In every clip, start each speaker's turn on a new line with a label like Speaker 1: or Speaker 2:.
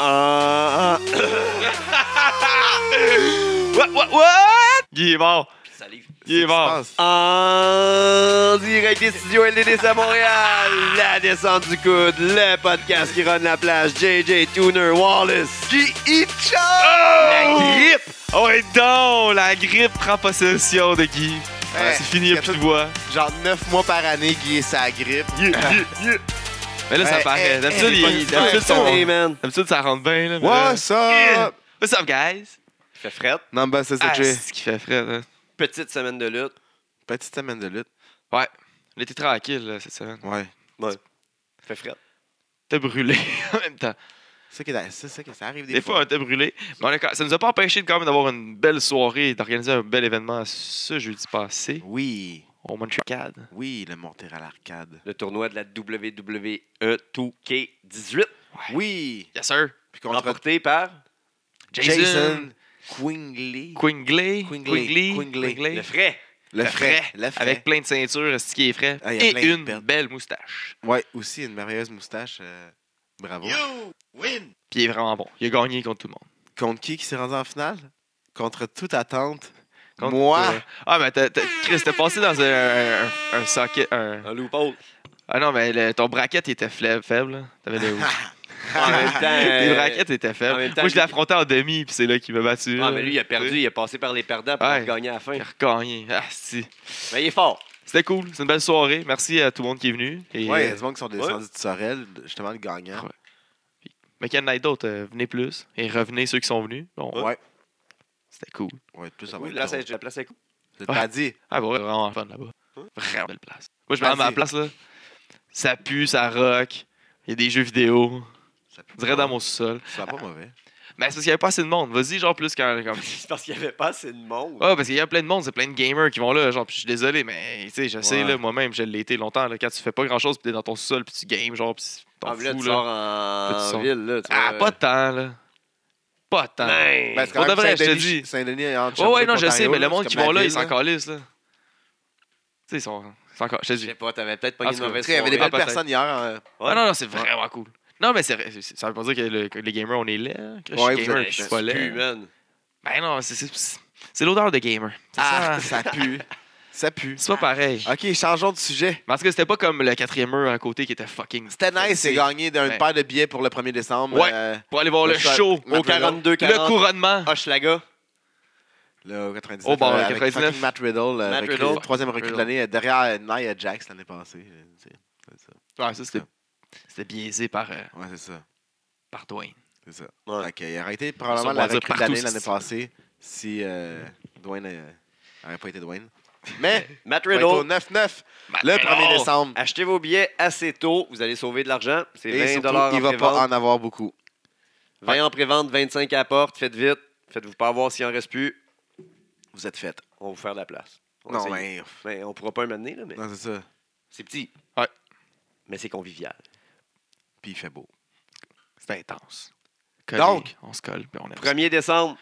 Speaker 1: Ah, what, what, what? Il est mort.
Speaker 2: Salive.
Speaker 1: Il est mort.
Speaker 3: Qu'est-ce qui se
Speaker 1: En direct des studios LDDC à Montréal, la descente du coude, le podcast qui run la plage, JJ Tuner Wallace.
Speaker 3: Qui y chope?
Speaker 1: La grippe! Oh, et donc, la grippe prend possession de Guy. Ah,
Speaker 3: Ouais,
Speaker 1: c'est fini, y'a plus de
Speaker 3: tout-
Speaker 1: bois.
Speaker 3: Genre 9 mois par année, Guy est sa grippe.
Speaker 1: Mais là, ça
Speaker 3: Ouais,
Speaker 1: paraît.
Speaker 3: eh,
Speaker 1: D'habitude,
Speaker 3: eh,
Speaker 1: il-
Speaker 3: bonne
Speaker 1: d'habitude,
Speaker 3: histoire.
Speaker 1: ça-
Speaker 3: Hey,
Speaker 1: d'habitude, ça rentre bien. Là, mais là-
Speaker 3: What's up? ben,
Speaker 1: What's up, guys?
Speaker 2: Il fait fret.
Speaker 3: Number
Speaker 1: Ah,
Speaker 3: 63.
Speaker 1: c'est ce qui fait frais. là.
Speaker 2: Petite semaine de lutte.
Speaker 3: Petite semaine de lutte.
Speaker 1: L'été tranquille là, cette semaine.
Speaker 3: Ouais.
Speaker 2: Fait fret.
Speaker 1: T'es brûlé en même temps.
Speaker 3: C'est ça qui est- c'est ça qui ça arrive des,
Speaker 1: Des fois, on était brûlé. Mais on a quand- ça nous a pas empêché de quand même d'avoir une belle soirée et d'organiser un bel événement ce jeudi passé
Speaker 3: Oui,
Speaker 1: au Montreal.
Speaker 3: oui, le Montréal l'arcade.
Speaker 2: Le tournoi de la
Speaker 1: E
Speaker 2: WWE 2K18.
Speaker 3: Oui.
Speaker 1: Yes, sir.
Speaker 3: Puis contre
Speaker 2: Remporté par
Speaker 1: Jason,
Speaker 3: Quingley.
Speaker 1: Quingley.
Speaker 3: Quingley. Quingley.
Speaker 2: le frais.
Speaker 3: Le
Speaker 1: Le
Speaker 3: frais.
Speaker 1: frais.
Speaker 3: Le frais.
Speaker 1: Avec plein de ceintures, ce qui est frais.
Speaker 3: Ah, il y a
Speaker 1: et
Speaker 3: plein de
Speaker 1: une
Speaker 3: perles.
Speaker 1: belle moustache.
Speaker 3: Ouais, aussi une merveilleuse moustache. euh, bravo.
Speaker 1: Puis il est vraiment bon. Il a gagné contre tout le monde.
Speaker 3: Contre qui qui s'est rendu en finale? Contre toute attente.
Speaker 1: Contre,
Speaker 3: Moi?
Speaker 1: euh, Ah, mais t'as, t'as- Chris, t'es passé dans un, un, un socket. un-
Speaker 2: Un loophole.
Speaker 1: Ah non, mais le- ton bracket il était fla- faible. là. T'avais le.
Speaker 2: En même temps.
Speaker 1: Tes
Speaker 2: euh,
Speaker 1: braquettes étaient
Speaker 2: en
Speaker 1: faibles.
Speaker 2: même temps,
Speaker 1: Moi, je
Speaker 2: lui-
Speaker 1: l'ai affronté en demi, puis c'est là qu'il m'a battu.
Speaker 2: Ah,
Speaker 1: là.
Speaker 2: mais lui, il a perdu. Il a passé par les perdants pour
Speaker 1: Ouais.
Speaker 2: gagner à la fin.
Speaker 1: Il a regagné. Ah, si.
Speaker 2: Mais il est fort.
Speaker 1: C'était cool. C'est une belle soirée. Merci à tout le monde qui est venu. Et,
Speaker 3: Ouais, il y a
Speaker 1: euh,
Speaker 3: du monde qui sont descendus de Sorel, justement le gagnant.
Speaker 1: Ouais. mais qu'il y en ait d'autres, euh, venez plus. Et revenez ceux qui sont venus. Bon,
Speaker 3: Ouais.
Speaker 1: C'était cool.
Speaker 3: Ouais, plus ça va
Speaker 2: Oui,
Speaker 3: être
Speaker 2: la
Speaker 3: drôle.
Speaker 2: place, la place est cool.
Speaker 3: C'est
Speaker 1: Ouais.
Speaker 3: pas dit.
Speaker 1: Ah, bah ouais, vraiment fun là-bas.
Speaker 2: Hein?
Speaker 1: Vraiment belle place. Moi, je me
Speaker 2: Ben,
Speaker 3: Vas-y.
Speaker 1: rends à ma place, là. Ça pue, ça rock. Il y a des jeux vidéo.
Speaker 3: Ça
Speaker 1: Je dirais
Speaker 2: Ah.
Speaker 1: dans mon sous-sol.
Speaker 3: Ça va pas mauvais.
Speaker 1: Mais c'est parce qu'il n'y avait pas assez de monde. Vas-y, genre, plus qu'un. comme-
Speaker 2: C'est parce qu'il n'y avait pas assez de monde.
Speaker 1: Ah, parce qu'il y a plein de monde, c'est plein de gamers qui vont là. Genre, puis je suis désolé, mais tu sais, je sais,
Speaker 3: Ouais.
Speaker 1: là, moi-même, je l'ai été longtemps. Là, quand tu fais pas grand-chose, puis t'es dans ton sous-sol, puis tu games, genre, puis t'en
Speaker 2: Ah, mais là,
Speaker 1: fous,
Speaker 2: tu
Speaker 1: là.
Speaker 2: sors
Speaker 1: Là, tu
Speaker 2: en
Speaker 1: sors.
Speaker 2: ville. Là, tu
Speaker 1: Ah,
Speaker 2: vois.
Speaker 1: pas tant, là. Pas tant.
Speaker 2: Ben,
Speaker 3: Ben, c'est
Speaker 1: Mm. Pour
Speaker 3: quand
Speaker 1: de
Speaker 3: même
Speaker 1: vrai, je te
Speaker 3: Saint-Denis-
Speaker 1: dis.
Speaker 3: Saint-Denis entre
Speaker 1: Ouais, ouais,
Speaker 3: Sherbrooke,
Speaker 1: non, je sais,
Speaker 3: Ontario,
Speaker 1: mais le
Speaker 3: c'est
Speaker 1: monde qui
Speaker 3: comme
Speaker 1: vont
Speaker 3: la
Speaker 1: là, ils
Speaker 3: ville,
Speaker 1: s'en calissent, là. Tu sais, ils sont. ils sont encore- Je te
Speaker 2: Je
Speaker 1: dis.
Speaker 2: sais pas, t'avais peut-être
Speaker 1: En
Speaker 2: pas une
Speaker 1: tout cas,
Speaker 2: mauvaise
Speaker 3: Il y avait des
Speaker 1: Ah,
Speaker 2: soirée.
Speaker 3: belles
Speaker 1: peut-être.
Speaker 3: personnes hier. hein.
Speaker 1: Ah, non, non, c'est vraiment cool. Non, mais c'est vrai, c'est- ça veut pas dire que, le- que les gamers, on est laid. hein, que
Speaker 3: Ouais,
Speaker 1: je suis
Speaker 3: vous
Speaker 1: gamer,
Speaker 3: êtes-
Speaker 1: puis je suis
Speaker 3: vous
Speaker 1: pas
Speaker 2: C'est plus,
Speaker 1: laid.
Speaker 2: man.
Speaker 1: Ben non, c'est- c'est c'est l'odeur de gamer. C'est
Speaker 3: Ah,
Speaker 1: ça. hein.
Speaker 3: ça pue. Ça pue.
Speaker 1: C'est pas pareil.
Speaker 3: Ok, changeons de sujet.
Speaker 1: Mais en tout cas, c'était pas comme le quatrième mur à côté qui était fucking.
Speaker 3: C'était nice, c'est
Speaker 1: fancy.
Speaker 3: gagné d'une
Speaker 1: Ouais.
Speaker 3: paire de billets pour le 1er décembre.
Speaker 1: Ouais.
Speaker 3: euh,
Speaker 1: Pour aller voir le,
Speaker 3: Le choc.
Speaker 1: show.
Speaker 2: Au
Speaker 3: Au Matt
Speaker 2: 42-40.
Speaker 1: Le couronnement.
Speaker 2: Hochelaga.
Speaker 3: le 99.
Speaker 1: Au bar,
Speaker 3: euh,
Speaker 1: le
Speaker 3: avec
Speaker 1: 99.
Speaker 3: fucking Matt Riddle, euh,
Speaker 2: Matt
Speaker 3: recrue-
Speaker 2: Riddle.
Speaker 3: troisième recrue de
Speaker 1: Riddle.
Speaker 3: l'année, euh, derrière Nia Jax l'année passée. euh, c'est- c'est ça.
Speaker 1: Ouais, ça, c'était. C'était biaisé par, euh,
Speaker 3: Ouais, c'est ça.
Speaker 1: par Dwayne.
Speaker 3: C'est ça.
Speaker 2: Ouais.
Speaker 3: Fait que, il aurait été probablement
Speaker 1: Ça, on
Speaker 3: la
Speaker 1: va dire
Speaker 3: recrue de
Speaker 1: partout,
Speaker 3: l'année
Speaker 1: c'est-
Speaker 3: l'année passée si euh, Dwayne euh, aurait pas été Dwayne. Mais,
Speaker 2: Matt
Speaker 3: il va être au
Speaker 2: Riddle.
Speaker 3: 9-9
Speaker 1: Matt
Speaker 3: le
Speaker 1: Riddle.
Speaker 3: 1er décembre.
Speaker 2: Achetez vos billets assez tôt. Vous allez sauver de l'argent. C'est
Speaker 3: Et
Speaker 2: 20
Speaker 3: surtout,
Speaker 2: en
Speaker 3: il va
Speaker 2: pré-vente.
Speaker 3: pas en avoir beaucoup.
Speaker 2: 20 en pré-vente, 25 à la porte. Faites vite. Faites-vous pas avoir s'il en reste plus.
Speaker 3: Vous êtes faite.
Speaker 2: On va vous faire de la place. On
Speaker 3: Non,
Speaker 2: essaye.
Speaker 3: mais.
Speaker 2: Ben, on pourra pas un mener, là, mais
Speaker 3: Non, c'est ça.
Speaker 2: c'est petit.
Speaker 1: Ouais.
Speaker 2: Mais c'est convivial.
Speaker 3: Puis il fait beau.
Speaker 1: C'était intense.
Speaker 3: Donc-
Speaker 1: Donc, on se colle, puis on aime ça.
Speaker 2: 1er décembre,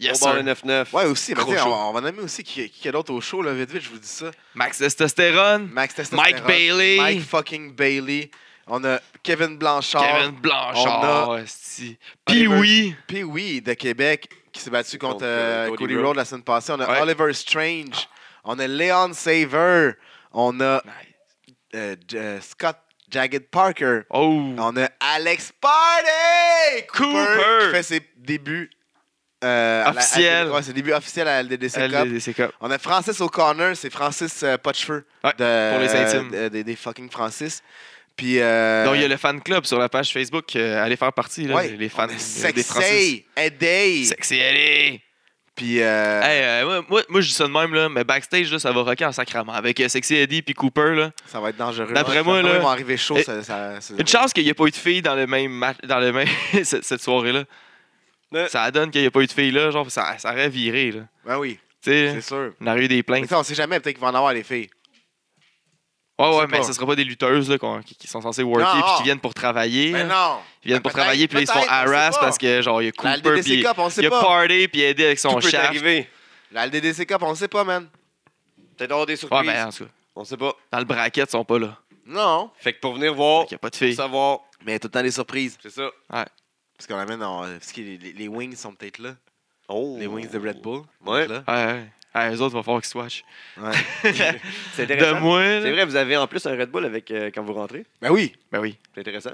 Speaker 1: Yes,
Speaker 2: au bar
Speaker 1: sir.
Speaker 2: le 9-9.
Speaker 3: Ouais, aussi. mais
Speaker 1: Gros
Speaker 3: tu sais,
Speaker 1: show.
Speaker 3: on, on va nommer aussi qui, qui est d'autre au show, là, vite, vite, je vous dis ça.
Speaker 1: Max Testosterone,
Speaker 3: Max Testosterone.
Speaker 1: Mike Bailey,
Speaker 3: Mike fucking Bailey. On a Kevin Blanchard.
Speaker 1: Kevin Blanchard, esti. Pee-wee.
Speaker 3: Puis oui, de Québec, qui s'est battu contre,
Speaker 2: Contre,
Speaker 3: euh,
Speaker 2: euh, Cody
Speaker 3: Cody
Speaker 2: Rhodes.
Speaker 3: Rhodes la semaine passée. On a
Speaker 1: Ouais.
Speaker 3: Oliver Strange. On a Leon Saver. On a
Speaker 1: Nice.
Speaker 3: euh, J- euh, Scott Jagged Parker.
Speaker 1: Oh,
Speaker 3: On a Alex Party!
Speaker 1: Cooper!
Speaker 3: Qui fait ses débuts euh, à la-
Speaker 1: Officiels.
Speaker 3: ouais, ses débuts officiels à la LDDC Cup.
Speaker 1: c'est Cup.
Speaker 3: On a Francis O'Connor, c'est Francis euh, pas de cheveux.
Speaker 1: Ouais,
Speaker 3: de- euh,
Speaker 1: pour les intimes.
Speaker 3: de- des- des fucking Francis. Puis. Euh,
Speaker 1: Donc, il y a le fan club sur la page Facebook. euh, allez faire partie, là,
Speaker 3: ouais,
Speaker 1: les fans
Speaker 3: on a
Speaker 1: euh, des Francis.
Speaker 3: Sexy, Eddie.
Speaker 1: Sexy, allez!
Speaker 3: Puis. euh,
Speaker 1: Hey, euh, moi, moi, moi, je dis ça de même, là, mais backstage, là, ça va rocker en sacrament. Avec euh, Sexy Eddie puis Cooper, là.
Speaker 3: Ça va être dangereux.
Speaker 1: D'après
Speaker 3: Ouais,
Speaker 1: moi,
Speaker 3: d'après
Speaker 1: là,
Speaker 3: Ils vont arriver chaud.
Speaker 1: et-
Speaker 3: ça- ça- ça-
Speaker 1: Une chance qu'il n'y ait pas eu de filles dans le même match, dans le même, cette, cette soirée-là.
Speaker 3: Euh.
Speaker 2: Ouais.
Speaker 1: Ça donne qu'il n'y ait pas eu de filles, là. Genre, ça, ça aurait viré, là.
Speaker 3: Ben oui,
Speaker 1: Tu sais,
Speaker 3: c'est sûr.
Speaker 1: on aurait eu des
Speaker 3: Mais
Speaker 1: plaintes.
Speaker 3: ça, on sait jamais. Peut-être qu'ils vont en avoir les filles.
Speaker 1: Ouais,
Speaker 3: Je
Speaker 1: ouais,
Speaker 3: sais
Speaker 1: mais
Speaker 3: pas.
Speaker 1: ce sera pas des lutteuses là, qu'on- qui, qui sont censées worker
Speaker 3: Non.
Speaker 1: puis qui viennent pour travailler.
Speaker 3: Mais
Speaker 1: là.
Speaker 3: Ben non.
Speaker 1: Ils viennent pour
Speaker 3: Peut-être,
Speaker 1: travailler, puis là, ils se font
Speaker 3: peut-être, on sait
Speaker 1: harass
Speaker 3: pas.
Speaker 1: parce que, genre, il y a
Speaker 3: La
Speaker 1: Cooper,
Speaker 3: LDDC
Speaker 1: puis
Speaker 3: Cup, on
Speaker 1: il y
Speaker 3: sait
Speaker 1: a
Speaker 3: pas.
Speaker 1: Party, puis aider avec son
Speaker 2: Tout peut
Speaker 1: chat.
Speaker 2: arriver.
Speaker 3: La LDDC Cup, on sait pas, man.
Speaker 2: Peut-être avoir des surprises. ben,
Speaker 1: Ouais, mais en tout cas,
Speaker 2: On sait pas.
Speaker 1: dans le bracket, ils sont pas là.
Speaker 3: Non.
Speaker 2: Fait que pour venir
Speaker 3: Oh.
Speaker 2: voir,
Speaker 4: Il n'y a pas de
Speaker 2: pour
Speaker 4: filles.
Speaker 2: savoir,
Speaker 3: Mais tout le temps des surprises.
Speaker 2: c'est ça.
Speaker 3: Parce qu'on amène. en- Parce que les, les- les wings sont peut-être là.
Speaker 2: Oh.
Speaker 3: Les wings de Red Bull. vont
Speaker 2: Ouais.
Speaker 3: être Là.
Speaker 1: Ouais, ouais. Ouais, eux autres, il va falloir qu'ils swatchent.
Speaker 3: Ouais.
Speaker 2: C'est
Speaker 1: De
Speaker 2: intéressant.
Speaker 1: moi,
Speaker 2: C'est
Speaker 1: là.
Speaker 2: vrai, vous avez en plus un Red Bull avec euh, quand vous rentrez.
Speaker 3: Ben oui.
Speaker 1: Ben oui,
Speaker 2: C'est intéressant.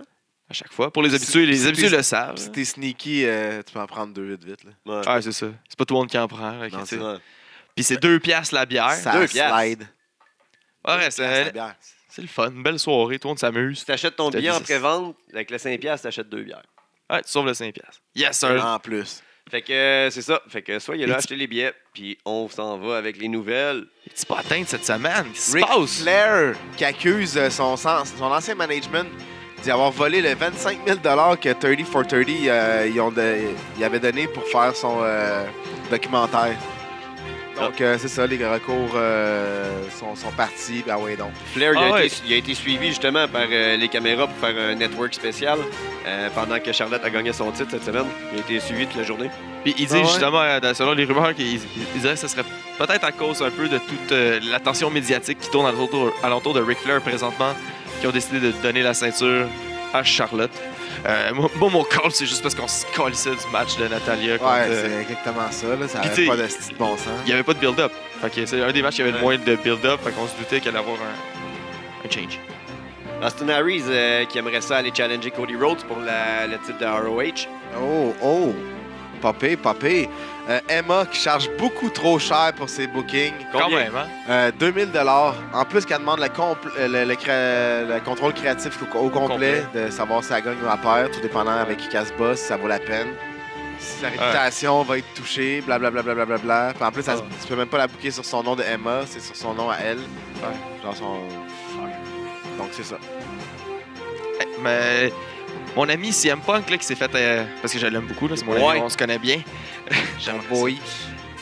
Speaker 1: à chaque fois. Pour les habitués, les
Speaker 3: si
Speaker 1: habitués
Speaker 3: t'es-
Speaker 1: le savent.
Speaker 3: Si t'es sneaky, euh, tu peux en prendre deux vite, vite. Là.
Speaker 2: Ouais.
Speaker 1: Ah, c'est ça. C'est pas tout le monde qui en prend. là, qui-
Speaker 3: Non,
Speaker 1: tu sais.
Speaker 3: c'est
Speaker 2: Ouais.
Speaker 1: Puis c'est deux piastres la bière.
Speaker 3: Ça
Speaker 2: deux piastres. Ah
Speaker 3: slide.
Speaker 1: Ouais, c'est
Speaker 3: Ça bière.
Speaker 1: c'est le fun. Une belle soirée, tout le monde s'amuse.
Speaker 2: Tu t'achètes ton
Speaker 1: T'as
Speaker 2: billet
Speaker 1: dit
Speaker 2: en
Speaker 1: ça.
Speaker 2: pré-vente, avec le 5$, piastres, t'achètes deux bières.
Speaker 1: Ouais, tu sauves le 5 piastres. Yes, sir.
Speaker 3: En plus.
Speaker 2: Fait que euh, c'est ça. Fait que soyez là,
Speaker 1: Et-
Speaker 2: achetez les billets, puis on s'en va avec les nouvelles.
Speaker 1: Les petits potins de cette semaine. Qu'est-ce qui se
Speaker 3: Ric
Speaker 1: passe?
Speaker 3: Flair qui accuse euh, son, sens- son ancien management d'y avoir volé le 25 000 que 30 for 30 euh, ils, ont de- ils avaient donné pour faire son euh, documentaire. Donc,
Speaker 2: Ah.
Speaker 3: euh, c'est ça, les recours euh, sont, sont partis. Ben ouais, donc.
Speaker 2: Flair, il, a
Speaker 1: Ah ouais.
Speaker 2: été, il a été suivi justement par euh, les caméras pour faire un network spécial euh, pendant que Charlotte a gagné son titre cette semaine. Il a été suivi toute la journée.
Speaker 1: Puis ils disent
Speaker 3: Ah ouais?
Speaker 1: justement, euh, dans- selon les rumeurs, qu'ils ils- ils diraient que ce serait peut-être à cause un peu de toute euh, l'attention médiatique qui tourne alentour, alentour de Ric Flair présentement, qui ont décidé de donner la ceinture à Charlotte. Euh, moi, moi, mon call, c'est juste parce qu'on se collissait du match de Natalia. contre,
Speaker 3: Ouais,
Speaker 1: euh,
Speaker 3: c'est exactement ça. Là, ça
Speaker 1: Puis
Speaker 3: n'avait
Speaker 1: t'sais,
Speaker 3: pas de style de bon sens.
Speaker 1: il n'y avait pas de build-up. Fait que c'est un des matchs qui avait le
Speaker 2: Ouais.
Speaker 1: moins de build-up, fait qu'on se doutait qu'elle allait avoir un, un change.
Speaker 2: Austin Harris euh, qui aimerait ça aller challenger Cody Rhodes pour la- le titre de ROH.
Speaker 3: Oh, oh! Popé, popé. Euh, Emma qui charge beaucoup trop cher pour ses bookings.
Speaker 1: Quand
Speaker 2: Combien?
Speaker 1: même, hein?
Speaker 3: Euh, 2000 En plus qu'elle demande le, compl- euh, le, le cré- le contrôle créatif au, au complet, de savoir si elle gagne ou elle perd, tout dépendant avec qui elle se bat, si ça vaut la peine. Si sa réputation va être touchée, blablabla. Bla, bla, bla, bla. Puis en plus, elle se-
Speaker 1: Ah.
Speaker 3: tu peux même pas la booker sur son nom de Emma, c'est sur son nom à elle. Genre son... Donc c'est ça.
Speaker 1: Hey, Eh, Mais mon ami CM Punk là, qui s'est fait. euh, parce que je l'aime beaucoup, là, c'est mon
Speaker 2: Ouais.
Speaker 1: ami, on se connaît bien. J'aime
Speaker 3: Boy.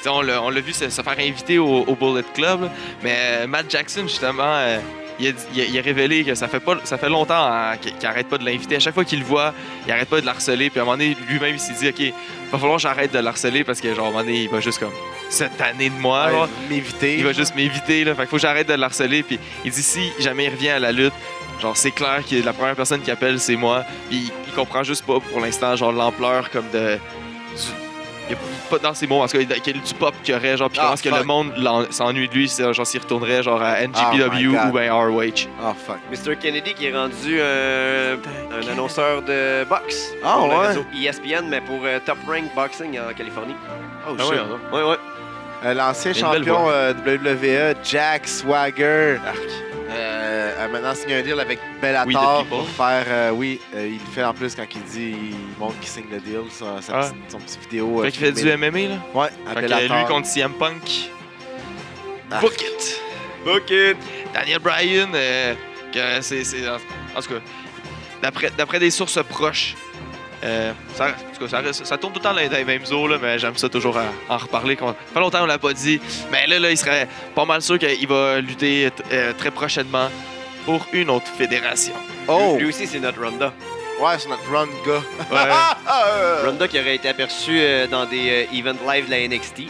Speaker 1: T'sais, on l'a on l'a vu se, se faire inviter au, au Bullet Club, là. mais euh, Matt Jackson, justement, euh, il, a, dit- il a- il a révélé que ça fait, pas, ça fait longtemps hein, qu'il qu'il arrête pas de l'inviter. À chaque fois qu'il le voit, il arrête pas de l'harceler. Puis à un moment donné, lui-même, il s'est dit Ok, va falloir que j'arrête de l'harceler parce que, genre, à un moment donné, il va juste comme cette année de moi.
Speaker 3: Ouais,
Speaker 1: genre,
Speaker 3: M'éviter.
Speaker 1: Ah, il va juste m'éviter, là. Fait que faut que j'arrête de le harceler. Puis il dit si jamais il revient à la lutte, genre c'est clair que la première personne qui appelle, c'est moi. Puis il, il comprend juste pas pour l'instant, genre l'ampleur comme de. du- il y a pas dans ses mots, en tout cas, il y a du pop qu'il y aurait, genre, puis
Speaker 3: Ah,
Speaker 1: comment est-ce que le
Speaker 3: fuck.
Speaker 1: monde l'en- s'ennuie de lui, c'est genre s'il retournerait, genre, à
Speaker 3: Oh my
Speaker 1: NGPW
Speaker 3: God.
Speaker 1: ou ben ROH.
Speaker 3: Oh fuck.
Speaker 2: Mr. Kennedy qui est rendu euh, un annonceur de boxe.
Speaker 3: Ah,
Speaker 2: pour le
Speaker 3: ouais?
Speaker 2: réseau E ESPN, mais pour euh, Top Rank Boxing en Californie.
Speaker 3: Oh
Speaker 1: Ah
Speaker 3: shit.
Speaker 1: ouais,
Speaker 2: Ouais, ouais.
Speaker 3: Euh, L'ancien
Speaker 1: Une belle
Speaker 3: champion
Speaker 1: voix.
Speaker 3: euh, WWE, Jack Swagger, euh, a maintenant signé un deal avec
Speaker 1: We the
Speaker 3: Bellator
Speaker 1: People.
Speaker 3: pour faire. euh, oui, euh, il le fait en plus quand il dit, il montre qu'il signe le deal, sa, sa
Speaker 1: Ah.
Speaker 3: petite- son petit vidéo. euh,
Speaker 1: Fait qu'il fait du
Speaker 3: filmée.
Speaker 1: MMA, là.
Speaker 3: Ouais, à
Speaker 1: Fait que
Speaker 3: Bellator.
Speaker 1: lui contre CM Punk.
Speaker 3: Ah.
Speaker 1: Book it!
Speaker 2: Book it!
Speaker 1: Daniel Bryan, euh, que c'est. c'est- en, en tout cas, d'après, d'après des sources proches, euh, ça, en tout cas, ça, reste- ça tourne tout le temps dans les- dans les mêmes eaux, là, mais j'aime ça toujours à- en reparler. qu'on- Ça fait longtemps qu'on l'a pas dit, mais là, là, il serait pas mal sûr qu'il va lutter t- euh, très prochainement pour une autre fédération.
Speaker 3: Oh!
Speaker 2: Lui aussi, c'est notre Ronda.
Speaker 3: Ouais, c'est notre run gars.
Speaker 1: Ouais.
Speaker 2: Ronda qui aurait été aperçu euh, dans des euh, events live de la NXT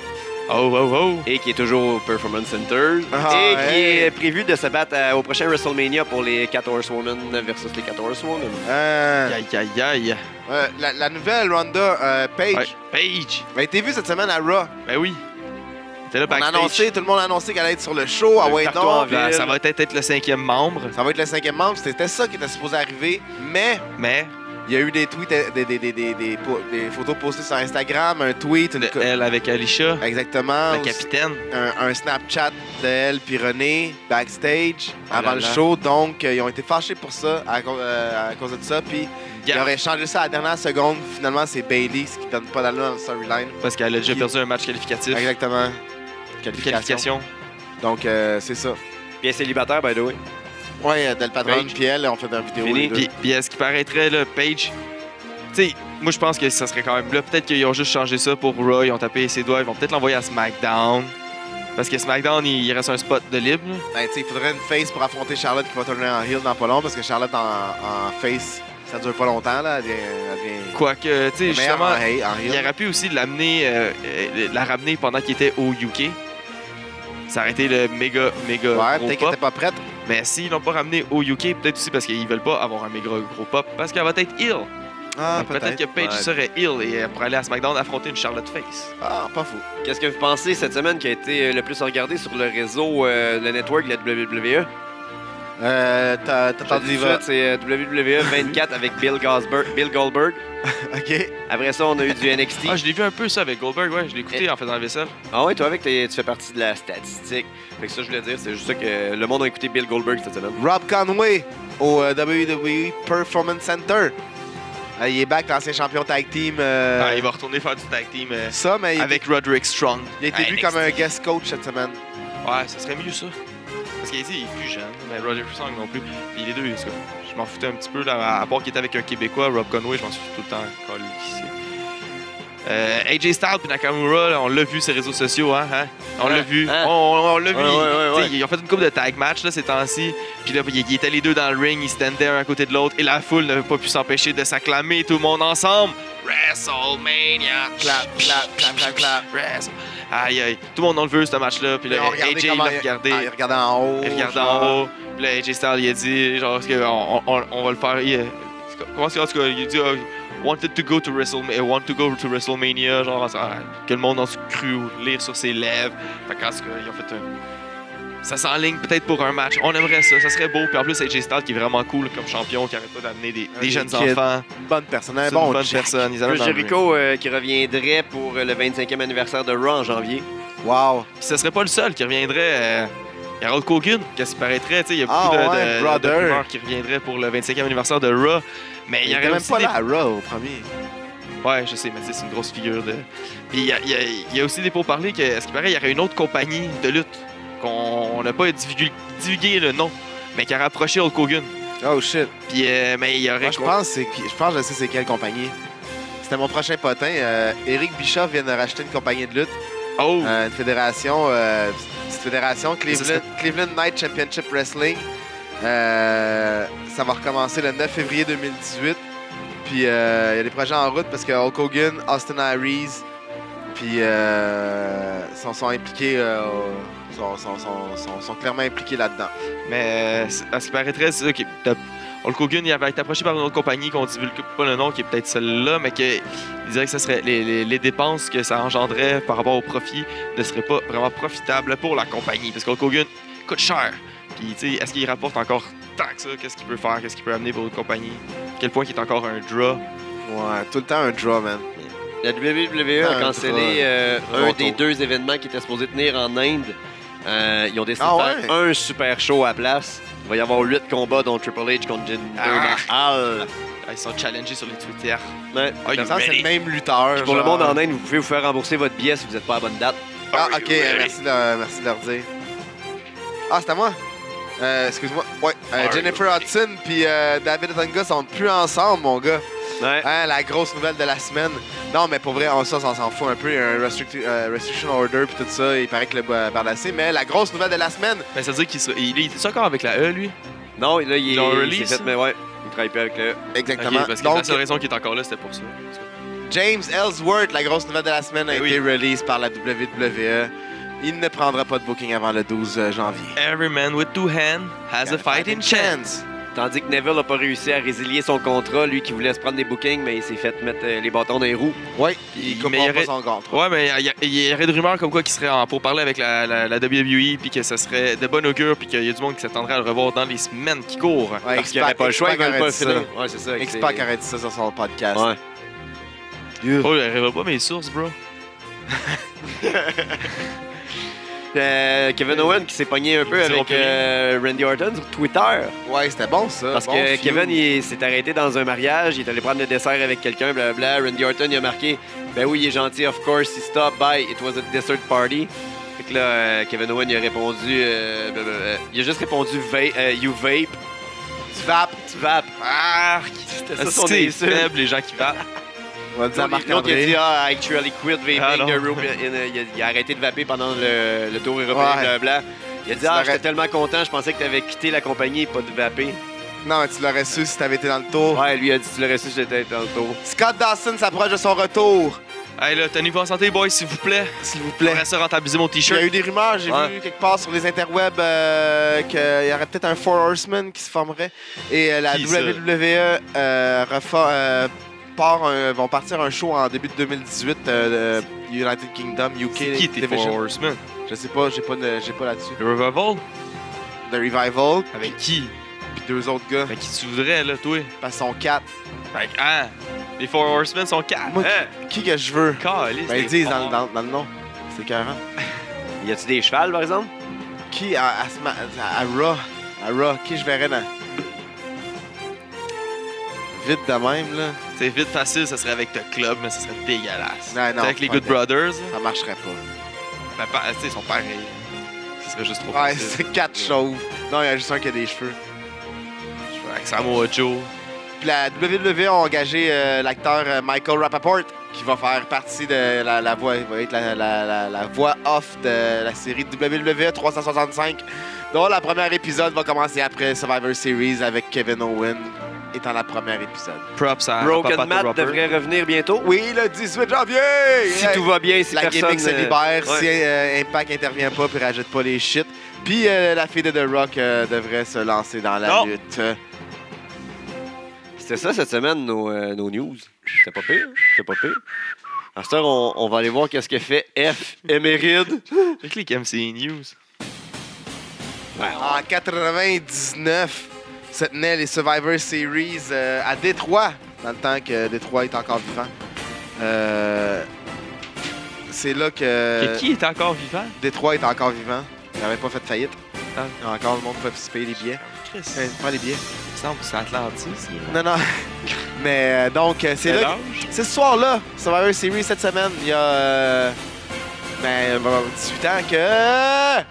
Speaker 1: oh, oh, oh.
Speaker 2: et qui est toujours au Performance Center
Speaker 3: Ah,
Speaker 2: et
Speaker 3: hey.
Speaker 2: qui est prévu de se battre euh, au prochain WrestleMania pour les 14 Women versus les 14 Women.
Speaker 3: Euh,
Speaker 1: Aïe, aïe, aïe.
Speaker 3: euh, la, la nouvelle Ronda euh, Page
Speaker 1: Ouais. Paige.
Speaker 3: a été vue cette semaine à Raw.
Speaker 1: Ben oui. T'es là,
Speaker 3: On a
Speaker 1: backstage.
Speaker 3: annoncé, tout le monde a annoncé qu'elle allait être sur le show. Ah ouais,
Speaker 2: partout
Speaker 3: donc.
Speaker 2: en ville.
Speaker 1: Ben, ça va peut-être être le cinquième membre,
Speaker 3: Ça va être le cinquième membre. C'était ça qui était supposé arriver. Mais
Speaker 1: mais
Speaker 3: Il y a eu des tweets, euh, des, des, des, des, des po- des photos postées sur Instagram, un tweet, une
Speaker 1: de
Speaker 3: co-
Speaker 1: elle avec Alicia,
Speaker 3: exactement,
Speaker 1: la
Speaker 3: aussi,
Speaker 1: capitaine.
Speaker 3: un, un Snapchat d'elle puis René backstage
Speaker 1: Ah
Speaker 3: avant
Speaker 1: là
Speaker 3: le
Speaker 1: là.
Speaker 3: show. Donc, euh, ils ont été fâchés pour ça, à, cause- euh, à cause de ça. Puis, ils
Speaker 1: Gaffe.
Speaker 3: auraient changé ça à la dernière seconde. Finalement, c'est Bailey, ce qui donne pas d'allure dans le storyline.
Speaker 1: Parce qu'elle a déjà
Speaker 3: Qui-
Speaker 1: perdu un match qualificatif.
Speaker 3: Exactement. Qualification.
Speaker 1: Qualification.
Speaker 3: Donc, euh, c'est ça.
Speaker 2: Puis elle est célibataire, by the way.
Speaker 3: Ouais, euh, Del Padron
Speaker 1: Page.
Speaker 3: puis elle, on fait une vidéo.
Speaker 2: Fini.
Speaker 3: les deux.
Speaker 1: Puis, puis à ce qui paraîtrait, là, Page, tu sais, moi je pense que ça serait quand même là. Peut-être qu'ils ont juste changé ça pour Raw, ils ont tapé ses doigts, ils vont peut-être l'envoyer à SmackDown. Parce que SmackDown, il, il reste un spot de libre. là.
Speaker 3: Ben, tu sais, il faudrait une face pour affronter Charlotte qui va tourner en heel dans pas long parce que Charlotte en, en face, ça dure pas longtemps, là. Elle devient. Elle devient
Speaker 1: Quoique, tu sais,
Speaker 3: elle est meilleure
Speaker 1: justement,
Speaker 3: en, he- en heel.
Speaker 1: il aurait pu aussi l'amener, euh, euh, la ramener pendant qu'il était au UK. Ça aurait été le méga, méga
Speaker 3: Ouais,
Speaker 1: gros
Speaker 3: peut-être qu'elle
Speaker 1: pop.
Speaker 3: était pas prête.
Speaker 1: Mais s'ils l'ont pas ramené au UK, peut-être aussi parce qu'ils veulent pas avoir un méga gros pop, parce qu'elle va être ill.
Speaker 3: Ah,
Speaker 1: Donc,
Speaker 3: peut-être.
Speaker 1: que Paige
Speaker 2: Ouais.
Speaker 1: serait ill et elle pourrait aller à SmackDown affronter une Charlotte Face.
Speaker 3: Ah, pas fou.
Speaker 2: Qu'est-ce que vous pensez cette semaine qui a été euh, le plus regardé sur le réseau, euh, le network de la WWE?
Speaker 3: Euh, t'as t'as
Speaker 2: Je
Speaker 3: entendu
Speaker 2: dis
Speaker 3: les
Speaker 2: tout de suite, C'est euh, WWE 24 avec Bill Goldberg. Bill Goldberg.
Speaker 3: Ok.
Speaker 2: Après ça, on a eu du NXT.
Speaker 1: Ah, je l'ai vu un peu ça avec Goldberg, ouais, je l'ai écouté en faisant la vaisselle.
Speaker 2: Ah ouais, toi, avec, t'es- tu fais partie de la statistique. Fait que ça, je voulais dire, c'est juste ça que le monde a écouté Bill Goldberg cette semaine.
Speaker 3: Rob Conway au euh, WWE Performance Center. Euh, il est back, l'ancien champion tag team. euh,
Speaker 1: Ah, il va retourner faire du tag team euh,
Speaker 3: Ça, mais il,
Speaker 1: avec Roderick Strong.
Speaker 3: il a été
Speaker 1: à
Speaker 3: vu
Speaker 1: NXT.
Speaker 3: comme un guest coach cette semaine.
Speaker 1: Ouais, ça serait mieux ça. Parce qu'il dit, il est plus jeune, mais Roderick Strong non plus. Puis les deux, en tout cas, je m'en foutais un petit peu, là, à part qu'il était avec un Québécois, Rob Conway, je m'en suis tout le temps collé ici. Euh, AJ Styles puis Nakamura, là, on l'a vu ces réseaux sociaux, hein, hein? On l'a vu,
Speaker 2: hein.
Speaker 1: on, on- on l'a vu.
Speaker 2: Ouais, ouais, ouais,
Speaker 1: T'sais, Ils ont fait une coupe de tag match là, ces temps-ci. Puis là, ils ils étaient les deux dans le ring, ils standaient un à côté de l'autre et la foule n'avait pas pu s'empêcher de s'acclamer tout le monde ensemble. WrestleMania!
Speaker 3: Clap, clap, clap, clap, clap.
Speaker 1: Wrestle- Aïe, aïe. Tout le monde on le veut, ce match-là. Puis
Speaker 3: Ils
Speaker 1: là,
Speaker 3: ont regardé
Speaker 1: AJ
Speaker 3: comment
Speaker 1: l'a
Speaker 3: il-
Speaker 1: regardé.
Speaker 3: Ah, il regardait en haut.
Speaker 1: Il regarde
Speaker 3: genre.
Speaker 1: en haut. Puis là, AJ Styles, il a dit, genre, est-ce que on, on- on va le faire. il- comment est-ce que- en tout cas, il a dit, euh, wanted to go to WrestleMania, want to go to WrestleMania, genre, ah, que le monde en a cru lire sur ses lèvres. Fait qu'en tout cas, ils ont fait un. Ça s'enligne peut-être pour un match. On aimerait ça, ça serait beau. Puis en plus, AJ Styles qui est vraiment cool comme champion, qui arrête pas d'amener des, des
Speaker 3: des
Speaker 1: jeunes
Speaker 3: kids.
Speaker 1: enfants.
Speaker 3: Bonne personne. Un
Speaker 1: C'est
Speaker 3: bon
Speaker 1: une bonne
Speaker 3: Jack.
Speaker 1: personne. Ils amènent
Speaker 2: Chris
Speaker 1: dans le ring.
Speaker 2: Jericho euh, qui reviendrait pour euh, le 25e anniversaire de Raw en janvier.
Speaker 3: Wow.
Speaker 1: Puis ce serait pas le seul qui reviendrait. euh, Il y a Hulk Hogan, qu'est-ce qui paraîtrait, tu sais, il y a
Speaker 3: Ah
Speaker 1: beaucoup de-
Speaker 3: ouais,
Speaker 1: de, de
Speaker 3: brother.
Speaker 1: rumeurs qui reviendraient pour le 25e anniversaire de Raw. Mais il
Speaker 3: Il
Speaker 1: y
Speaker 3: était
Speaker 1: aurait
Speaker 3: même
Speaker 1: aussi
Speaker 3: pas
Speaker 1: des...
Speaker 3: là à Raw au premier.
Speaker 1: Ouais, je sais, mais tu sais, c'est une grosse figure de. Puis il y a, il y a- il y a aussi des pourparlers que, à ce qui paraît, il y aurait une autre compagnie de lutte qu'on n'a pas divulgué, divulgué le nom, mais qui a rapproché Hulk Hogan.
Speaker 3: Oh shit.
Speaker 1: Puis, euh, mais il y aurait.
Speaker 3: Moi, je
Speaker 1: quoi-
Speaker 3: pense, c'est qui- je pense que je sais c'est quelle compagnie. C'était mon prochain potin. Euh, Eric Bischoff vient de racheter une compagnie de lutte,
Speaker 1: Oh!
Speaker 3: euh, une fédération, euh, c'est une fédération
Speaker 1: Ça
Speaker 3: Cleveland,
Speaker 1: serait-
Speaker 3: Cleveland Night Championship Wrestling. Euh, ça va recommencer le 9 février 2018. Puis euh, il y a des projets en route parce que Hulk Hogan, Austin Aries, puis euh, sont, sont impliqués, euh, au- sont, sont- sont- sont- sont clairement impliqués là-dedans.
Speaker 1: Mais euh, c'est- à ce qui paraîtrait, c'est ça qui est top. Hulk Hogan, il avait été approché par une autre compagnie qu'on ne divulgue pas le nom, qui est peut-être celle-là, mais que, il dirait que ça serait les, les- les dépenses que ça engendrait par rapport au profit ne seraient pas vraiment profitables pour la compagnie. Parce que Hulk Hogan coûte cher. Puis, tu sais, est-ce qu'il rapporte encore tant que ça Qu'est-ce qu'il peut faire Qu'est-ce qu'il peut amener pour une compagnie À quel point il est encore un draw
Speaker 3: Ouais, tout le temps un draw, man.
Speaker 2: La WWE
Speaker 3: Ah,
Speaker 2: a cancellé euh,
Speaker 3: drôle.
Speaker 2: un des deux événements qui était supposé tenir en Inde. Euh, ils ont décidé
Speaker 3: Ah
Speaker 2: de faire un super show à la place. Il va y avoir huit combats, dont Triple H contre Jinder
Speaker 1: Ah.
Speaker 2: Mahal.
Speaker 1: Ah, Ils sont challengés sur les Twitter. Ah,
Speaker 2: Ouais.
Speaker 1: Are you
Speaker 3: Ça, c'est
Speaker 1: ready?
Speaker 3: le même lutteur.
Speaker 2: Pour le
Speaker 3: genre.
Speaker 2: monde en Inde, vous pouvez vous faire rembourser votre billet si vous n'êtes pas à bonne date.
Speaker 3: Ah,
Speaker 1: Are you
Speaker 3: ok,
Speaker 1: ready?
Speaker 3: merci de, leur- merci de leur dire. Ah, c'est à moi? Euh, excuse-moi. Ouais, euh,
Speaker 1: Are you
Speaker 3: Jennifer
Speaker 1: ready?
Speaker 3: Hudson puis euh, David Otunga sont plus ensemble, mon gars.
Speaker 1: Eh.
Speaker 2: Ouais.
Speaker 3: Hein, la grosse nouvelle de la semaine. Non, mais pour vrai, on, ça, on s'en fout un peu. Il y a un restrict- euh, restriction order puis tout ça. Il paraît que le euh, bardacé. Mais la grosse nouvelle de la semaine,
Speaker 1: Mais ça veut dire qu'il sera- il, il est encore avec la E, lui
Speaker 2: Non, là, il,
Speaker 1: Ils l'ont
Speaker 2: il
Speaker 1: release,
Speaker 2: s'est
Speaker 1: ça?
Speaker 2: fait, mais ouais, il travaille plus avec le.
Speaker 3: exactement.
Speaker 1: Ok, parce que la
Speaker 3: Donc,
Speaker 1: seule raison qu'il est encore là, c'était pour ça.
Speaker 3: James Ellsworth, la grosse nouvelle de la semaine, a
Speaker 1: Eh
Speaker 3: été release par la WWE. Il ne prendra pas de booking avant le 12 janvier.
Speaker 1: Every man with two hands has a fighting chance.
Speaker 2: Tandis que Neville n'a pas réussi à résilier son contrat, lui qui voulait se prendre des bookings, mais il s'est fait mettre euh, les bâtons dans les roues.
Speaker 3: Oui,
Speaker 1: Il
Speaker 3: il
Speaker 1: meilleurait-
Speaker 3: comprend pas son
Speaker 1: Ouais,
Speaker 3: contrat.
Speaker 1: mais il y a- il y, aurait des rumeurs comme quoi qu'il serait en pourparlers avec la, la- la WWE, puis que ça serait de bon augure, puis qu'il y a du monde qui s'attendrait à le revoir dans les semaines qui courent.
Speaker 3: Ouais,
Speaker 2: parce qu'il
Speaker 3: X-Pac-
Speaker 2: n'aurait pas le choix, ils
Speaker 3: X-Pac
Speaker 2: veulent pas
Speaker 3: aurait
Speaker 2: le
Speaker 3: dit
Speaker 2: finir. Ouais, c'est ça.
Speaker 3: ça.
Speaker 2: que c'est-
Speaker 3: X-Pac aurait dit ça sur son podcast.
Speaker 2: Ouais.
Speaker 3: Ugh.
Speaker 1: Oh, il arrivera pas mes sources, bro.
Speaker 2: Euh, Kevin Owen qui s'est pogné un peu
Speaker 1: Ils diront
Speaker 2: avec
Speaker 1: plus rien.
Speaker 2: euh, Randy Orton sur Twitter.
Speaker 3: Ouais, c'était bon ça.
Speaker 2: Parce
Speaker 3: Bon
Speaker 2: que
Speaker 3: feud.
Speaker 2: Kevin il s'est arrêté dans un mariage, il est allé prendre le dessert avec quelqu'un, blablabla. Randy Orton il a marqué Ben oui, il est gentil, of course, he stopped by, it was a dessert party. Fait que là, euh, Kevin Owen il a répondu euh, blablabla. Il a juste répondu va- euh, You vape. Tu vapes, tu vapes.
Speaker 1: Ah,
Speaker 2: C'était ça son
Speaker 1: c'est
Speaker 2: insulte.
Speaker 1: faible, les gens qui vapent.
Speaker 3: On va dire à
Speaker 2: L'autre, l'autre, il a
Speaker 3: Marc-André.
Speaker 2: dit Ah, I actually quit vaping.
Speaker 1: Ah, non.
Speaker 2: the rope in a- il, a, il a arrêté de vaper pendant le, le tour européen,
Speaker 3: Ouais.
Speaker 2: blablabla. Il a dit
Speaker 3: Tu
Speaker 2: Ah,
Speaker 3: l'aurais-
Speaker 2: j'étais tellement content, je pensais que t'avais quitté la compagnie et pas de vaper.
Speaker 3: Non, mais tu l'aurais su si t'avais été dans le tour.
Speaker 2: Ouais, lui a dit Tu l'aurais su, j'étais dans le tour.
Speaker 3: Scott Dawson s'approche de son retour.
Speaker 1: Hey là, tenez-vous en santé, boys, s'il vous plaît.
Speaker 3: S'il vous plaît.
Speaker 1: J'aimerais ça rentabiliser mon
Speaker 3: Il y a
Speaker 1: t-shirt.
Speaker 3: eu des rumeurs, j'ai
Speaker 1: Ouais.
Speaker 3: vu quelque part sur les interwebs euh, qu'il y aurait peut-être un Four Horsemen qui se formerait. Et euh, la
Speaker 1: Qui, ça?
Speaker 3: WWE euh, refa- euh, part un- vont partir un show en début de 2018 euh, de United Kingdom, UK.
Speaker 1: C'est qui tes
Speaker 3: Division.
Speaker 1: Four Horsemen?
Speaker 3: Je sais pas, j'ai pas, de- j'ai pas là-dessus.
Speaker 1: Le Revival?
Speaker 3: The Revival,
Speaker 1: Avec qui?
Speaker 3: puis deux autres gars,
Speaker 1: Avec qui tu voudrais, là, toi?
Speaker 3: parce qu'ils sont quatre.
Speaker 1: Fait que, hein? Les Four Horsemen sont quatre.
Speaker 3: Moi,
Speaker 1: hein?
Speaker 3: Qui que je veux
Speaker 1: Caliste,
Speaker 3: Ben, ils
Speaker 1: les
Speaker 3: disent dans,
Speaker 1: forts.
Speaker 3: dans- dans le nom. C'est 40.
Speaker 2: Y a-tu des chevals, par exemple?
Speaker 3: Ah, Qui à, à, Sma- à- à Raw À Raw, qui je verrais dans. Vite de même, là.
Speaker 1: C'est vite facile, ça serait avec The Club, mais ça serait dégueulasse.
Speaker 3: Non, non,
Speaker 1: T'sais, avec les
Speaker 3: pas
Speaker 1: Good Brothers,
Speaker 3: Ça marcherait pas.
Speaker 1: ben, pa- tu sais, ils sont pareils. Ça serait juste trop
Speaker 3: Ouais,
Speaker 1: facile.
Speaker 3: c'est quatre chauves. Non, il y a juste un qui a des cheveux.
Speaker 1: Avec Samoa Joe.
Speaker 3: Puis la WWE a engagé euh, l'acteur euh, Michael Rappaport, qui va faire partie de la, la voix, il va être la, la- la- la voix off de la série E WWE 365. Donc, la première épisode va commencer après Survivor Series avec Kevin Owen étant la première épisode.
Speaker 1: Props à
Speaker 2: Broken
Speaker 1: Papa
Speaker 2: Matt
Speaker 1: Roper.
Speaker 2: devrait revenir bientôt.
Speaker 3: Oui, le 18 janvier!
Speaker 2: Si
Speaker 3: Hey!
Speaker 2: tout va bien, si
Speaker 3: la
Speaker 2: personne...
Speaker 3: gimmick se
Speaker 2: euh,
Speaker 3: libère,
Speaker 2: ouais.
Speaker 3: si euh, Impact intervient pas puis rajoute pas les shit. Puis euh, la fille de The Rock euh, devrait se lancer dans la
Speaker 1: Non.
Speaker 3: lutte.
Speaker 2: C'était ça cette semaine, nos, euh, nos news. C'était pas pire. C'était pas pire. À cette heure, on, on va aller voir qu'est-ce que fait F. Éméride.
Speaker 1: Je clique MCI News.
Speaker 3: En 99, se tenaient les Survivor Series euh, à Détroit, dans le temps que Détroit est encore vivant. Euh, c'est là que
Speaker 1: Que qui est encore vivant?
Speaker 3: Détroit est encore vivant. Il n'avait pas fait faillite.
Speaker 1: Ah.
Speaker 3: Encore, le monde peut se payer les billets.
Speaker 1: Chris,
Speaker 3: Euh, pas les billets.
Speaker 1: il me semble que c'est Atlantis.
Speaker 3: Non, non. Mais euh, donc, euh, c'est là que-
Speaker 1: l'âge?
Speaker 3: C'est ce soir-là, Survivor Series cette semaine, il y a euh, ben, va avoir 18 ans que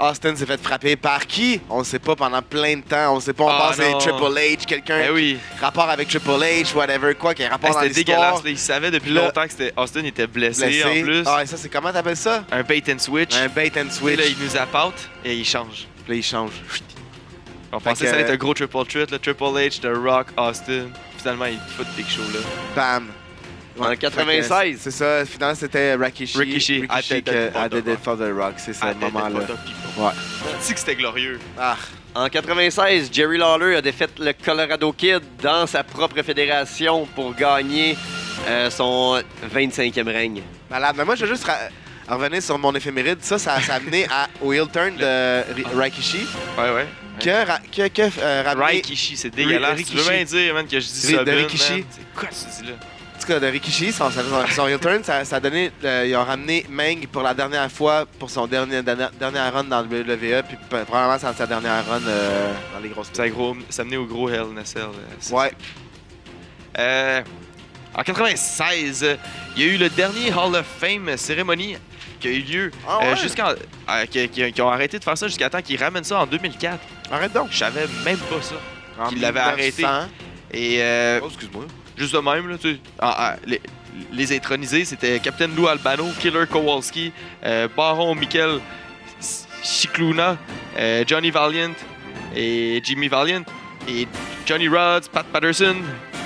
Speaker 3: Austin s'est fait frapper par qui? On le sait pas pendant plein de temps, on le sait pas, on
Speaker 1: Ah,
Speaker 3: pense que c'est
Speaker 1: non.
Speaker 3: Triple H, quelqu'un,
Speaker 1: Eh oui.
Speaker 3: rapport avec Triple H, whatever, quoi, qui a un rapport
Speaker 1: Eh,
Speaker 3: dans
Speaker 1: c'était
Speaker 3: l'histoire.
Speaker 1: dégueulasse. là. Il savait depuis
Speaker 3: Là-
Speaker 1: longtemps que c'était Austin était blessé, en plus.
Speaker 3: Ah, et ça, c'est comment t'appelles ça?
Speaker 1: Un bait and switch.
Speaker 3: Un bait and
Speaker 1: Puis
Speaker 3: switch.
Speaker 1: Là, il nous appâte et il change.
Speaker 3: Puis là, il change.
Speaker 1: On
Speaker 3: Fait
Speaker 1: pensait
Speaker 3: que-
Speaker 1: que ça allait être un gros triple threat, le Triple H, The Rock, Austin. Finalement, il fout Big Show là.
Speaker 3: Ah, Bam.
Speaker 2: En
Speaker 3: Ouais,
Speaker 2: 96.
Speaker 3: C'est ça, finalement, c'était Rikishi.
Speaker 1: Rikishi, à
Speaker 3: Rikishi
Speaker 1: Dead
Speaker 3: que-
Speaker 1: Dead
Speaker 3: à
Speaker 1: for the
Speaker 3: Dead Dead for the Rock, c'est ce moment-là. Ouais.
Speaker 1: Tu sais que c'était glorieux.
Speaker 3: Ah,
Speaker 2: En 96, Jerry Lawler a défait le Colorado Kid dans sa propre fédération pour gagner euh, son 25e règne.
Speaker 3: Malade. Mais moi, je veux juste ra- revenir sur mon éphéméride. Ça, ça, ça a amené à, au heel turn de Ri- Rikishi.
Speaker 1: Ouais, ouais.
Speaker 3: Que, ra- que, que euh, ramené-
Speaker 1: Hein? Rikishi, c'est dégueulasse. Tu veux
Speaker 3: Rikishi.
Speaker 1: bien dire, man, que je dis
Speaker 3: Ri-
Speaker 1: ça.
Speaker 3: de Rikishi.
Speaker 1: C'est quoi que tu dis là?
Speaker 3: En tout cas, de Rikishi, son, son, son heel turn, ça, ça a donné. euh, ils ont ramené Meng pour la dernière fois, pour son dernier, dernière, dernière run dans le WWE. Puis p- probablement, c'est sa dernière run euh, dans les grosses.
Speaker 1: Ça, gros, ça menait au gros Hell in a Cell. euh, ça.
Speaker 3: Ouais.
Speaker 1: Euh, en 96, euh, il y a eu le dernier Hall of Fame cérémonie qui a eu lieu
Speaker 3: Ah
Speaker 1: euh,
Speaker 3: ouais?
Speaker 1: jusqu'en euh, qui, qui- qui ont arrêté de faire ça jusqu'à temps qu'ils ramènent ça en 2004.
Speaker 3: Arrête donc.
Speaker 1: Je savais même pas ça.
Speaker 3: En
Speaker 1: Qu'il l'avait arrêté.
Speaker 3: 1900.
Speaker 1: Et euh,
Speaker 3: Oh, excuse-moi.
Speaker 1: juste de même, là, tu sais, ah, ah, les, les intronisés, c'était Captain Lou Albano, Killer Kowalski, euh, Baron Mikel Cicluna, euh, Johnny Valiant et Jimmy Valiant, et Johnny Rods, Pat Patterson,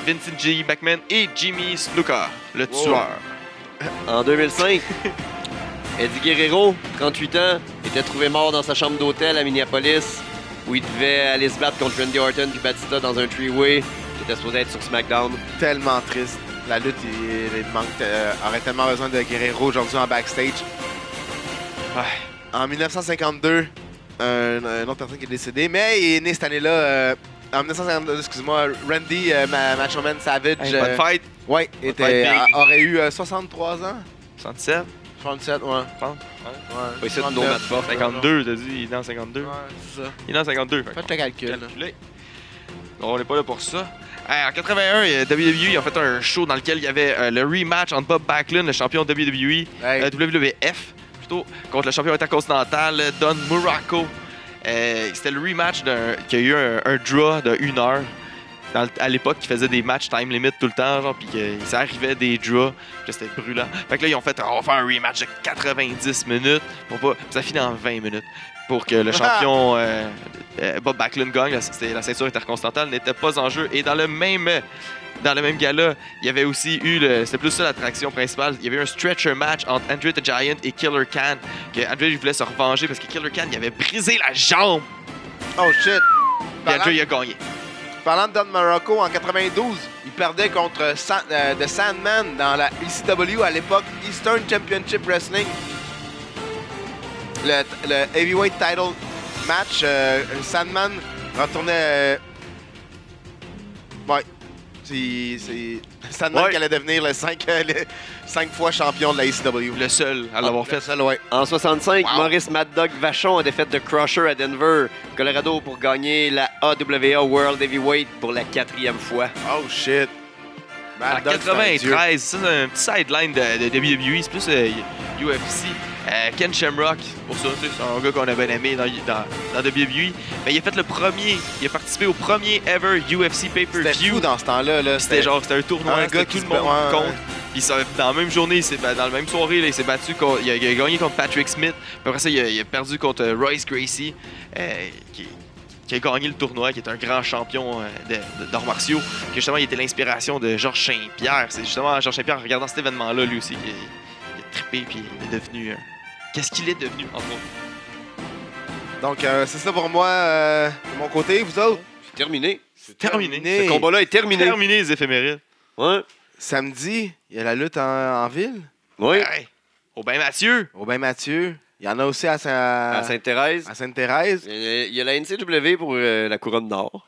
Speaker 1: Vincent G. Backman et Jimmy Snuka, le
Speaker 2: Wow.
Speaker 1: tueur.
Speaker 2: En 2005, Eddie Guerrero, 38 ans, était trouvé mort dans sa chambre d'hôtel à Minneapolis où il devait aller se battre contre Randy Orton puis Batista dans un three-way qui était supposé être sur SmackDown.
Speaker 3: Tellement triste. La lutte, il, il manque. euh, aurait tellement besoin de Guerrero aujourd'hui en backstage.
Speaker 1: Ouais.
Speaker 3: En 1952, un, une autre personne qui est décédée, mais il est né cette année-là. euh, en 1952, excuse-moi, Randy euh, Ma- Macho Man Savage.
Speaker 1: Hey,
Speaker 3: euh,
Speaker 1: bonne fête,
Speaker 3: ouais, était,
Speaker 1: fight, big.
Speaker 3: a- aurait eu euh, 63 ans.
Speaker 1: 67,
Speaker 3: 37, ouais.
Speaker 1: je pense.
Speaker 3: ouais
Speaker 2: Pas ici de nos
Speaker 3: 39.
Speaker 2: matchs forts.
Speaker 1: 52, t'as dit, il est dans 52.
Speaker 3: Ouais, c'est ça.
Speaker 1: Il est dans 52. fait
Speaker 3: Faites le calcul. là.
Speaker 1: calculé. On n'est pas là pour ça. Hey, en 81, euh, WWE ils ont fait un show dans lequel il y avait euh, le rematch entre Bob Backlund, le champion WWE,
Speaker 3: Hey,
Speaker 1: euh, WWF plutôt, contre le champion intercontinental euh, Don Muraco. Euh, C'était le rematch d'un- qui a eu un, un draw de une heure. Dans le- à l'époque, qui faisait des matchs time limit tout le temps, genre, puis que ça arrivait des draws, que c'était brûlant. Fait que là, ils ont fait, on va faire un rematch de 90 minutes, pour pas, puis ça finit en 20 minutes, pour que le champion euh, euh, Bob Backlund gagne. La, c'était- la ceinture intercontinentale n'était pas en jeu. Et dans le même dans le même gala, il y avait aussi eu, le- c'était plus ça l'attraction principale, il y avait eu un stretcher match entre Andre the Giant et Killer Khan. Que Andre il voulait se revenger parce que Killer Khan il avait brisé la jambe.
Speaker 3: Oh shit!
Speaker 1: Et
Speaker 3: Parlant,
Speaker 1: Andre il a gagné.
Speaker 3: parlant de Don Morocco, en 92, il perdait contre Sa- euh, The Sandman dans la ECW à l'époque Eastern Championship Wrestling. Le, le heavyweight title match, euh, Sandman retournait. euh, Ouais. C'est c'est Sandman
Speaker 2: Ouais.
Speaker 3: qui allait devenir le 5 fois champion de la E ECW.
Speaker 1: Le seul à l'avoir fait.
Speaker 3: ça, ouais.
Speaker 2: En 65,
Speaker 3: Wow.
Speaker 2: Maurice Mad Dog Vachon a défait de Crusher à Denver, Colorado, pour gagner la AWA World Heavyweight pour la quatrième fois.
Speaker 3: Oh shit.
Speaker 1: En
Speaker 3: Mad Dog, c'est un dieu.
Speaker 1: 93, Ah, ça c'est un petit sideline de, de WWE, c'est plus euh, UFC. Euh, Ken Shamrock, pour ça, tu sais, c'est un gars qu'on a bien aimé dans, dans, dans WWE. Mais Ben, il a fait le premier, il a participé au premier ever UFC
Speaker 3: C'était
Speaker 1: pay-per-view.
Speaker 3: fou dans ce temps-là. là.
Speaker 1: C'était genre, c'était un tournoi,
Speaker 3: Un
Speaker 1: c'était
Speaker 3: gars
Speaker 1: tout
Speaker 3: qui
Speaker 1: le
Speaker 3: se bat-
Speaker 1: monde
Speaker 3: ouais,
Speaker 1: contre.
Speaker 3: ouais.
Speaker 1: Puis ça, dans la même journée, il s'est bat- dans la même soirée, là, il s'est battu contre, il a, il a gagné contre Patrick Smith. Puis après ça, il a, il a perdu contre euh, Royce Gracie, euh, qui, qui a gagné le tournoi, qui est un grand champion euh, de- de- d'arts martiaux. Que justement, il était l'inspiration de Georges Saint-Pierre. C'est justement Georges Saint-Pierre, en regardant cet événement-là, lui aussi, qu'il il a trippé, puis il est devenu. euh, Qu'est-ce qu'il est devenu, entre autres?
Speaker 3: Donc, euh, c'est ça pour moi, euh, de mon côté. Vous autres,
Speaker 2: C'est terminé.
Speaker 1: C'est terminé.
Speaker 2: Ce combat-là est terminé.
Speaker 1: Terminé les éphémérides.
Speaker 2: Ouais.
Speaker 3: samedi, il y a la lutte en, en ville.
Speaker 2: Oui.
Speaker 1: Hey, Oh ben Mathieu!
Speaker 3: Robin Mathieu. Il y en a aussi à, Saint-
Speaker 2: À Sainte-Thérèse.
Speaker 3: à Sainte-Thérèse.
Speaker 2: Il y a- il y a la NCW pour euh, la couronne nord.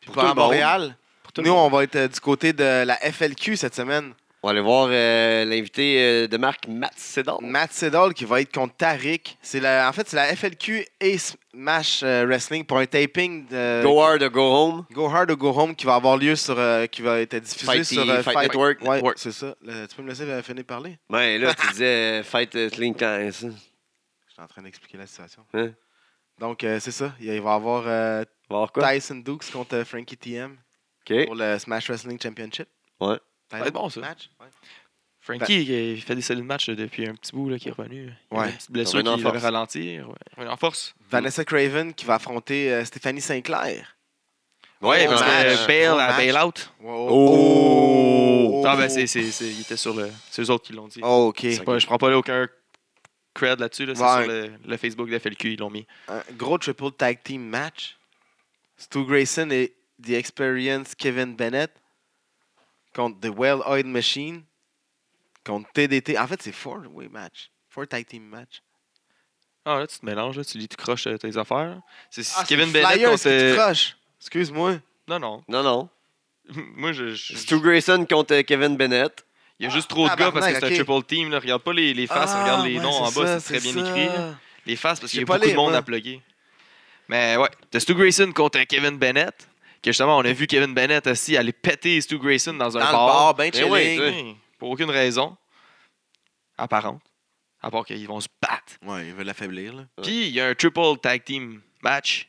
Speaker 3: Puis
Speaker 2: tout le
Speaker 3: à
Speaker 2: monde.
Speaker 3: Montréal.
Speaker 2: Pour tout le
Speaker 3: Nous,
Speaker 2: monde.
Speaker 3: on va être euh, du côté de la FLQ cette semaine.
Speaker 2: on va aller voir euh, l'invité euh, de marque, Matt Sedor.
Speaker 3: Matt Siddall qui va être contre Tariq. C'est la- en fait, c'est la FLQ et Smash euh, Wrestling pour un taping de
Speaker 2: Go hard or Euh, go home.
Speaker 3: Go Hard or Go Home qui va avoir lieu sur. euh, qui va être diffusé
Speaker 2: Fight
Speaker 3: sur
Speaker 2: the-
Speaker 3: euh,
Speaker 2: Fight Network.
Speaker 3: Ouais,
Speaker 2: Network.
Speaker 3: c'est ça. Le- tu peux me laisser euh, finir de parler?
Speaker 2: Ouais, là, tu disais euh, fight euh, clean time, ça.
Speaker 3: Je suis en train d'expliquer la situation.
Speaker 2: Hein?
Speaker 3: Donc, euh, c'est ça. Il va y avoir euh,
Speaker 2: Voir quoi?
Speaker 3: Tyson Dukes contre euh, Frankie TM
Speaker 2: OK.
Speaker 3: pour le Smash Wrestling Championship.
Speaker 2: Ouais.
Speaker 3: Title
Speaker 1: va être bon, ça. Mm.
Speaker 3: Match. ouais.
Speaker 1: Frankie, il fait des solides matchs depuis un petit bout là, qui est revenu. Il a
Speaker 3: Ben- Ouais.
Speaker 1: Une petite blessure
Speaker 2: Revenu en
Speaker 1: qui avait
Speaker 2: force.
Speaker 1: ralenti. Ouais. Revenu En force.
Speaker 3: Vanessa Craven qui va affronter euh, Stéphanie Sinclair.
Speaker 2: Ouais,
Speaker 1: Ouais,
Speaker 3: Bon
Speaker 1: parce
Speaker 3: match.
Speaker 1: que
Speaker 2: euh,
Speaker 1: Bale
Speaker 3: Bon
Speaker 1: à
Speaker 3: match.
Speaker 1: Bailout.
Speaker 2: Oh!
Speaker 1: Non, ben, c'est, c'est, c'est, il était sur le. C'est eux autres qui l'ont dit.
Speaker 3: Oh, OK.
Speaker 1: C'est pas- je prends pas là, aucun cred là-dessus. Là, c'est
Speaker 3: Ouais.
Speaker 1: sur le, le Facebook de FLQ, ils l'ont mis.
Speaker 3: Un gros triple tag team match. Stu Grayson et The Experience Kevin Bennett contre The Well-Oiled Machine contre TDT. En fait, c'est four way match. Four tag team match.
Speaker 1: Ah, là, tu te mélanges, là, tu lis, tu croches euh, tes affaires. là. C'est, c'est
Speaker 3: Ah,
Speaker 1: Kevin
Speaker 3: c'est
Speaker 1: Bennett
Speaker 3: Flyers
Speaker 1: contre.
Speaker 3: qui te
Speaker 1: euh,
Speaker 3: croche. Excuse-moi.
Speaker 1: Non, non.
Speaker 2: Non, non.
Speaker 1: Moi, je. je-
Speaker 2: Stu Grayson contre euh, Kevin Bennett.
Speaker 1: Il y a juste trop de gars parce que c'est
Speaker 3: Ah, Tabarnak,
Speaker 1: un triple team. Là. Regarde pas les, les faces, regarde les
Speaker 3: Ah, ouais,
Speaker 1: noms en
Speaker 3: c'est
Speaker 1: bas,
Speaker 3: ça,
Speaker 1: c'est très
Speaker 3: c'est
Speaker 1: bien
Speaker 3: ça.
Speaker 1: écrit. là. Les faces, parce qu'il y
Speaker 3: J'ai
Speaker 1: a
Speaker 3: pas
Speaker 1: beaucoup de
Speaker 3: les-
Speaker 1: monde
Speaker 3: ouais.
Speaker 1: à plugger. Mais ouais, de Stu Grayson contre Kevin Bennett, que justement, on a vu Kevin Bennett aussi aller péter Stu Grayson dans un
Speaker 3: Dans le
Speaker 1: bar.
Speaker 3: bar, ben
Speaker 2: Eh oui,
Speaker 3: chilling.
Speaker 2: toi.
Speaker 1: Oui, pour aucune raison apparente, à part qu'ils vont se battre.
Speaker 3: Ouais, ils veulent l'affaiblir, là.
Speaker 2: Ouais.
Speaker 1: Puis, il y a un triple tag team match,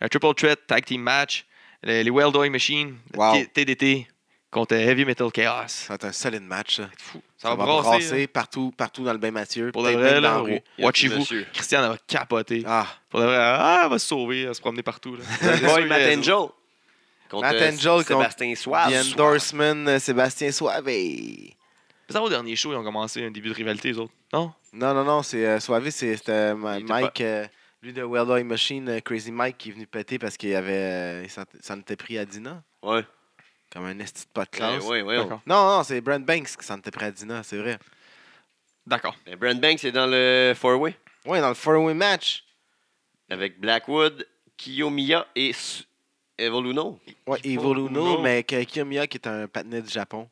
Speaker 1: un triple threat tag team match, les, les Welldoy Machine,
Speaker 3: Wow.
Speaker 1: T- TDT contre Heavy Metal Chaos.
Speaker 3: Ça va être un solide match, ça.
Speaker 1: Ça, va, brasser. là.
Speaker 3: partout, partout dans le bain Mathieu.
Speaker 1: Pour de
Speaker 3: peut-être
Speaker 1: vrai,
Speaker 3: même
Speaker 1: là,
Speaker 3: dans la rue.
Speaker 1: watchez-vous.
Speaker 2: Monsieur.
Speaker 1: Christiane elle va capoter.
Speaker 3: Ah,
Speaker 1: Pour de vrai, ah, elle va se sauver, elle va se promener partout. Là.
Speaker 2: Boy Matt Angel.
Speaker 3: Matt
Speaker 2: euh,
Speaker 3: Angel
Speaker 2: Sébastien Soir.
Speaker 3: the endorsement euh, Sébastien Soave.
Speaker 1: Mais ça, au dernier show, ils ont commencé un début de rivalité, les autres. Non?
Speaker 3: Non, non, non, c'est euh, Soave, c'est c'était, euh, Ma-
Speaker 1: Il était
Speaker 3: Mike, euh, lui de Well Oil Machine, euh, Crazy Mike, qui est venu péter parce qu'il avait, euh, il s'en- s'en était pris à Dina.
Speaker 2: Ouais.
Speaker 3: Comme un esti de pas
Speaker 1: Eh
Speaker 3: de
Speaker 2: Ouais,
Speaker 3: classe.
Speaker 2: ouais, ouais.
Speaker 1: D'accord.
Speaker 3: Non, non, c'est Brent Banks qui s'en était pris à Dina, c'est vrai.
Speaker 1: D'accord.
Speaker 2: Ben, Brent Banks est dans le four-way
Speaker 3: Ouais, dans le four-way match.
Speaker 2: avec Blackwood, Kiyomiya et Su- Evil Uno,
Speaker 3: Ouais, Evil
Speaker 1: Evil
Speaker 3: Uno,
Speaker 1: Uno.
Speaker 3: mais que Kiyomiya qui est un patinet du Japon.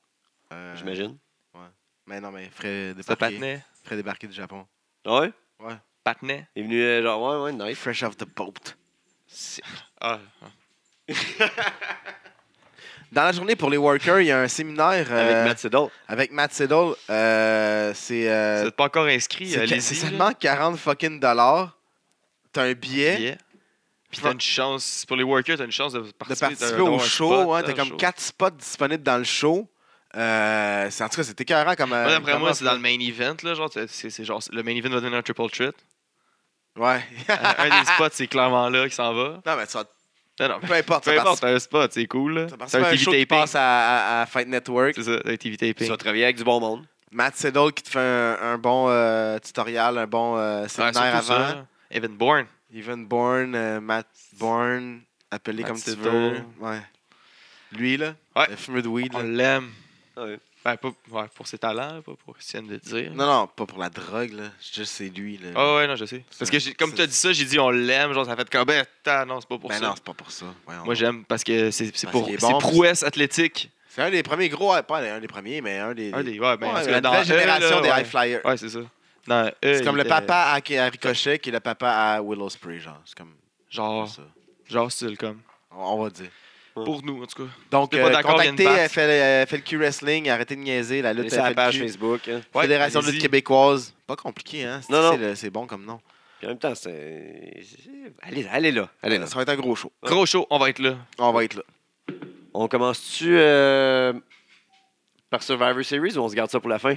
Speaker 3: Euh,
Speaker 2: j'imagine.
Speaker 3: Mais non, mais frais
Speaker 1: Ça
Speaker 3: débarqué,
Speaker 1: patenait.
Speaker 3: frais débarqué du Japon.
Speaker 2: Ouais.
Speaker 1: Patenait.
Speaker 2: Il est venu euh, genre, ouais, ouais, nice.
Speaker 3: Fresh off the boat.
Speaker 1: Ah.
Speaker 3: Dans la journée pour les workers, il y a un séminaire euh,
Speaker 2: Avec Matt Sedol.
Speaker 3: avec Matt Siddall. Euh, c'est euh,
Speaker 1: Vous n'êtes pas encore inscrit,
Speaker 3: c'est que- c'est
Speaker 1: allez-y. là.
Speaker 3: seulement 40 fucking dollars. T'as un billet,
Speaker 1: Yeah. Puis t'as une chance, pour les workers, t'as une chance de
Speaker 3: de
Speaker 1: participer,
Speaker 3: participer
Speaker 1: t'as-
Speaker 3: au
Speaker 1: d'avoir un
Speaker 3: show.
Speaker 1: spot,
Speaker 3: ouais,
Speaker 1: t'as
Speaker 3: T'as
Speaker 1: un
Speaker 3: comme
Speaker 1: show.
Speaker 3: 4 spots disponibles dans le show. Euh, c'est- en tout cas, c'est écœurant comme.
Speaker 1: Moi,
Speaker 3: euh,
Speaker 1: d'après
Speaker 3: comme
Speaker 1: moi,
Speaker 3: offre,
Speaker 1: c'est dans
Speaker 3: là.
Speaker 1: le main event, là. Genre, c'est- c'est c'est genre, le main event va donner un triple threat.
Speaker 3: Ouais.
Speaker 1: un un des spots, c'est clairement là qui s'en va.
Speaker 3: non, mais tu vas,
Speaker 1: Non, non, mais-
Speaker 3: Peu importe,
Speaker 1: peu
Speaker 3: ça
Speaker 1: importe,
Speaker 3: passe.
Speaker 1: c'est un spot, c'est cool.
Speaker 3: Ça
Speaker 1: là.
Speaker 3: passe
Speaker 1: C'est un
Speaker 3: pas un
Speaker 1: TV
Speaker 3: show qui
Speaker 1: taping.
Speaker 3: passe à, à- à Fight Network.
Speaker 1: C'est ça, un
Speaker 2: Tu
Speaker 1: TV taping.
Speaker 2: vas travailler avec du bon monde.
Speaker 3: Matt Siddle qui te fait un, un bon euh, tutoriel, un bon euh,
Speaker 1: Ouais,
Speaker 3: séminaire
Speaker 1: surtout
Speaker 3: avant.
Speaker 1: ça. hein. Evan Bourne.
Speaker 3: Even Bourne, euh, Matt Bourne, appelé
Speaker 1: Matt
Speaker 3: comme tu
Speaker 1: Siddle.
Speaker 3: veux. Ouais. Lui, là,
Speaker 1: Ouais. Ah,
Speaker 3: le fumeur de weed.
Speaker 1: On
Speaker 3: là.
Speaker 1: l'aime.
Speaker 2: Ouais.
Speaker 1: Ben, pas ouais, pour ses talents, pas pour ce qu'il vient de dire.
Speaker 3: Ah Non, non, pas pour la drogue, là. Juste, c'est lui, là.
Speaker 1: Ah ouais, non, je sais. Parce que j'ai- comme tu as dit ça, j'ai dit on l'aime, genre ça fait comme ben, attends, non, c'est pas pour
Speaker 3: Ben
Speaker 1: ça.
Speaker 3: non, c'est pas pour ça. Voyons
Speaker 1: Moi
Speaker 3: donc.
Speaker 1: j'aime parce que c'est c'est
Speaker 3: Parce
Speaker 1: pour
Speaker 3: qu'il est
Speaker 1: c'est
Speaker 3: bon,
Speaker 1: prouesse athlétique.
Speaker 3: C'est un des premiers gros, pas un des premiers, mais un des.
Speaker 1: Un des ouais, ben
Speaker 3: Ouais,
Speaker 1: parce que
Speaker 3: la
Speaker 1: dans
Speaker 3: nouvelle
Speaker 1: eux,
Speaker 3: génération
Speaker 1: là,
Speaker 3: des
Speaker 1: ouais.
Speaker 3: High Flyers.
Speaker 1: Ouais, c'est ça. Dans eux,
Speaker 3: c'est comme
Speaker 1: il
Speaker 3: le
Speaker 1: était
Speaker 3: papa à, à Ricochet qui est le papa à Willow Spray, genre. C'est comme
Speaker 1: genre
Speaker 3: ça.
Speaker 1: genre style comme
Speaker 3: On, on va dire.
Speaker 2: Ouais.
Speaker 1: pour nous en tout cas.
Speaker 3: Donc,
Speaker 1: T'es pas
Speaker 3: euh,
Speaker 1: d'accord, il
Speaker 3: contactez
Speaker 1: y a une
Speaker 3: euh, FL- euh, FLQ Wrestling, arrêtez de niaiser, la lutte
Speaker 2: Laissez la page
Speaker 3: FLQ.
Speaker 2: Facebook. hein.
Speaker 1: Ouais,
Speaker 3: Fédération de
Speaker 1: allez-y.
Speaker 3: lutte québécoise. Pas compliqué, hein? C'est-
Speaker 2: Non, non.
Speaker 3: c'est le- C'est bon comme nom.
Speaker 2: Puis en même temps, c'est. c'est- Allez, allez là. Allez là.
Speaker 3: Euh, Ça va être un gros show.
Speaker 1: Gros show, on va être là.
Speaker 3: On va être là.
Speaker 2: On commence-tu euh, par Survivor Series ou on se garde ça pour la fin?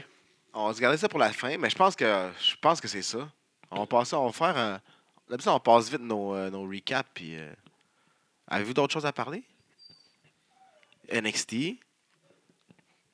Speaker 3: On va se garder ça pour la fin, mais je pense que je pense que c'est ça. On va passer, on va faire un. D'habitude, on passe vite nos, euh, nos recaps. Puis, euh, avez-vous d'autres choses à parler? NXT.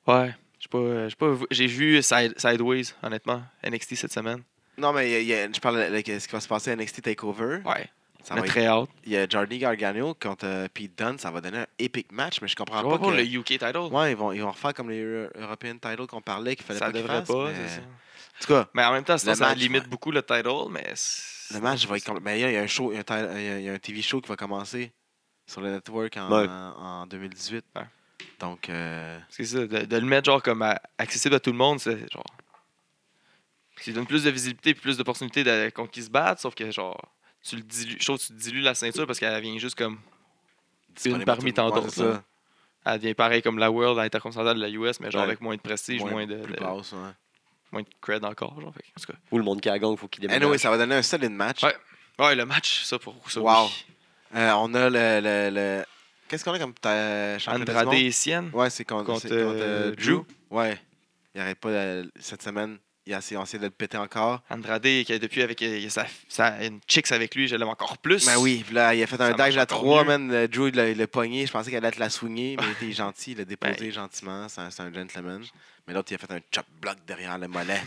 Speaker 1: Ouais. J'ai pas, euh, j'ai pas vu- j'ai vu Side- Sideways, honnêtement, NXT cette semaine.
Speaker 3: Non, mais il y a- il y a- je parle de de ce qui va se passer à NXT Takeover.
Speaker 1: Ouais.
Speaker 3: Ça
Speaker 1: On a
Speaker 3: va être-
Speaker 1: très hâte.
Speaker 3: Il y a Jordi Gargano contre euh, Pete Dunne. Ça va donner un épique match, mais je comprends
Speaker 1: Pas
Speaker 3: Ah, pas.
Speaker 1: pour
Speaker 3: Que...
Speaker 1: le UK title.
Speaker 3: Ouais, ils vont, ils vont refaire comme les Euro- European Title qu'on parlait, qu'il fallait
Speaker 1: ça
Speaker 3: pas qu'ils
Speaker 1: devrait
Speaker 3: fassent,
Speaker 1: pas,
Speaker 3: mais-
Speaker 1: c'est ça.
Speaker 3: En tout cas,
Speaker 1: Mais en même temps, sinon,
Speaker 3: Le
Speaker 1: ça
Speaker 3: match,
Speaker 1: limite
Speaker 3: ouais.
Speaker 1: beaucoup le title, mais c'est-
Speaker 3: le match va être compl- Mais il y a- il y a un show, il y a un ti- il y a- il y a un TV show qui va commencer sur le network en,
Speaker 2: Ouais.
Speaker 3: en- en 2018.
Speaker 1: Ouais.
Speaker 3: Donc, euh,
Speaker 1: Parce que c'est ça, de, de le mettre genre comme à- accessible à tout le monde, c'est genre. Ça lui donne plus de visibilité et plus d'opportunités de- qu'on qu'ils se battent, sauf que genre. Tu le dilues, je trouve que tu dilues la ceinture parce qu'elle vient juste comme.
Speaker 3: disponible à
Speaker 1: parmi
Speaker 3: tout le monde,
Speaker 1: tant
Speaker 3: ouais,
Speaker 1: d'autres,
Speaker 3: c'est
Speaker 1: là. Elle devient pareil comme la World, l'intercontinental de la US, mais genre
Speaker 3: Ouais.
Speaker 1: avec moins de prestige, moins, de,
Speaker 3: plus
Speaker 1: de-
Speaker 3: basse, ouais.
Speaker 1: moins de cred encore. Genre, fait que, en tout
Speaker 2: Ou le monde qui a la gang, faut qu'il démarre.
Speaker 3: Anyway, ça va donner un solide match.
Speaker 1: Ouais. cas. Ouais, le match, ça pour ça.
Speaker 3: Wow.
Speaker 1: oui.
Speaker 3: Euh, on a le. le- le- Qu'est-ce qu'on a comme ta- championnat du
Speaker 1: Andrade
Speaker 3: monde?
Speaker 1: et Sienne.
Speaker 3: Ouais, c'est contre,
Speaker 1: Contre,
Speaker 3: c'est contre,
Speaker 1: euh,
Speaker 3: euh, Drew.
Speaker 1: Drew.
Speaker 3: Ouais. Il arrête pas euh, cette semaine. Il a essayé, on essaie de le péter encore.
Speaker 1: Andrade, qui a depuis avec il y a sa, sa- une chicks avec lui, je l'aime encore plus.
Speaker 3: Ben oui, puis là, il a fait
Speaker 1: marche
Speaker 3: un dash à
Speaker 1: encore
Speaker 3: 3,
Speaker 1: mieux.
Speaker 3: man. Le Drew, il l'a- il l'a pogné. Je pensais qu'elle allait te la soigner, mais il était gentil. Il l'a déposé
Speaker 1: Ben,
Speaker 3: gentiment. C'est un, c'est un gentleman. Mais l'autre, il a fait un chop block derrière le mollet.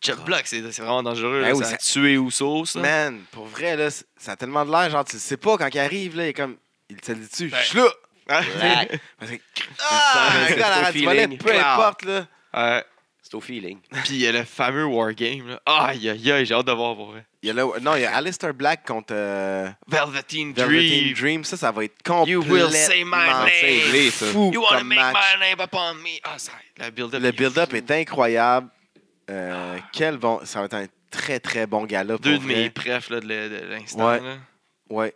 Speaker 1: Chop block, c'est c'est vraiment dangereux.
Speaker 3: Ah. Ben
Speaker 1: là,
Speaker 3: oui,
Speaker 1: ça a
Speaker 3: ça-
Speaker 1: tué Uso, ça.
Speaker 3: man, pour vrai, là, c- ça a tellement de l'air. Genre, tu le sais pas quand il arrive, là. Il est comme. Il te le dit dessus.
Speaker 1: Ben,
Speaker 3: Je suis là.
Speaker 1: Hein?
Speaker 2: Black.
Speaker 3: Parce que-
Speaker 2: mais
Speaker 3: Ah,
Speaker 2: c'est
Speaker 3: le gars,
Speaker 2: au
Speaker 3: l'arrête du mollet,
Speaker 2: feeling.
Speaker 3: peu importe, là.
Speaker 1: Ouais.
Speaker 2: C'est au feeling.
Speaker 1: Puis il y a le fameux Wargame. là. Aïe, aïe, aïe, j'ai hâte de voir pour vrai.
Speaker 3: Il y a là- non, il y a Alistair Black contre euh,
Speaker 1: Velveteen
Speaker 3: Velveteen
Speaker 1: Dream.
Speaker 3: Dream. Ça, ça va être complètement
Speaker 1: You will say my name.
Speaker 3: c'est
Speaker 2: Réglé, ça.
Speaker 3: fou
Speaker 1: You wanna
Speaker 3: comme
Speaker 1: make
Speaker 3: match.
Speaker 1: my name upon me. Ah, ça, le build-up.
Speaker 3: Le
Speaker 1: est
Speaker 3: build-up
Speaker 1: fou.
Speaker 3: est incroyable. Euh, quel bon... Ça va être un très, très bon gala pour
Speaker 1: Deux de
Speaker 3: vrai.
Speaker 1: mes prefs là, de le- de l'instant.
Speaker 3: Ouais.
Speaker 1: là.
Speaker 3: Ouais.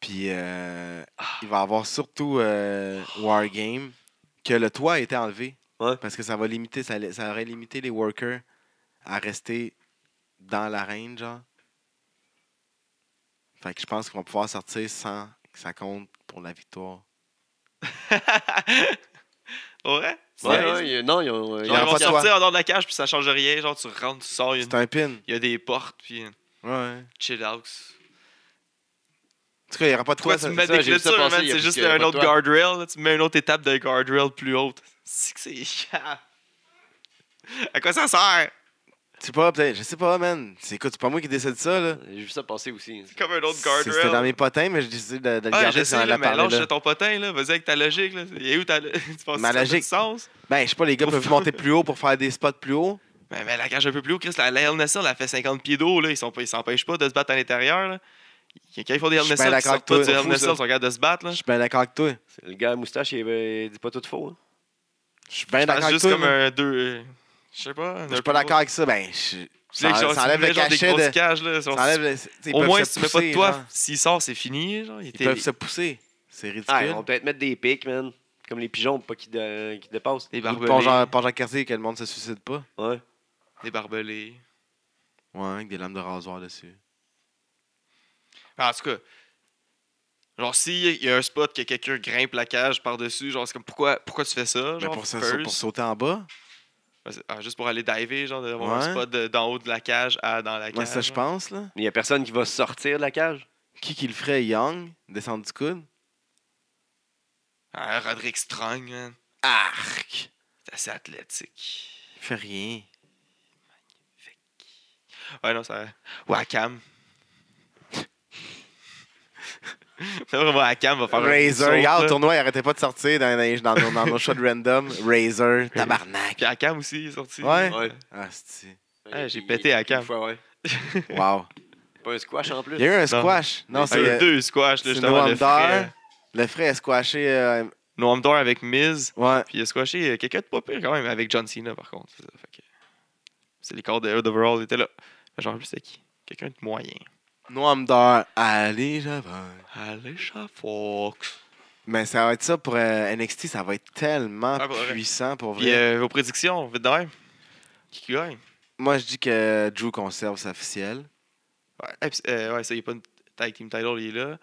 Speaker 3: Puis, euh,
Speaker 1: Ah.
Speaker 3: il va avoir surtout euh, Wargame, que le toit a été enlevé.
Speaker 2: Ouais.
Speaker 3: Parce que ça va limiter... Ça, allait- ça aurait limité les workers à rester dans l'arène, genre. Fait que je pense qu'ils vont pouvoir sortir sans que ça compte pour la victoire.
Speaker 1: ouais?
Speaker 2: Ouais, ouais, y a- non, ils ont. euh,
Speaker 1: Genre,
Speaker 2: ils
Speaker 1: ils
Speaker 2: ont-
Speaker 3: aura
Speaker 1: vont
Speaker 3: pas de
Speaker 1: sortir en dehors de la cage, puis ça change rien. Genre, tu rentres, tu sors, il y a, une-
Speaker 3: C'est un pin.
Speaker 1: il y a des portes, puis
Speaker 3: Ouais.
Speaker 1: chill out.
Speaker 3: En tout cas, il n'y aura pas de
Speaker 1: Pourquoi
Speaker 3: quoi.
Speaker 1: tu
Speaker 3: Ça,
Speaker 1: mets
Speaker 2: ça,
Speaker 1: des
Speaker 2: j'ai vu ça
Speaker 1: clôtures,
Speaker 2: passer,
Speaker 1: man?
Speaker 2: il y a
Speaker 1: C'est
Speaker 2: plus
Speaker 1: juste
Speaker 2: que-
Speaker 1: un
Speaker 2: pas de
Speaker 1: autre
Speaker 2: toi.
Speaker 1: guardrail. là. Tu mets une autre étape de guardrail plus haute. C'est que c'est chiant. À quoi ça sert?
Speaker 3: tu sais pas, peut-être. Je sais pas, man. C'est écoute, c'est pas moi qui décide ça, là.
Speaker 2: J'ai vu ça passer aussi.
Speaker 1: C'est comme un autre
Speaker 3: C'est- C'était dans
Speaker 1: guardrail.
Speaker 3: mes potins, mais j'ai décidé de, de le
Speaker 1: Ah,
Speaker 3: garder
Speaker 1: je
Speaker 3: parce qu'on
Speaker 1: sais,
Speaker 3: en
Speaker 1: là,
Speaker 3: a
Speaker 1: mais
Speaker 3: parlé,
Speaker 1: lâche
Speaker 3: là.
Speaker 1: ton potin, là. Vas-y avec ta logique, là. Il est où ta logique? Tu penses
Speaker 3: Ma
Speaker 1: que ça fait
Speaker 3: logique.
Speaker 1: du sens?
Speaker 3: Ben, je sais pas, les gars peuvent monter plus haut pour faire des spots plus haut.
Speaker 1: Mais, mais la cage un peu plus haut, Chris, la, la Hell Nessel, elle fait 50 pieds d'eau, là. Ils sont pas- ils s'empêchent pas de se battre à l'intérieur, là. Quand ils font des
Speaker 3: Je
Speaker 1: Hell
Speaker 3: suis
Speaker 1: Nessel,
Speaker 3: bien
Speaker 1: ils sortent
Speaker 3: d'accord avec toi,
Speaker 1: pas du
Speaker 3: c'est
Speaker 1: Hell
Speaker 3: fou,
Speaker 1: Nessel,
Speaker 3: ça.
Speaker 1: ils sont capables de se battre, là.
Speaker 3: Je suis bien d'accord avec toi.
Speaker 2: Le gars à moustache, il, euh, il dit pas tout faux. hein.
Speaker 3: Je suis bien
Speaker 1: Je pense
Speaker 3: d'accord avec
Speaker 1: juste
Speaker 3: toi.
Speaker 1: comme
Speaker 3: mais
Speaker 1: un deux. euh, Je sais pas.
Speaker 3: Je suis pas d'accord avec ça. Ben, je- ça,
Speaker 1: Ça,
Speaker 3: ça enlève le cachet de.
Speaker 1: là,
Speaker 3: ça
Speaker 1: genre,
Speaker 3: enlève le- tu sais, ils
Speaker 1: Au
Speaker 3: peuvent
Speaker 1: moins,
Speaker 3: se
Speaker 1: si tu mets pas de
Speaker 3: pousser,
Speaker 1: toi,
Speaker 3: genre.
Speaker 1: s'il sort, c'est fini. Genre, il
Speaker 3: Ils
Speaker 1: était-
Speaker 3: peuvent se pousser. C'est ridicule.
Speaker 2: Ah, ils vont peut-être mettre des pics, man. Comme les pigeons, pour pas qu'ils de- qu'ils dépassent.
Speaker 1: Des
Speaker 3: Ou
Speaker 1: barbelés.
Speaker 3: Pas genre pas genre quartier que le monde se suicide pas.
Speaker 2: Ouais.
Speaker 1: Des barbelés.
Speaker 3: Ouais, avec des lames de rasoir dessus.
Speaker 1: Ah, en tout cas, genre, s'il y a un spot que quelqu'un grimpe la cage par-dessus, genre, c'est comme pourquoi, pourquoi tu fais ça?
Speaker 3: Mais
Speaker 1: Genre,
Speaker 3: Ben, pour, ça-
Speaker 1: first?
Speaker 3: pour sauter en bas,
Speaker 1: Ah, c'est- ah, juste pour aller diver, genre, d'avoir un
Speaker 3: Ouais.
Speaker 1: spot de- d'en haut de la cage à dans la cage.
Speaker 3: moi, ça, je
Speaker 1: genre.
Speaker 3: pense, là.
Speaker 2: Mais il y a personne qui va sortir de la cage.
Speaker 3: qui qui le ferait Young, descendre du coude
Speaker 1: Ah, Roderick Strong, man.
Speaker 3: Arc
Speaker 1: C'est assez athlétique.
Speaker 3: Il fait rien.
Speaker 1: Ouais, non, ça. Wacam. C'est vraiment Wacam va faire un
Speaker 3: Razor,
Speaker 1: saut,
Speaker 3: regarde,
Speaker 1: là.
Speaker 3: le tournoi, il arrêtait pas de sortir dans, dans- dans nos- dans nos shots random. Razor, tabarnak.
Speaker 1: Puis Akam aussi il est sorti.
Speaker 3: Ouais.
Speaker 2: Ouais.
Speaker 3: Ah, c'est-tu.
Speaker 1: Ah, j'ai pété à cam.
Speaker 2: Une fois, ouais.
Speaker 3: Wow.
Speaker 2: Pas un squash en plus.
Speaker 3: Il y a eu un squash. Non,
Speaker 1: Ah, il y a
Speaker 3: c'est.
Speaker 1: deux squash, là,
Speaker 3: c'est
Speaker 1: justement. Le
Speaker 3: Noamdar.
Speaker 1: frais.
Speaker 3: Le frère a squashé. euh,
Speaker 1: Noam Dar avec Miz.
Speaker 3: ouais.
Speaker 1: Puis il a squashé euh, quelqu'un de pas pire quand même avec John Cena par contre. C'est ça, fait que- C'est les corps de Overall étaient là. Genre plus c'est qui Quelqu'un de moyen.
Speaker 3: Noam Dar, allez, j'avance.
Speaker 1: Alicia Fox.
Speaker 3: Mais ça va être ça pour euh, NXT, ça va être tellement
Speaker 1: Ah, pour vrai.
Speaker 3: puissant pour vrai.
Speaker 1: Puis euh, vos prédictions, vite de même. Qui qui gagne
Speaker 3: Moi, je dis que Drew conserve sa officielle.
Speaker 1: Ouais, eh, puis, euh, ouais, ça, il n'y a pas une tag team title, il est là.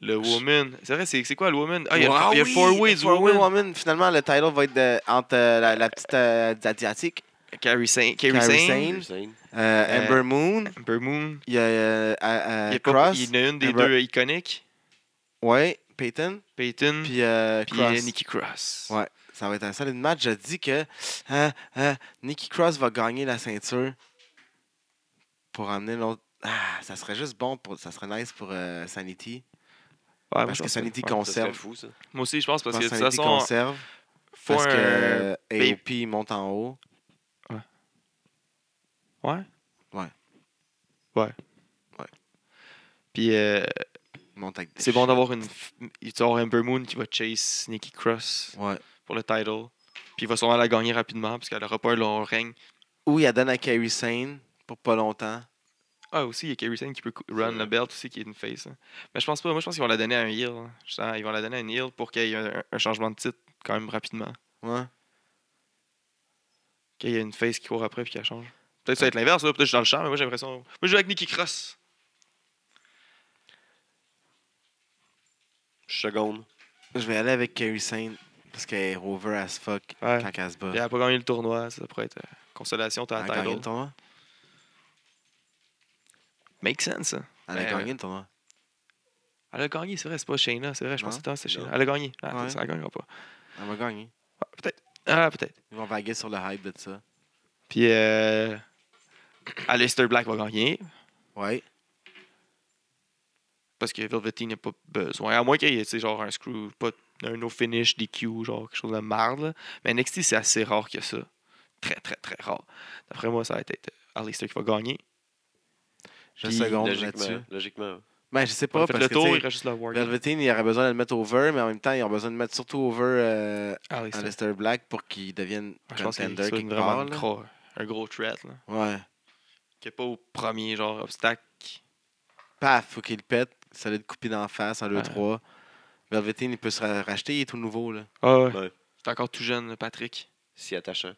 Speaker 1: Le Woman. C'est vrai, c'est c'est quoi le Woman Ah, il y a, il y a Four Ways
Speaker 3: Woman.
Speaker 1: Woman.
Speaker 3: Finalement, le title va être de- entre euh, la, la petite euh, asiatique,
Speaker 1: Carrie Sane. Carrie
Speaker 3: Kairi
Speaker 1: Sane.
Speaker 3: Sane.
Speaker 2: Usain.
Speaker 3: euh,
Speaker 1: Euh,
Speaker 3: Ember Moon,
Speaker 1: Ember Moon.
Speaker 3: il y a euh, euh,
Speaker 1: Il y a pas-
Speaker 3: Cross,
Speaker 1: il y en a une des
Speaker 3: Ember-
Speaker 1: deux iconiques.
Speaker 3: ouais, Peyton,
Speaker 1: Peyton. Hmm. Puis,
Speaker 3: puis euh, Cross.
Speaker 1: Nikki Cross.
Speaker 3: Ouais. Ça va être un solide match. Je dis que euh, euh, Nikki Cross va gagner la ceinture pour amener l'autre. Ah, ça serait juste bon pour. Ça serait nice pour euh, Sanity.
Speaker 1: Ah Ouais, moi,
Speaker 3: Parce
Speaker 1: je
Speaker 3: que
Speaker 1: pense
Speaker 3: Sanity
Speaker 2: Ça
Speaker 1: ouais.
Speaker 2: serait
Speaker 3: conserve.
Speaker 2: fou, ça.
Speaker 1: Moi aussi, je pense,
Speaker 3: Je
Speaker 1: parce
Speaker 3: pense
Speaker 1: que de
Speaker 3: que
Speaker 1: toute
Speaker 3: Sanity
Speaker 1: façon,
Speaker 3: conserve.
Speaker 1: faut
Speaker 3: Parce
Speaker 1: un.
Speaker 3: que AOP monte en haut.
Speaker 1: Ouais.
Speaker 3: Ouais.
Speaker 1: Ouais.
Speaker 3: Ouais.
Speaker 1: Puis, euh,
Speaker 3: monte avec des
Speaker 1: c'est bon d'avoir une. Il va avoir Ember Moon qui va chase Nikki Cross
Speaker 3: chiens. Ouais.
Speaker 1: pour le title. Puis, il va sûrement la gagner rapidement, parce qu'elle aura pas un long règne.
Speaker 3: Ou il la donne à Kairi Sane pour pas longtemps.
Speaker 1: Ah, aussi, il y a Kerry Sane qui peut cou- run le belt aussi, qui est une face. hein. Mais je pense pas. Moi, je pense qu'ils vont la donner à un heel. hein. Je sens- Ils vont la donner à un heel pour qu'il y ait un, un changement de titre quand même rapidement.
Speaker 3: Ouais.
Speaker 1: Qu'il y ait une face qui court après puis qu'elle change. Peut-être que ça va être l'inverse, là. Peut-être que je suis dans le champ, mais moi, j'ai l'impression. Moi, je joue avec Nikki Cross.
Speaker 2: Seconde.
Speaker 3: Je vais aller avec Kairi Sane parce qu'elle est rover as fuck
Speaker 1: Ouais.
Speaker 3: quand elle se bat.
Speaker 1: Puis, elle a pas gagné le tournoi. Ça pourrait être euh, consolation, t'as
Speaker 3: Elle
Speaker 1: la
Speaker 3: a gagné
Speaker 1: title.
Speaker 3: le tournoi.
Speaker 1: Make sense, hein.
Speaker 3: Elle a
Speaker 1: Ben,
Speaker 3: gagné le tournoi.
Speaker 1: Elle a gagné, c'est vrai, c'est pas Shayna, c'est vrai, je
Speaker 3: Non,
Speaker 1: pensais que c'était
Speaker 2: non.
Speaker 1: Shayna. Elle a gagné. Ah,
Speaker 3: Ouais.
Speaker 1: Ça ne gagnera pas.
Speaker 3: Elle va gagner.
Speaker 1: Ah, peut-être. Ah, peut-être.
Speaker 3: Ils vont vaguer sur le hype de ça.
Speaker 1: Puis, euh, Aleister Black va gagner
Speaker 3: Ouais.
Speaker 1: parce que Velveteen n'a pas besoin. À moins qu'il y ait tu sais, genre un screw, pas un no finish, DQ, genre quelque chose de marde. là. Mais NXT, c'est assez rare que ça. Très, très, très rare. D'après moi, ça va être euh, Aleister qui va gagner.
Speaker 3: Je
Speaker 1: Puis,
Speaker 3: seconde là-dessus.
Speaker 2: Logiquement. Logiquement.
Speaker 3: Ben, je sais
Speaker 1: On a
Speaker 3: pas
Speaker 1: fait
Speaker 3: parce
Speaker 1: le
Speaker 3: que
Speaker 1: tour, euh,
Speaker 3: tu
Speaker 1: il
Speaker 3: sais,
Speaker 1: reste juste la Warrior.
Speaker 3: Velveteen, il aurait besoin de le mettre over, mais en même temps, ils ont besoin de mettre surtout over euh,
Speaker 1: Aleister.
Speaker 3: Aleister Black pour qu'il devienne
Speaker 1: Ah, Je pense qu'il
Speaker 3: contender
Speaker 1: se donne
Speaker 3: quelque
Speaker 1: vraiment
Speaker 3: part.
Speaker 1: une
Speaker 3: là.
Speaker 1: gros- un gros threat. Là.
Speaker 3: Ouais.
Speaker 1: Qui n'est pas au premier genre obstacle.
Speaker 3: Paf, faut qu'il le pète. Solide coupé d'en face, en
Speaker 1: Ouais.
Speaker 3: 2-3. Velveteen, il peut se ra- racheter, il est tout nouveau. Là.
Speaker 1: Ah
Speaker 2: Ouais.
Speaker 1: C'est encore tout jeune, le Patrick.
Speaker 2: Si attachant.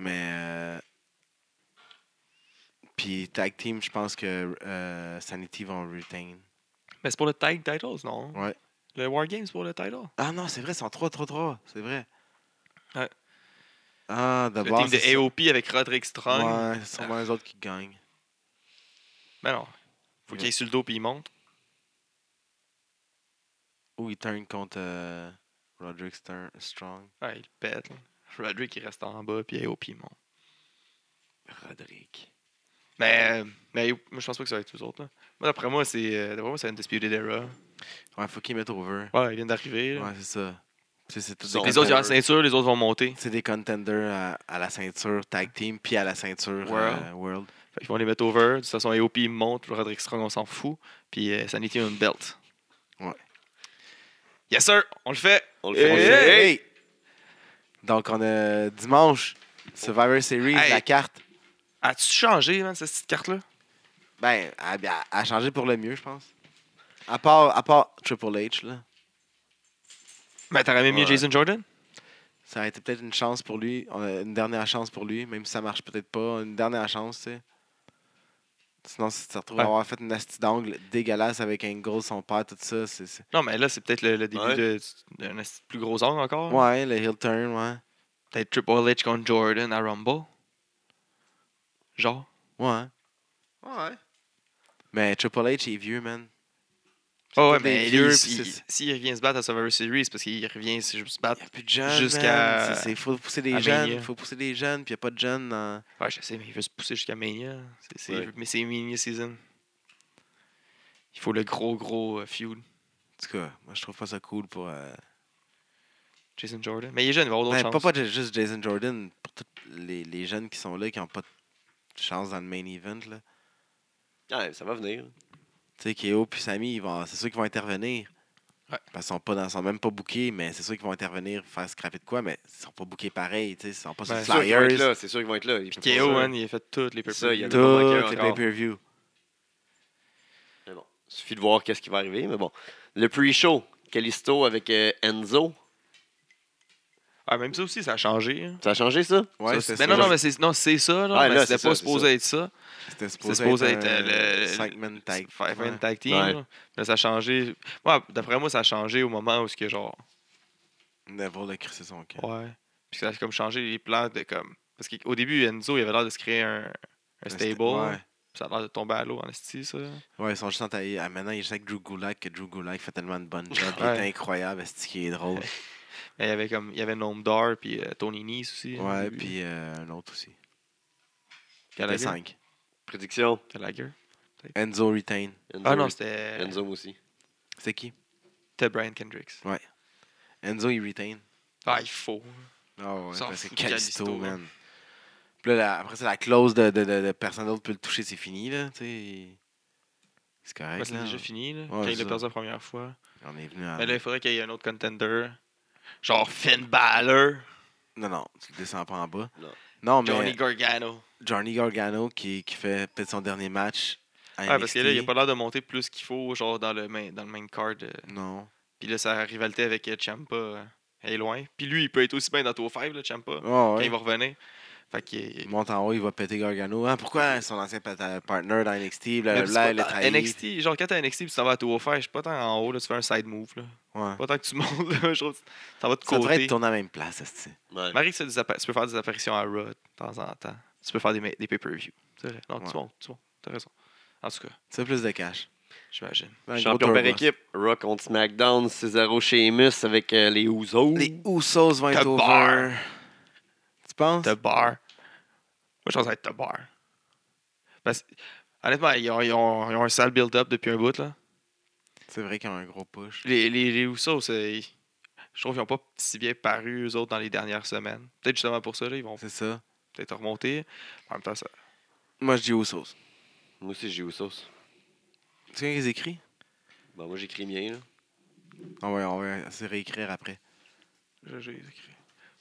Speaker 3: Mais. euh, Puis tag team, je pense que euh, Sanity vont retain.
Speaker 1: Mais c'est pour le tag titles, non?
Speaker 3: Ouais.
Speaker 1: Le Wargame, c'est pour le title.
Speaker 3: Ah non, c'est vrai, c'est en 3-3-3. C'est vrai.
Speaker 1: Ouais.
Speaker 3: Ah,
Speaker 1: Le
Speaker 3: d'abord.
Speaker 1: team de AOP avec Roderick Strong.
Speaker 3: Ouais, c'est sûrement eux autres qui gagnent.
Speaker 1: Mais non. Faut qu'il aille sur le dos puis il monte.
Speaker 3: Ou ils turn contre euh, Roderick Stern- Strong.
Speaker 1: Ouais, il pète. là. Roderick, il reste en bas puis AOP, il monte.
Speaker 2: Roderick.
Speaker 1: Mais, euh, mais moi, je pense pas que ça va être eux autres. là. Moi, d'après moi, c'est euh, d'après moi, c'est une Disputed Era.
Speaker 3: Ouais, faut qu'ils mettent over.
Speaker 1: Ouais, ils viennent d'arriver. là.
Speaker 3: Ouais, c'est ça. C'est- c'est
Speaker 2: Ils
Speaker 3: tout des
Speaker 2: sont
Speaker 1: Les autres, ils ont la
Speaker 2: Over.
Speaker 1: ceinture, les autres vont monter.
Speaker 3: C'est des contenders à, à la ceinture tag team, puis à la ceinture
Speaker 1: World.
Speaker 3: euh, world.
Speaker 1: Fait qu'ils vont les mettre over. De toute façon, AOP monte, Roderick Strong, on s'en fout. Puis euh, Sanity a une belt.
Speaker 3: Ouais.
Speaker 1: Yes, sir! On le fait!
Speaker 2: On le
Speaker 1: Eh,
Speaker 2: fait. on le
Speaker 1: eh,
Speaker 2: fait.
Speaker 1: hey!
Speaker 3: Donc, on a dimanche, Survivor Series,
Speaker 1: Hey.
Speaker 3: la carte.
Speaker 1: As-tu changé, man, cette petite carte-là?
Speaker 3: Ben, elle a, a changé pour le mieux, je pense. À part, à part Triple H, là.
Speaker 1: Mais Ben, t'aurais même mis
Speaker 2: Ouais.
Speaker 1: Jason Jordan?
Speaker 3: Ça a été peut-être une chance pour lui, on a une dernière chance pour lui, même si ça marche peut-être pas, une dernière chance, tu sais. Sinon, si tu te retrouves à
Speaker 1: Ouais.
Speaker 3: avoir fait une astuce d'angle dégueulasse avec Angle, son père, tout ça, c'est... c'est-
Speaker 1: Non, mais là, c'est peut-être le, le début
Speaker 2: Ouais.
Speaker 1: de- d'un asti- plus gros angle encore.
Speaker 3: Ouais, le heel turn, ouais.
Speaker 1: Peut-être Triple H contre Jordan à Rumble. Genre.
Speaker 3: Ouais.
Speaker 2: Ouais.
Speaker 3: Mais Triple H est vieux, man.
Speaker 1: Oh, ouais,
Speaker 3: tous des
Speaker 1: mais
Speaker 3: vieux,
Speaker 1: lui,
Speaker 3: puis
Speaker 1: s'il
Speaker 3: c'est-
Speaker 1: s'il revient se battre à Survivor Series, parce qu'il revient se se battre.
Speaker 3: Il n'y a plus de jeunes.
Speaker 1: Jusqu'à-
Speaker 3: Jusqu'à. Il faut pousser
Speaker 1: à
Speaker 3: des jeunes.
Speaker 1: Mania.
Speaker 3: faut pousser des jeunes. Puis il n'y a pas de jeunes. dans-
Speaker 1: Ouais, je sais, mais il veut se pousser jusqu'à Mania. C'est- c'est-
Speaker 2: Ouais.
Speaker 1: Mais c'est Mania Season. Il faut le gros, gros euh, feud.
Speaker 3: En tout cas, moi, je trouve pas ça cool pour. euh,
Speaker 1: Jason Jordan. Mais il est jeune, il va avoir d'autres
Speaker 3: Ben, pas,
Speaker 1: chances.
Speaker 3: pas ju- juste Jason Jordan, pour tous les, les jeunes qui sont là, qui n'ont pas de chance dans le main event. Là.
Speaker 2: Ouais, ça va venir.
Speaker 3: Tu sais, KO puis Sami, ils vont- c'est sûr qu'ils vont intervenir.
Speaker 1: Ouais.
Speaker 3: Parce qu'ils sont pas dans- sont même pas bookés, mais c'est sûr qu'ils vont intervenir, faire scraper de quoi, mais ils sont pas bookés pareil. tu sais, Ils sont pas sur
Speaker 1: Ben,
Speaker 3: les
Speaker 2: C'est sûr qu'ils vont être
Speaker 3: flyers,
Speaker 2: là. C'est sûr qu'ils vont être là. Ils
Speaker 1: Puis
Speaker 2: peuvent pas
Speaker 1: KO,
Speaker 2: ça.
Speaker 1: man, il a fait toutes les pay
Speaker 2: Ça, il y a-
Speaker 3: toutes les
Speaker 2: encore.
Speaker 3: pay-per-view.
Speaker 2: Mais bon, suffit de voir qu'est-ce qui va arriver. Mais bon, le pre-show, Callisto avec euh, Enzo,
Speaker 1: Ah, même ça aussi, ça a changé. hein.
Speaker 2: ça a changé ça?
Speaker 1: Ça,
Speaker 3: Ouais, c'est
Speaker 1: c'est-
Speaker 3: ça.
Speaker 1: mais non, non, mais c'est non, c'est ça. Là,
Speaker 2: Ouais,
Speaker 1: mais
Speaker 2: là,
Speaker 1: c'était
Speaker 2: c'est
Speaker 1: pas
Speaker 2: ça, c'est
Speaker 1: supposé être ça. C'est
Speaker 3: C'était supposé,
Speaker 1: supposé
Speaker 3: être,
Speaker 1: être, euh, le-
Speaker 3: 5-man tag.
Speaker 1: Five Man
Speaker 3: Ouais.
Speaker 1: Tag Team.
Speaker 2: Ouais.
Speaker 1: là. Là, ça a changé. Ouais, D'après moi, ça a changé au moment où, ce que, genre,
Speaker 3: Neville a crissé son camp.
Speaker 1: Ouais. Puis ça a comme changé les plans de comme. Parce qu'au début, Enzo, il avait l'air de se créer un, un stable.
Speaker 3: Ouais.
Speaker 1: Puis ça a l'air de tomber à l'eau en esti, ça.
Speaker 3: Ouais, ils sont juste entaillés. Ah, maintenant, il est juste avec Drew Gulak, que Drew Gulak fait tellement de bonnes jobs. Il
Speaker 1: Ouais.
Speaker 3: est incroyable, c'est qui est drôle.
Speaker 1: Mais il y avait comme. Il y avait Noam Dar, puis euh, Tony Nese aussi. au
Speaker 3: Ouais,
Speaker 1: début.
Speaker 3: puis euh, un autre aussi. Les
Speaker 1: Gallagher.
Speaker 3: 5.
Speaker 2: Prédiction,
Speaker 1: Gallagher.
Speaker 3: Enzo retain.
Speaker 2: Enzo,
Speaker 1: Ah non, c'était.
Speaker 2: Enzo aussi.
Speaker 3: C'est qui?
Speaker 1: C'était Brian Kendricks.
Speaker 3: Enzo, il retain.
Speaker 1: Ah, il faut.
Speaker 3: Ah ouais,
Speaker 1: S'en
Speaker 3: parce que
Speaker 1: fout de
Speaker 3: Calisto,
Speaker 1: Kalisto,
Speaker 3: man. Puis là, la- après, c'est la clause de, de, de, de personne d'autre peut le toucher, c'est fini, là. tu sais. C'est correct,
Speaker 1: Ouais, c'est
Speaker 3: là.
Speaker 1: déjà fini, là.
Speaker 3: c'est
Speaker 1: quand il
Speaker 3: ça. Ah.
Speaker 1: l'a perdu la première fois.
Speaker 3: On est venu à...
Speaker 1: Mais là, il faudrait qu'il y ait un autre contender. Genre Finn Balor,
Speaker 3: Non, non, tu le descends pas en bas.
Speaker 2: Non.
Speaker 3: Non, mais
Speaker 1: Johnny
Speaker 3: Johnny,
Speaker 1: Gargano.
Speaker 3: Gargano qui, qui fait peut-être son dernier match à
Speaker 1: Ah, parce que là, il a
Speaker 3: NXT.
Speaker 1: pas l'air de monter plus qu'il faut, genre dans le main, dans le main card. euh,
Speaker 3: Non.
Speaker 1: Puis là, sa rivalité avec euh, Ciampa euh, est loin. Puis lui, il peut être aussi bien dans Tour 5, là, Ciampa,
Speaker 3: Oh,
Speaker 1: quand
Speaker 3: ouais.
Speaker 1: il va revenir. Fait que. euh,
Speaker 3: Il monte en haut, il va péter Gargano. Ah, pourquoi son ancien pat- euh, partner dans NXT, blablabla, il
Speaker 1: Mais c'est
Speaker 3: Euh, a
Speaker 1: pas-
Speaker 3: trahi.
Speaker 1: NXT, genre quand t'es à NXT puis tu t'en vas à Tour 5, je suis pas tant en haut, là, tu fais un side move. Là.
Speaker 3: Ouais.
Speaker 1: Pas tant que tu montes, là, je trouve. que Ça va de
Speaker 3: Ça devrait
Speaker 1: côté.
Speaker 3: être tourné à la même place, c'est
Speaker 2: Ouais.
Speaker 1: Marie, que ça, des appa- tu peux faire des apparitions à Raw de temps en temps. Tu peux faire des, ma- des pay-per-view. C'est vrai. Non,
Speaker 3: Ouais.
Speaker 1: tu montes, tu montes. T'as raison. En tout cas,
Speaker 3: Ça plus de cash.
Speaker 1: j'imagine.
Speaker 3: Un gros
Speaker 2: Champion par
Speaker 3: turbo.
Speaker 2: équipe, Rock contre SmackDown, Cesaro Sheamus avec euh, les Ouzos.
Speaker 3: Les Usos vont être
Speaker 1: The
Speaker 3: over.
Speaker 1: Bar.
Speaker 3: Tu penses?
Speaker 1: The Bar. Moi, je pense que ça va être The Bar. Parce que, honnêtement, ils ont, ils ont- ils ont un sale build-up depuis un bout, là.
Speaker 3: C'est vrai qu'ils ont un gros push.
Speaker 1: Les, les, les Usos, c'est- je trouve qu'ils n'ont pas si bien paru, eux autres, dans les dernières semaines. Peut-être justement pour ça, là, ils vont
Speaker 3: C'est ça.
Speaker 1: peut-être remonter. En même temps, ça...
Speaker 3: Moi, je dis Usos.
Speaker 2: Moi aussi, j'ai Ouzos.
Speaker 3: Tu sais qu'ils écrit?
Speaker 2: Bon, moi, j'écris mien. Là.
Speaker 3: On va, on va se réécrire après.
Speaker 1: je- j'ai écrit.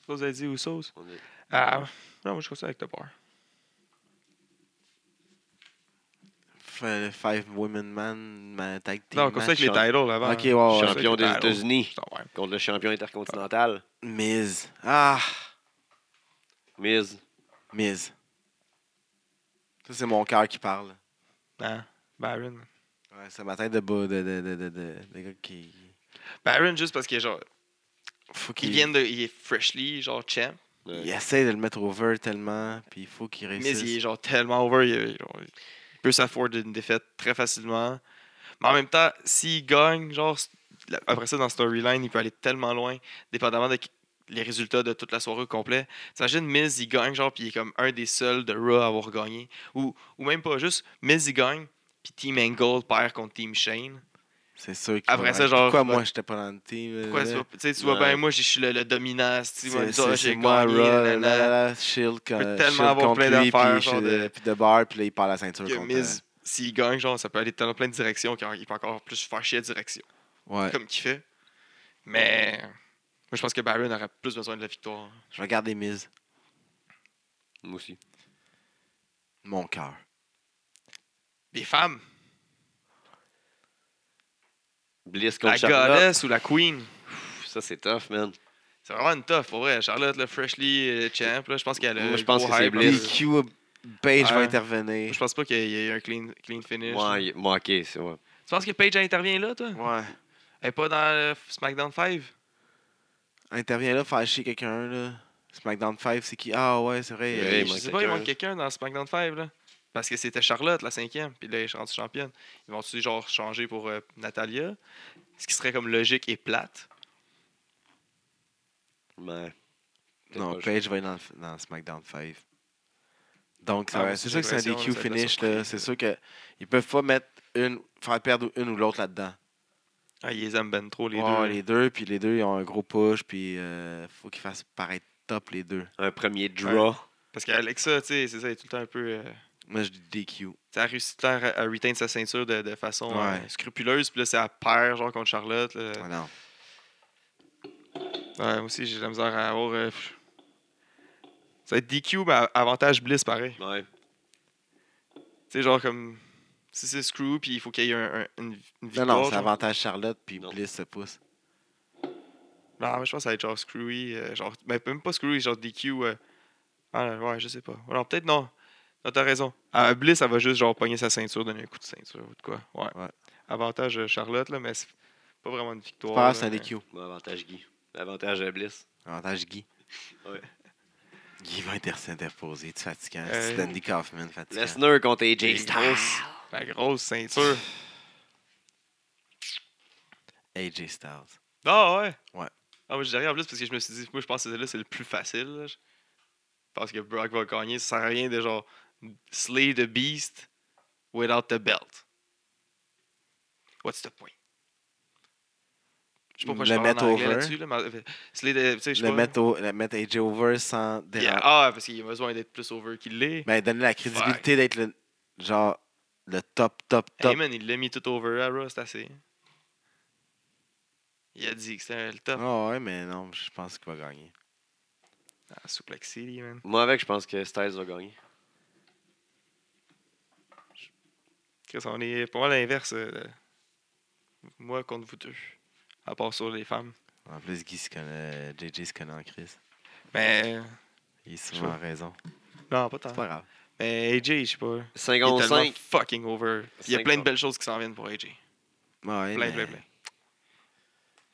Speaker 1: Vous avez dit Usos?
Speaker 2: On est-
Speaker 1: Ah, non, moi, je suis ça avec The Bar.
Speaker 3: F- Five Women Man, ma tag team.
Speaker 1: Non, comme ça avec
Speaker 3: match,
Speaker 1: les
Speaker 3: champ-
Speaker 1: titles avant.
Speaker 3: Ok, ouais, ouais,
Speaker 1: Je suis
Speaker 2: Champion
Speaker 1: avec les
Speaker 2: des
Speaker 1: titles.
Speaker 2: États-Unis
Speaker 1: Putain, ouais.
Speaker 2: contre le champion intercontinental,
Speaker 3: Miz. Ah,
Speaker 2: Miz.
Speaker 3: Miz. Ça, c'est mon cœur qui parle.
Speaker 1: Hein? Baron.
Speaker 3: Ouais, c'est ma tête de bas de, de, de, de, de, de gars qui.
Speaker 1: Baron, juste parce qu'il est genre.
Speaker 3: Faut
Speaker 1: Il vient de. Il est freshly, genre champ.
Speaker 3: Il essaie de le mettre over tellement, puis il faut qu'il
Speaker 1: Mais
Speaker 3: réussisse.
Speaker 1: il est genre tellement over, il, il- genre, il peut s'afforder une défaite très facilement. Mais
Speaker 3: Ah.
Speaker 1: en même temps, s'il gagne, genre c- la- après ça dans storyline, il peut aller tellement loin, dépendamment de qui- les résultats de toute la soirée au complet. T'imagines Miz, il gagne, genre, puis il est comme un des seuls de Raw à avoir gagné. Ou, ou même pas juste, Miz, il gagne, puis Team Angle perd contre Team Shane.
Speaker 3: C'est sûr qu'il
Speaker 1: Après
Speaker 3: va-
Speaker 1: ça, genre,
Speaker 3: Pourquoi
Speaker 1: tu vas-
Speaker 3: moi, j'étais pas dans le team? euh,
Speaker 1: Pourquoi
Speaker 3: là?
Speaker 1: tu vois, tu sais, tu vois
Speaker 2: Ouais.
Speaker 1: bien, moi, je suis le, le dominant, tu vois,
Speaker 3: C'est-
Speaker 1: ça,
Speaker 3: c'est-
Speaker 1: j'ai
Speaker 3: c'est
Speaker 1: gagné,
Speaker 3: moi, Raw,
Speaker 1: nanana.
Speaker 3: nanana, Shield, quand-
Speaker 1: peut tellement
Speaker 3: Shield
Speaker 1: avoir
Speaker 3: euh, contre
Speaker 1: plein
Speaker 3: lui,
Speaker 1: d'affaires,
Speaker 3: puis
Speaker 1: genre
Speaker 3: Shield-
Speaker 1: de-
Speaker 3: puis de bar, puis là, il part la ceinture
Speaker 1: Que
Speaker 3: contre...
Speaker 1: Miz, s'il gagne, genre, ça peut aller dans plein de directions, quand il peut encore plus faire chier à la direction.
Speaker 3: euh, ouais.
Speaker 1: comme qu'il fait. Mais moi, je pense que Baron aurait plus besoin de la victoire.
Speaker 3: Je vais garder Miz.
Speaker 2: Moi aussi.
Speaker 3: Mon cœur.
Speaker 1: Les femmes,
Speaker 2: Bliss
Speaker 1: la
Speaker 2: contre Charlotte.
Speaker 1: goddess ou la queen,
Speaker 2: Pff, Ça, c'est tough, man.
Speaker 1: c'est vraiment une tough pour vrai. Charlotte, le freshly euh, champ, là, je pense qu'elle a.
Speaker 2: Moi,
Speaker 1: le
Speaker 2: je pense
Speaker 1: gros
Speaker 2: que c'est
Speaker 1: hype,
Speaker 2: Bliss.
Speaker 1: là.
Speaker 3: DQ, euh, Paige va
Speaker 1: Ouais.
Speaker 3: intervenir.
Speaker 1: Je pense pas qu'il y ait un clean, clean finish. là.
Speaker 2: Ouais, moi, ok, c'est ouais.
Speaker 1: Tu penses que Paige elle intervient là, toi
Speaker 3: Ouais.
Speaker 1: Elle est pas dans le SmackDown 5
Speaker 3: Intervient là, faire chier quelqu'un, là. SmackDown 5, c'est qui? Ah ouais, c'est vrai.
Speaker 2: Ouais,
Speaker 3: euh,
Speaker 2: il
Speaker 1: Je
Speaker 2: manque
Speaker 1: sais pas, il
Speaker 2: quelqu'un,
Speaker 1: manque
Speaker 2: là.
Speaker 1: quelqu'un dans SmackDown 5 là. Parce que c'était Charlotte, la cinquième, puis là, elle est rendue championne. Ils vont-tu, genre, changer pour euh, Natalia? Ce qui serait comme logique et plate.
Speaker 2: Ouais. Peut-être
Speaker 3: Non,
Speaker 2: pas, je-
Speaker 3: Paige va être dans, le- dans SmackDown 5. Donc, ça
Speaker 1: Ah,
Speaker 3: va-
Speaker 1: mais
Speaker 3: c'est
Speaker 1: c'est
Speaker 3: sûr que c'est un
Speaker 1: l'impression,
Speaker 3: DQ
Speaker 1: ça va être la
Speaker 3: finish.
Speaker 1: surprise,
Speaker 3: là. C'est sûr qu'ils peuvent pas mettre une, faire perdre une ou l'autre là-dedans.
Speaker 1: Ah, ils les aiment ben trop, les
Speaker 3: Ouais,
Speaker 1: deux.
Speaker 3: Ah, les deux, puis les deux, ils ont un gros push, puis euh, faut qu'ils fassent paraître top les deux.
Speaker 2: Un premier draw.
Speaker 1: Parce qu'Alexa, tu sais, c'est ça, elle est tout le temps un peu... euh,
Speaker 3: Moi, je dis DQ.
Speaker 1: tu sais, elle réussit tout le temps à, à retain sa ceinture de, de façon
Speaker 3: Ouais.
Speaker 1: euh, scrupuleuse, puis là, c'est à perd, genre, contre Charlotte. là.
Speaker 3: Ah non.
Speaker 1: Ouais, moi aussi, j'ai de la misère à avoir. euh, pff. Ça va être DQ, mais à- avantage Bliss, pareil.
Speaker 2: Ouais.
Speaker 1: Tu sais, genre comme. Si c'est Screw, puis il faut qu'il y ait un- un- une, une
Speaker 3: Non,
Speaker 1: victoire.
Speaker 3: non, c'est
Speaker 1: genre.
Speaker 3: avantage Charlotte, puis
Speaker 2: Non.
Speaker 3: Bliss se pousse.
Speaker 1: Non, mais je pense que ça va être genre Screwy. euh, genre, mais même pas Screwy, genre DQ. euh, Ah, là, ouais, je sais pas. Alors, peut-être non. Non, t'as raison. Euh, Bliss, elle va juste genre pogner sa ceinture, donner un coup de ceinture ou de quoi. Ouais.
Speaker 3: Ouais.
Speaker 1: Avantage euh, Charlotte, là, mais c'est pas vraiment une victoire.
Speaker 3: Pas
Speaker 1: là,
Speaker 3: c'est un
Speaker 1: mais-
Speaker 3: DQ.
Speaker 2: Bon, avantage Guy. Avantage euh, Bliss.
Speaker 3: Avantage Guy.
Speaker 2: Ouais.
Speaker 3: Guy va être interposé, tu fatiguant.
Speaker 1: Euh,
Speaker 3: C'est Dandy Kaufman fatigant.
Speaker 2: Lesnar contre AJ
Speaker 1: Les
Speaker 2: Styles.
Speaker 1: grosses- La grosse ceinture.
Speaker 3: AJ Styles.
Speaker 1: Ah ouais?
Speaker 3: Ouais.
Speaker 1: Ah, moi, je dis rien en plus parce que je me suis dit, moi, je pense que celle-là, c'est le plus facile. là. Je pense que Brock va gagner sans rien de genre Slay the Beast without the belt. What's the point? Je sais pas pourquoi je
Speaker 3: Le
Speaker 1: parle en
Speaker 3: mettre
Speaker 1: anglais
Speaker 3: over.
Speaker 1: là-dessus. Là, mais, euh, slay the. Tu sais, je sais
Speaker 3: Le
Speaker 1: pas.
Speaker 3: mettre, au- le mettre AJ over sans
Speaker 1: Yeah,
Speaker 3: déranger.
Speaker 1: Ah, parce qu'il a besoin d'être plus over qu'il l'est.
Speaker 3: Ben, donner la crédibilité d'être le genre le top, top, top.
Speaker 1: Heyman, il l'a mis tout over à Raw, c'est assez. Il a dit que c'était le top.
Speaker 3: Ah ouais, mais non, je pense qu'il va gagner.
Speaker 1: Ah, Suplex City, man.
Speaker 2: Moi, avec, je pense que Styles va gagner.
Speaker 1: Chris, on est pour moi l'inverse. euh, de- Moi contre vous deux. À part sur les femmes.
Speaker 3: En plus, Guy se connaît, JJ se connaît en crise.
Speaker 1: Mais. euh,
Speaker 3: Il est souvent
Speaker 1: vois.
Speaker 3: en raison.
Speaker 1: Non, pas
Speaker 3: C'est
Speaker 1: tant.
Speaker 3: pas grave.
Speaker 1: Mais AJ, je sais pas. Il est
Speaker 2: 5
Speaker 1: tellement
Speaker 2: 5
Speaker 1: fucking over. Il y a
Speaker 2: Cinq
Speaker 1: plein de
Speaker 2: fois.
Speaker 1: belles choses qui s'en viennent pour AJ.
Speaker 3: Ouais,
Speaker 1: Plein,
Speaker 3: mais
Speaker 1: plein, plein.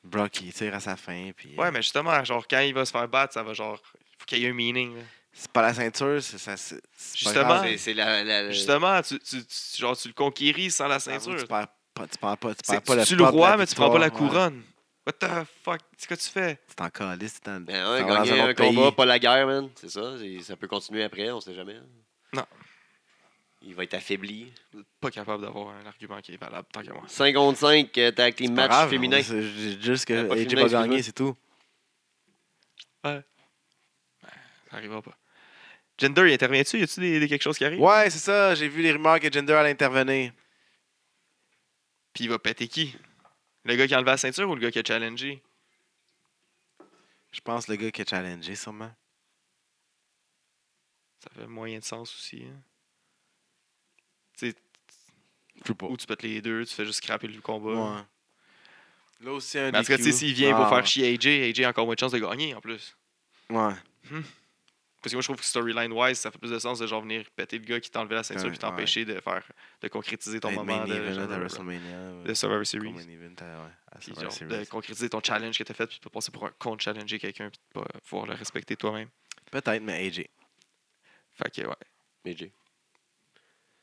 Speaker 3: Brock, il tire à sa fin. Puis, euh,
Speaker 1: Ouais, mais justement, genre, quand il va se faire battre, ça va genre. Il faut qu'il y ait un meaning. là.
Speaker 3: C'est pas la ceinture, c'est ça. c'est- c'est pas
Speaker 1: Justement,
Speaker 3: grave.
Speaker 2: C'est c'est la. la,
Speaker 1: Euh,
Speaker 2: la-
Speaker 1: Justement, tu, tu, tu- genre, tu le conquéris sans la
Speaker 3: Bravo,
Speaker 1: ceinture.
Speaker 3: Tu perds pas, tu perds pas, tu
Speaker 1: C'est
Speaker 3: perds pas le
Speaker 1: tu tues
Speaker 3: pop,
Speaker 1: le
Speaker 3: la
Speaker 1: roi, mais tu prends pas la
Speaker 3: victoire, ouais.
Speaker 1: couronne. What the fuck? C'est quoi tu fais?
Speaker 3: C'est encore lisse, c'est dans,
Speaker 2: Ben ouais,
Speaker 3: c'est dans
Speaker 2: gagner
Speaker 3: un
Speaker 2: un,
Speaker 3: autre
Speaker 2: combat,
Speaker 3: pays.
Speaker 2: pas la guerre, man. C'est ça. c'est- Ça peut continuer après, on sait jamais. hein.
Speaker 1: Non.
Speaker 2: Il va être affaibli.
Speaker 1: Pas capable d'avoir un argument qui est valable tant qu'à moi.
Speaker 2: 5 contre 5, euh, tag team
Speaker 3: C'est
Speaker 2: match
Speaker 3: pas grave,
Speaker 2: féminin.
Speaker 3: on- c'est ju- juste que
Speaker 2: Ah, pas
Speaker 3: AJ
Speaker 2: féminin,
Speaker 3: va gagner, c'est tout.
Speaker 1: Ça arrivera pas. Gender, il intervient-tu? Y a-tu des, des quelque chose qui arrive?
Speaker 3: Ouais, c'est ça, j'ai vu les rumeurs que Gender allait intervenir.
Speaker 1: Puis il va péter qui? Le gars qui a enlevé la ceinture ou le gars qui a challengé?
Speaker 3: Je pense le gars qui a challengé, sûrement.
Speaker 1: Ça fait moyen de sens aussi. hein. Tu sais,
Speaker 3: Je sais pas.
Speaker 1: ou tu pètes les deux, tu fais juste scraper le combat.
Speaker 3: Ouais. Là aussi, un
Speaker 1: Mais en tout cas, tu
Speaker 3: DQ.
Speaker 1: sais, s'il vient pour
Speaker 3: Ah,
Speaker 1: faire chier AJ, AJ a encore moins de chances de gagner en plus.
Speaker 3: Ouais.
Speaker 1: Parce que moi, je trouve que storyline-wise, ça fait plus de sens de genre venir péter le gars qui t'enlevait la ceinture
Speaker 3: Ouais,
Speaker 1: puis t'empêcher de faire de concrétiser ton
Speaker 3: Peut-être
Speaker 1: moment
Speaker 3: main
Speaker 1: de,
Speaker 3: event, là, de
Speaker 1: de-
Speaker 3: WrestleMania.
Speaker 1: de
Speaker 3: ouais.
Speaker 1: Survivor
Speaker 3: Comme
Speaker 1: Series.
Speaker 3: main event, à- ouais, à
Speaker 1: Puis
Speaker 3: Survivor
Speaker 1: genre, de
Speaker 3: Series.
Speaker 1: concrétiser ton challenge que t'as fait, puis tu peux passer pour un contre-challenger quelqu'un, puis de pas pouvoir le respecter toi-même.
Speaker 3: Peut-être, mais AJ.
Speaker 1: Fait que ouais.
Speaker 2: AJ.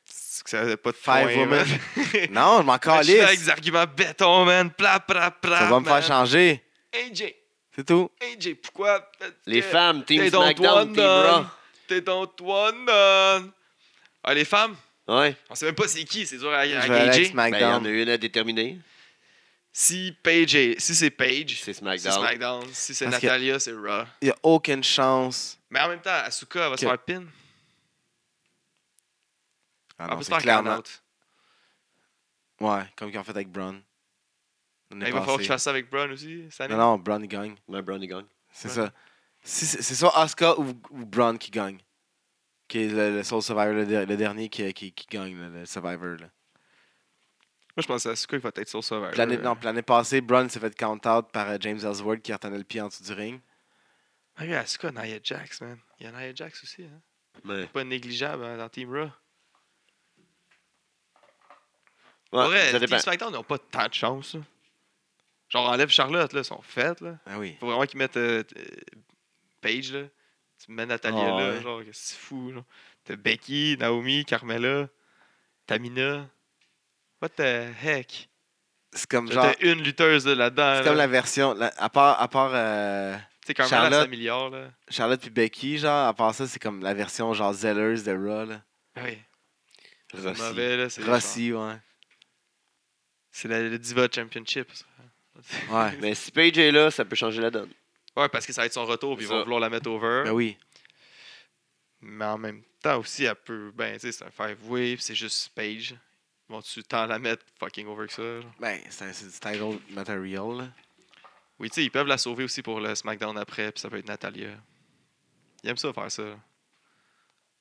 Speaker 1: C'est que ça avait pas de
Speaker 3: Five
Speaker 1: point,
Speaker 3: women.
Speaker 1: man.
Speaker 3: Non, je m'en
Speaker 1: Ben, Je suis là avec
Speaker 3: Ah, calisse.
Speaker 1: des arguments béton, man. Pla, pla, pla.
Speaker 3: Ça va me
Speaker 1: man.
Speaker 3: faire changer.
Speaker 1: AJ,
Speaker 3: C'est tout.
Speaker 1: AJ, pourquoi?
Speaker 2: Les
Speaker 1: T'es-
Speaker 2: femmes, Team
Speaker 1: t'es donc
Speaker 2: SmackDown,
Speaker 1: one
Speaker 2: Team
Speaker 1: done.
Speaker 2: Raw.
Speaker 1: T'es dans one none. Ah, les femmes,
Speaker 2: Ouais.
Speaker 1: on sait même pas c'est qui, c'est dur à, à
Speaker 3: Je vais aller avec
Speaker 1: gager.
Speaker 2: Ben, il y en
Speaker 3: SmackDown.
Speaker 2: a une à déterminer.
Speaker 1: Si Paige est- si c'est Paige,
Speaker 2: C'est
Speaker 1: c'est
Speaker 2: SmackDown.
Speaker 1: SmackDown. Si c'est
Speaker 3: Parce que-
Speaker 1: Natalia, c'est Raw.
Speaker 3: Il n'y a aucune chance.
Speaker 1: Mais en même temps, Asuka elle va se
Speaker 3: Que-
Speaker 1: faire pin.
Speaker 3: Ah
Speaker 1: Elle
Speaker 3: non,
Speaker 1: va se
Speaker 3: c'est
Speaker 1: faire
Speaker 3: clairement.
Speaker 1: count-out.
Speaker 3: Ouais, comme qu'ils ont fait avec Braun. On
Speaker 1: Ah, Il va falloir qu'il fasse ça avec Braun aussi, cette année.
Speaker 3: Non, non, Braun il gagne.
Speaker 2: Mais Braun, il gagne.
Speaker 3: C'est
Speaker 1: Ouais.
Speaker 3: ça. Si c'est c'est soit Asuka ou, ou Braun qui gagne. Qui est le, le Soul Survivor, le, der- le dernier qui, qui, qui gagne, là, le Survivor. Là.
Speaker 1: Moi, je pense que Asuka il va être sur Survivor.
Speaker 3: Puis l'année- non, puis l'année passée, Braun s'est fait count-out par euh, James Ellsworth qui retenait le pied en dessous du ring.
Speaker 1: Ah oui, Asuka, Nia Jax, man. Il y a Nia Jax aussi, hein.
Speaker 2: Mais.
Speaker 1: Pas négligeable hein, dans Team Raw.
Speaker 2: Ouais,
Speaker 1: ouais,
Speaker 2: ça
Speaker 1: les
Speaker 2: dépend.
Speaker 1: Team SmackDown n'ont pas tant de chance. là. Genre, enlève Charlotte, là, ils sont faites. Là.
Speaker 3: Ah oui.
Speaker 1: Faut vraiment qu'ils mettent euh, euh, Paige, là. Tu mets Natalia
Speaker 2: Ah
Speaker 1: là,
Speaker 2: ouais.
Speaker 1: genre, qu'est-ce que c'est fou. genre. T'as Becky, Naomi, Carmela, Tamina. What the heck?
Speaker 3: C'est comme genre.
Speaker 1: T'as une lutteuse là, là-dedans.
Speaker 3: C'est
Speaker 1: là.
Speaker 3: comme la version. la- à part. À part euh,
Speaker 1: Tu sais, Carmela,
Speaker 3: Charlotte.
Speaker 1: c'est un milliard. Là.
Speaker 3: Charlotte puis Becky, genre, à part ça, c'est comme la version genre Zellers de Raw. là.
Speaker 1: Oui, c'est
Speaker 3: Rossi.
Speaker 1: mauvais. là, C'est genre-
Speaker 3: Rossi, ouais.
Speaker 1: c'est la- le Diva Championship. ça.
Speaker 3: Ouais.
Speaker 2: Mais si Paige est là, ça peut changer la donne.
Speaker 1: Ouais, parce que ça va être son retour, puis ils
Speaker 2: C'est ça.
Speaker 1: vont vouloir la mettre over.
Speaker 3: Ben oui.
Speaker 1: Mais en même temps aussi, elle peut. Ben, tu sais, c'est un five-way, puis c'est juste Paige. Vont-tu tant la mettre fucking over que ça? genre?
Speaker 3: Ben, c'est un- c'est du title material, là.
Speaker 1: Oui, tu sais, ils peuvent la sauver aussi pour le SmackDown après, puis ça peut être Natalia. Ils aiment ça faire ça.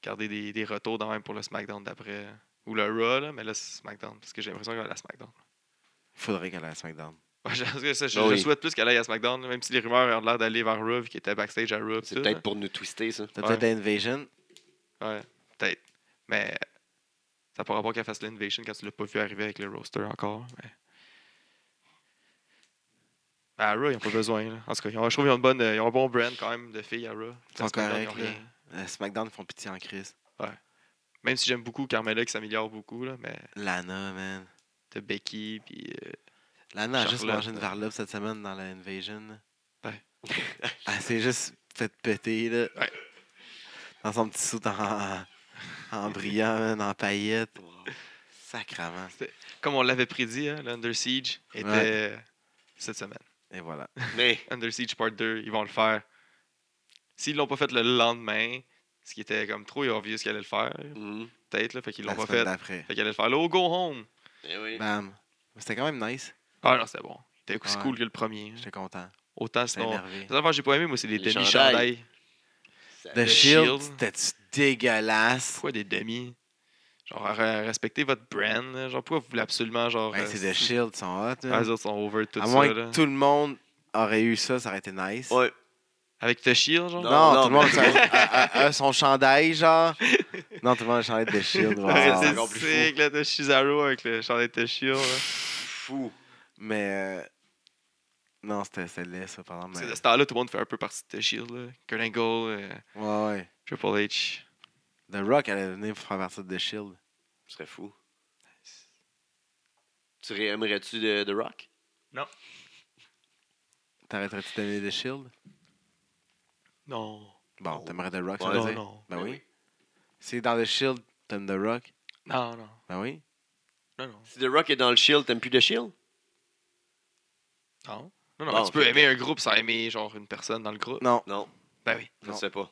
Speaker 1: Garder des, des retours dans même pour le SmackDown d'après. Ou le Raw, là, mais là, c'est SmackDown, parce que j'ai l'impression qu'elle va à la SmackDown.
Speaker 3: Faudrait qu'elle ait un SmackDown.
Speaker 1: Ouais, je, en tout cas, ça, je,
Speaker 2: Ah
Speaker 1: je
Speaker 2: oui.
Speaker 1: souhaite plus qu'elle aille à SmackDown, là, même si les rumeurs ont l'air d'aller vers Raw, vu qu'elle était backstage à Raw. pis
Speaker 2: C'est
Speaker 1: tout,
Speaker 2: peut-être pour nous twister, ça.
Speaker 3: T'as
Speaker 1: Ouais.
Speaker 3: peut-être Invasion.
Speaker 1: là. Ouais, peut-être. Mais ça pourra pas qu'elle fasse l'innovation quand tu l'as pas vu arriver avec le roster encore. Mais... Ben, à Raw, ils ont pas besoin. là. En tout cas, ils ont- je trouve qu'ils ont, une bonne, euh, ils ont un bon brand quand même de filles à Raw.
Speaker 3: Ils sont
Speaker 1: À SmackDown,
Speaker 3: corrects,
Speaker 1: ils ont
Speaker 3: là.
Speaker 1: rien.
Speaker 3: Euh, SmackDown, ils font pitié en crise.
Speaker 1: Même si j'aime beaucoup Carmella qui s'améliore beaucoup, là, mais
Speaker 3: Lana, man.
Speaker 1: t'as Becky, puis euh,
Speaker 3: Lana a juste
Speaker 1: Charlotte,
Speaker 3: mangé une
Speaker 1: là.
Speaker 3: varlope cette semaine dans la Invasion. là.
Speaker 1: Ouais.
Speaker 3: Elle s'est juste fait péter, là.
Speaker 1: Ouais.
Speaker 3: Dans son petit soute en, en brillant, man, en paillettes. Sacrament.
Speaker 1: comme on l'avait prédit, hein, le Under Siege était
Speaker 3: Ouais.
Speaker 1: euh, cette semaine.
Speaker 3: Et voilà.
Speaker 2: Mais
Speaker 1: Under Siege Part 2, ils vont le faire. S'ils l'ont pas fait le lendemain, ce qui était comme trop obvious qu'ils allaient le faire,
Speaker 2: Mhm.
Speaker 1: peut-être, là, fait qu'ils
Speaker 3: La
Speaker 1: l'ont pas
Speaker 3: semaine
Speaker 1: fait.
Speaker 3: d'après.
Speaker 1: Fait qu'ils allaient le faire là au Go Home.
Speaker 2: Eh oui.
Speaker 3: Bam. Mais C'était quand même nice.
Speaker 1: Ah non, c'était bon. C'était aussi
Speaker 3: Ouais.
Speaker 1: cool que le premier.
Speaker 3: J'étais content.
Speaker 1: Autant
Speaker 3: J'étais
Speaker 1: sinon.
Speaker 3: énervé.
Speaker 1: Les affaires que j'ai pas aimé, moi, c'est les
Speaker 2: Les
Speaker 1: demi-chandails.
Speaker 2: Ça-
Speaker 1: The
Speaker 3: The Shield,
Speaker 1: Shield.
Speaker 3: c'était-tu dégueulasse?
Speaker 1: Pourquoi des demi Genre, re- respectez votre brand. là. Genre, pourquoi vous voulez absolument, genre.
Speaker 3: Ouais,
Speaker 1: euh,
Speaker 3: c'est The Shield, ils sont hot. là.
Speaker 1: ah, les autres sont over tout
Speaker 3: à
Speaker 1: ça.
Speaker 3: moins
Speaker 1: là.
Speaker 3: que tout le monde aurait eu ça, ça aurait été nice.
Speaker 2: Ouais.
Speaker 1: Avec The Shield, genre.
Speaker 3: Non,
Speaker 2: Non, non,
Speaker 3: tout le monde
Speaker 2: mais-
Speaker 3: ça- a, a- a son chandail, genre. Non, tout le monde a un chandail de Shield. wow.
Speaker 1: Ah,
Speaker 2: c'est
Speaker 1: c'est
Speaker 2: encore plus fou.
Speaker 1: sick, là, The Shizaro avec le chandail de The Shield. là.
Speaker 2: Fou.
Speaker 3: Mais. euh, Non, c'était c'était laid, ça, par exemple.
Speaker 1: C'est
Speaker 3: mais-
Speaker 1: de ce temps-là, tout le monde fait un peu partie de The Shield. Là. Kurt Angle, euh,
Speaker 3: Ouais, ouais.
Speaker 1: Triple H.
Speaker 3: The Rock allait venir pour faire partie de The Shield.
Speaker 2: Ce serait fou. Tu réaimerais-tu de, de Rock?
Speaker 3: T'arrêterais-tu d'aimer The Shield?
Speaker 1: Non.
Speaker 3: Bon,
Speaker 2: Oh.
Speaker 3: t'aimerais The Rock, ça
Speaker 2: Ouais,
Speaker 3: veut
Speaker 1: non,
Speaker 3: dire?
Speaker 1: non.
Speaker 3: Ben oui. Si dans The Shield, t'aimes The Rock?
Speaker 1: Non, non.
Speaker 3: Ben oui.
Speaker 1: Non, non.
Speaker 2: Si The Rock est dans le Shield, t'aimes plus de Shield?
Speaker 1: Non, non, non,
Speaker 2: Bon,
Speaker 1: tu peux
Speaker 2: fait
Speaker 1: aimer un groupe sans aimer genre une personne dans le groupe.
Speaker 3: Non.
Speaker 2: Non,
Speaker 1: Ben oui.
Speaker 2: je
Speaker 3: Non.
Speaker 2: sais pas.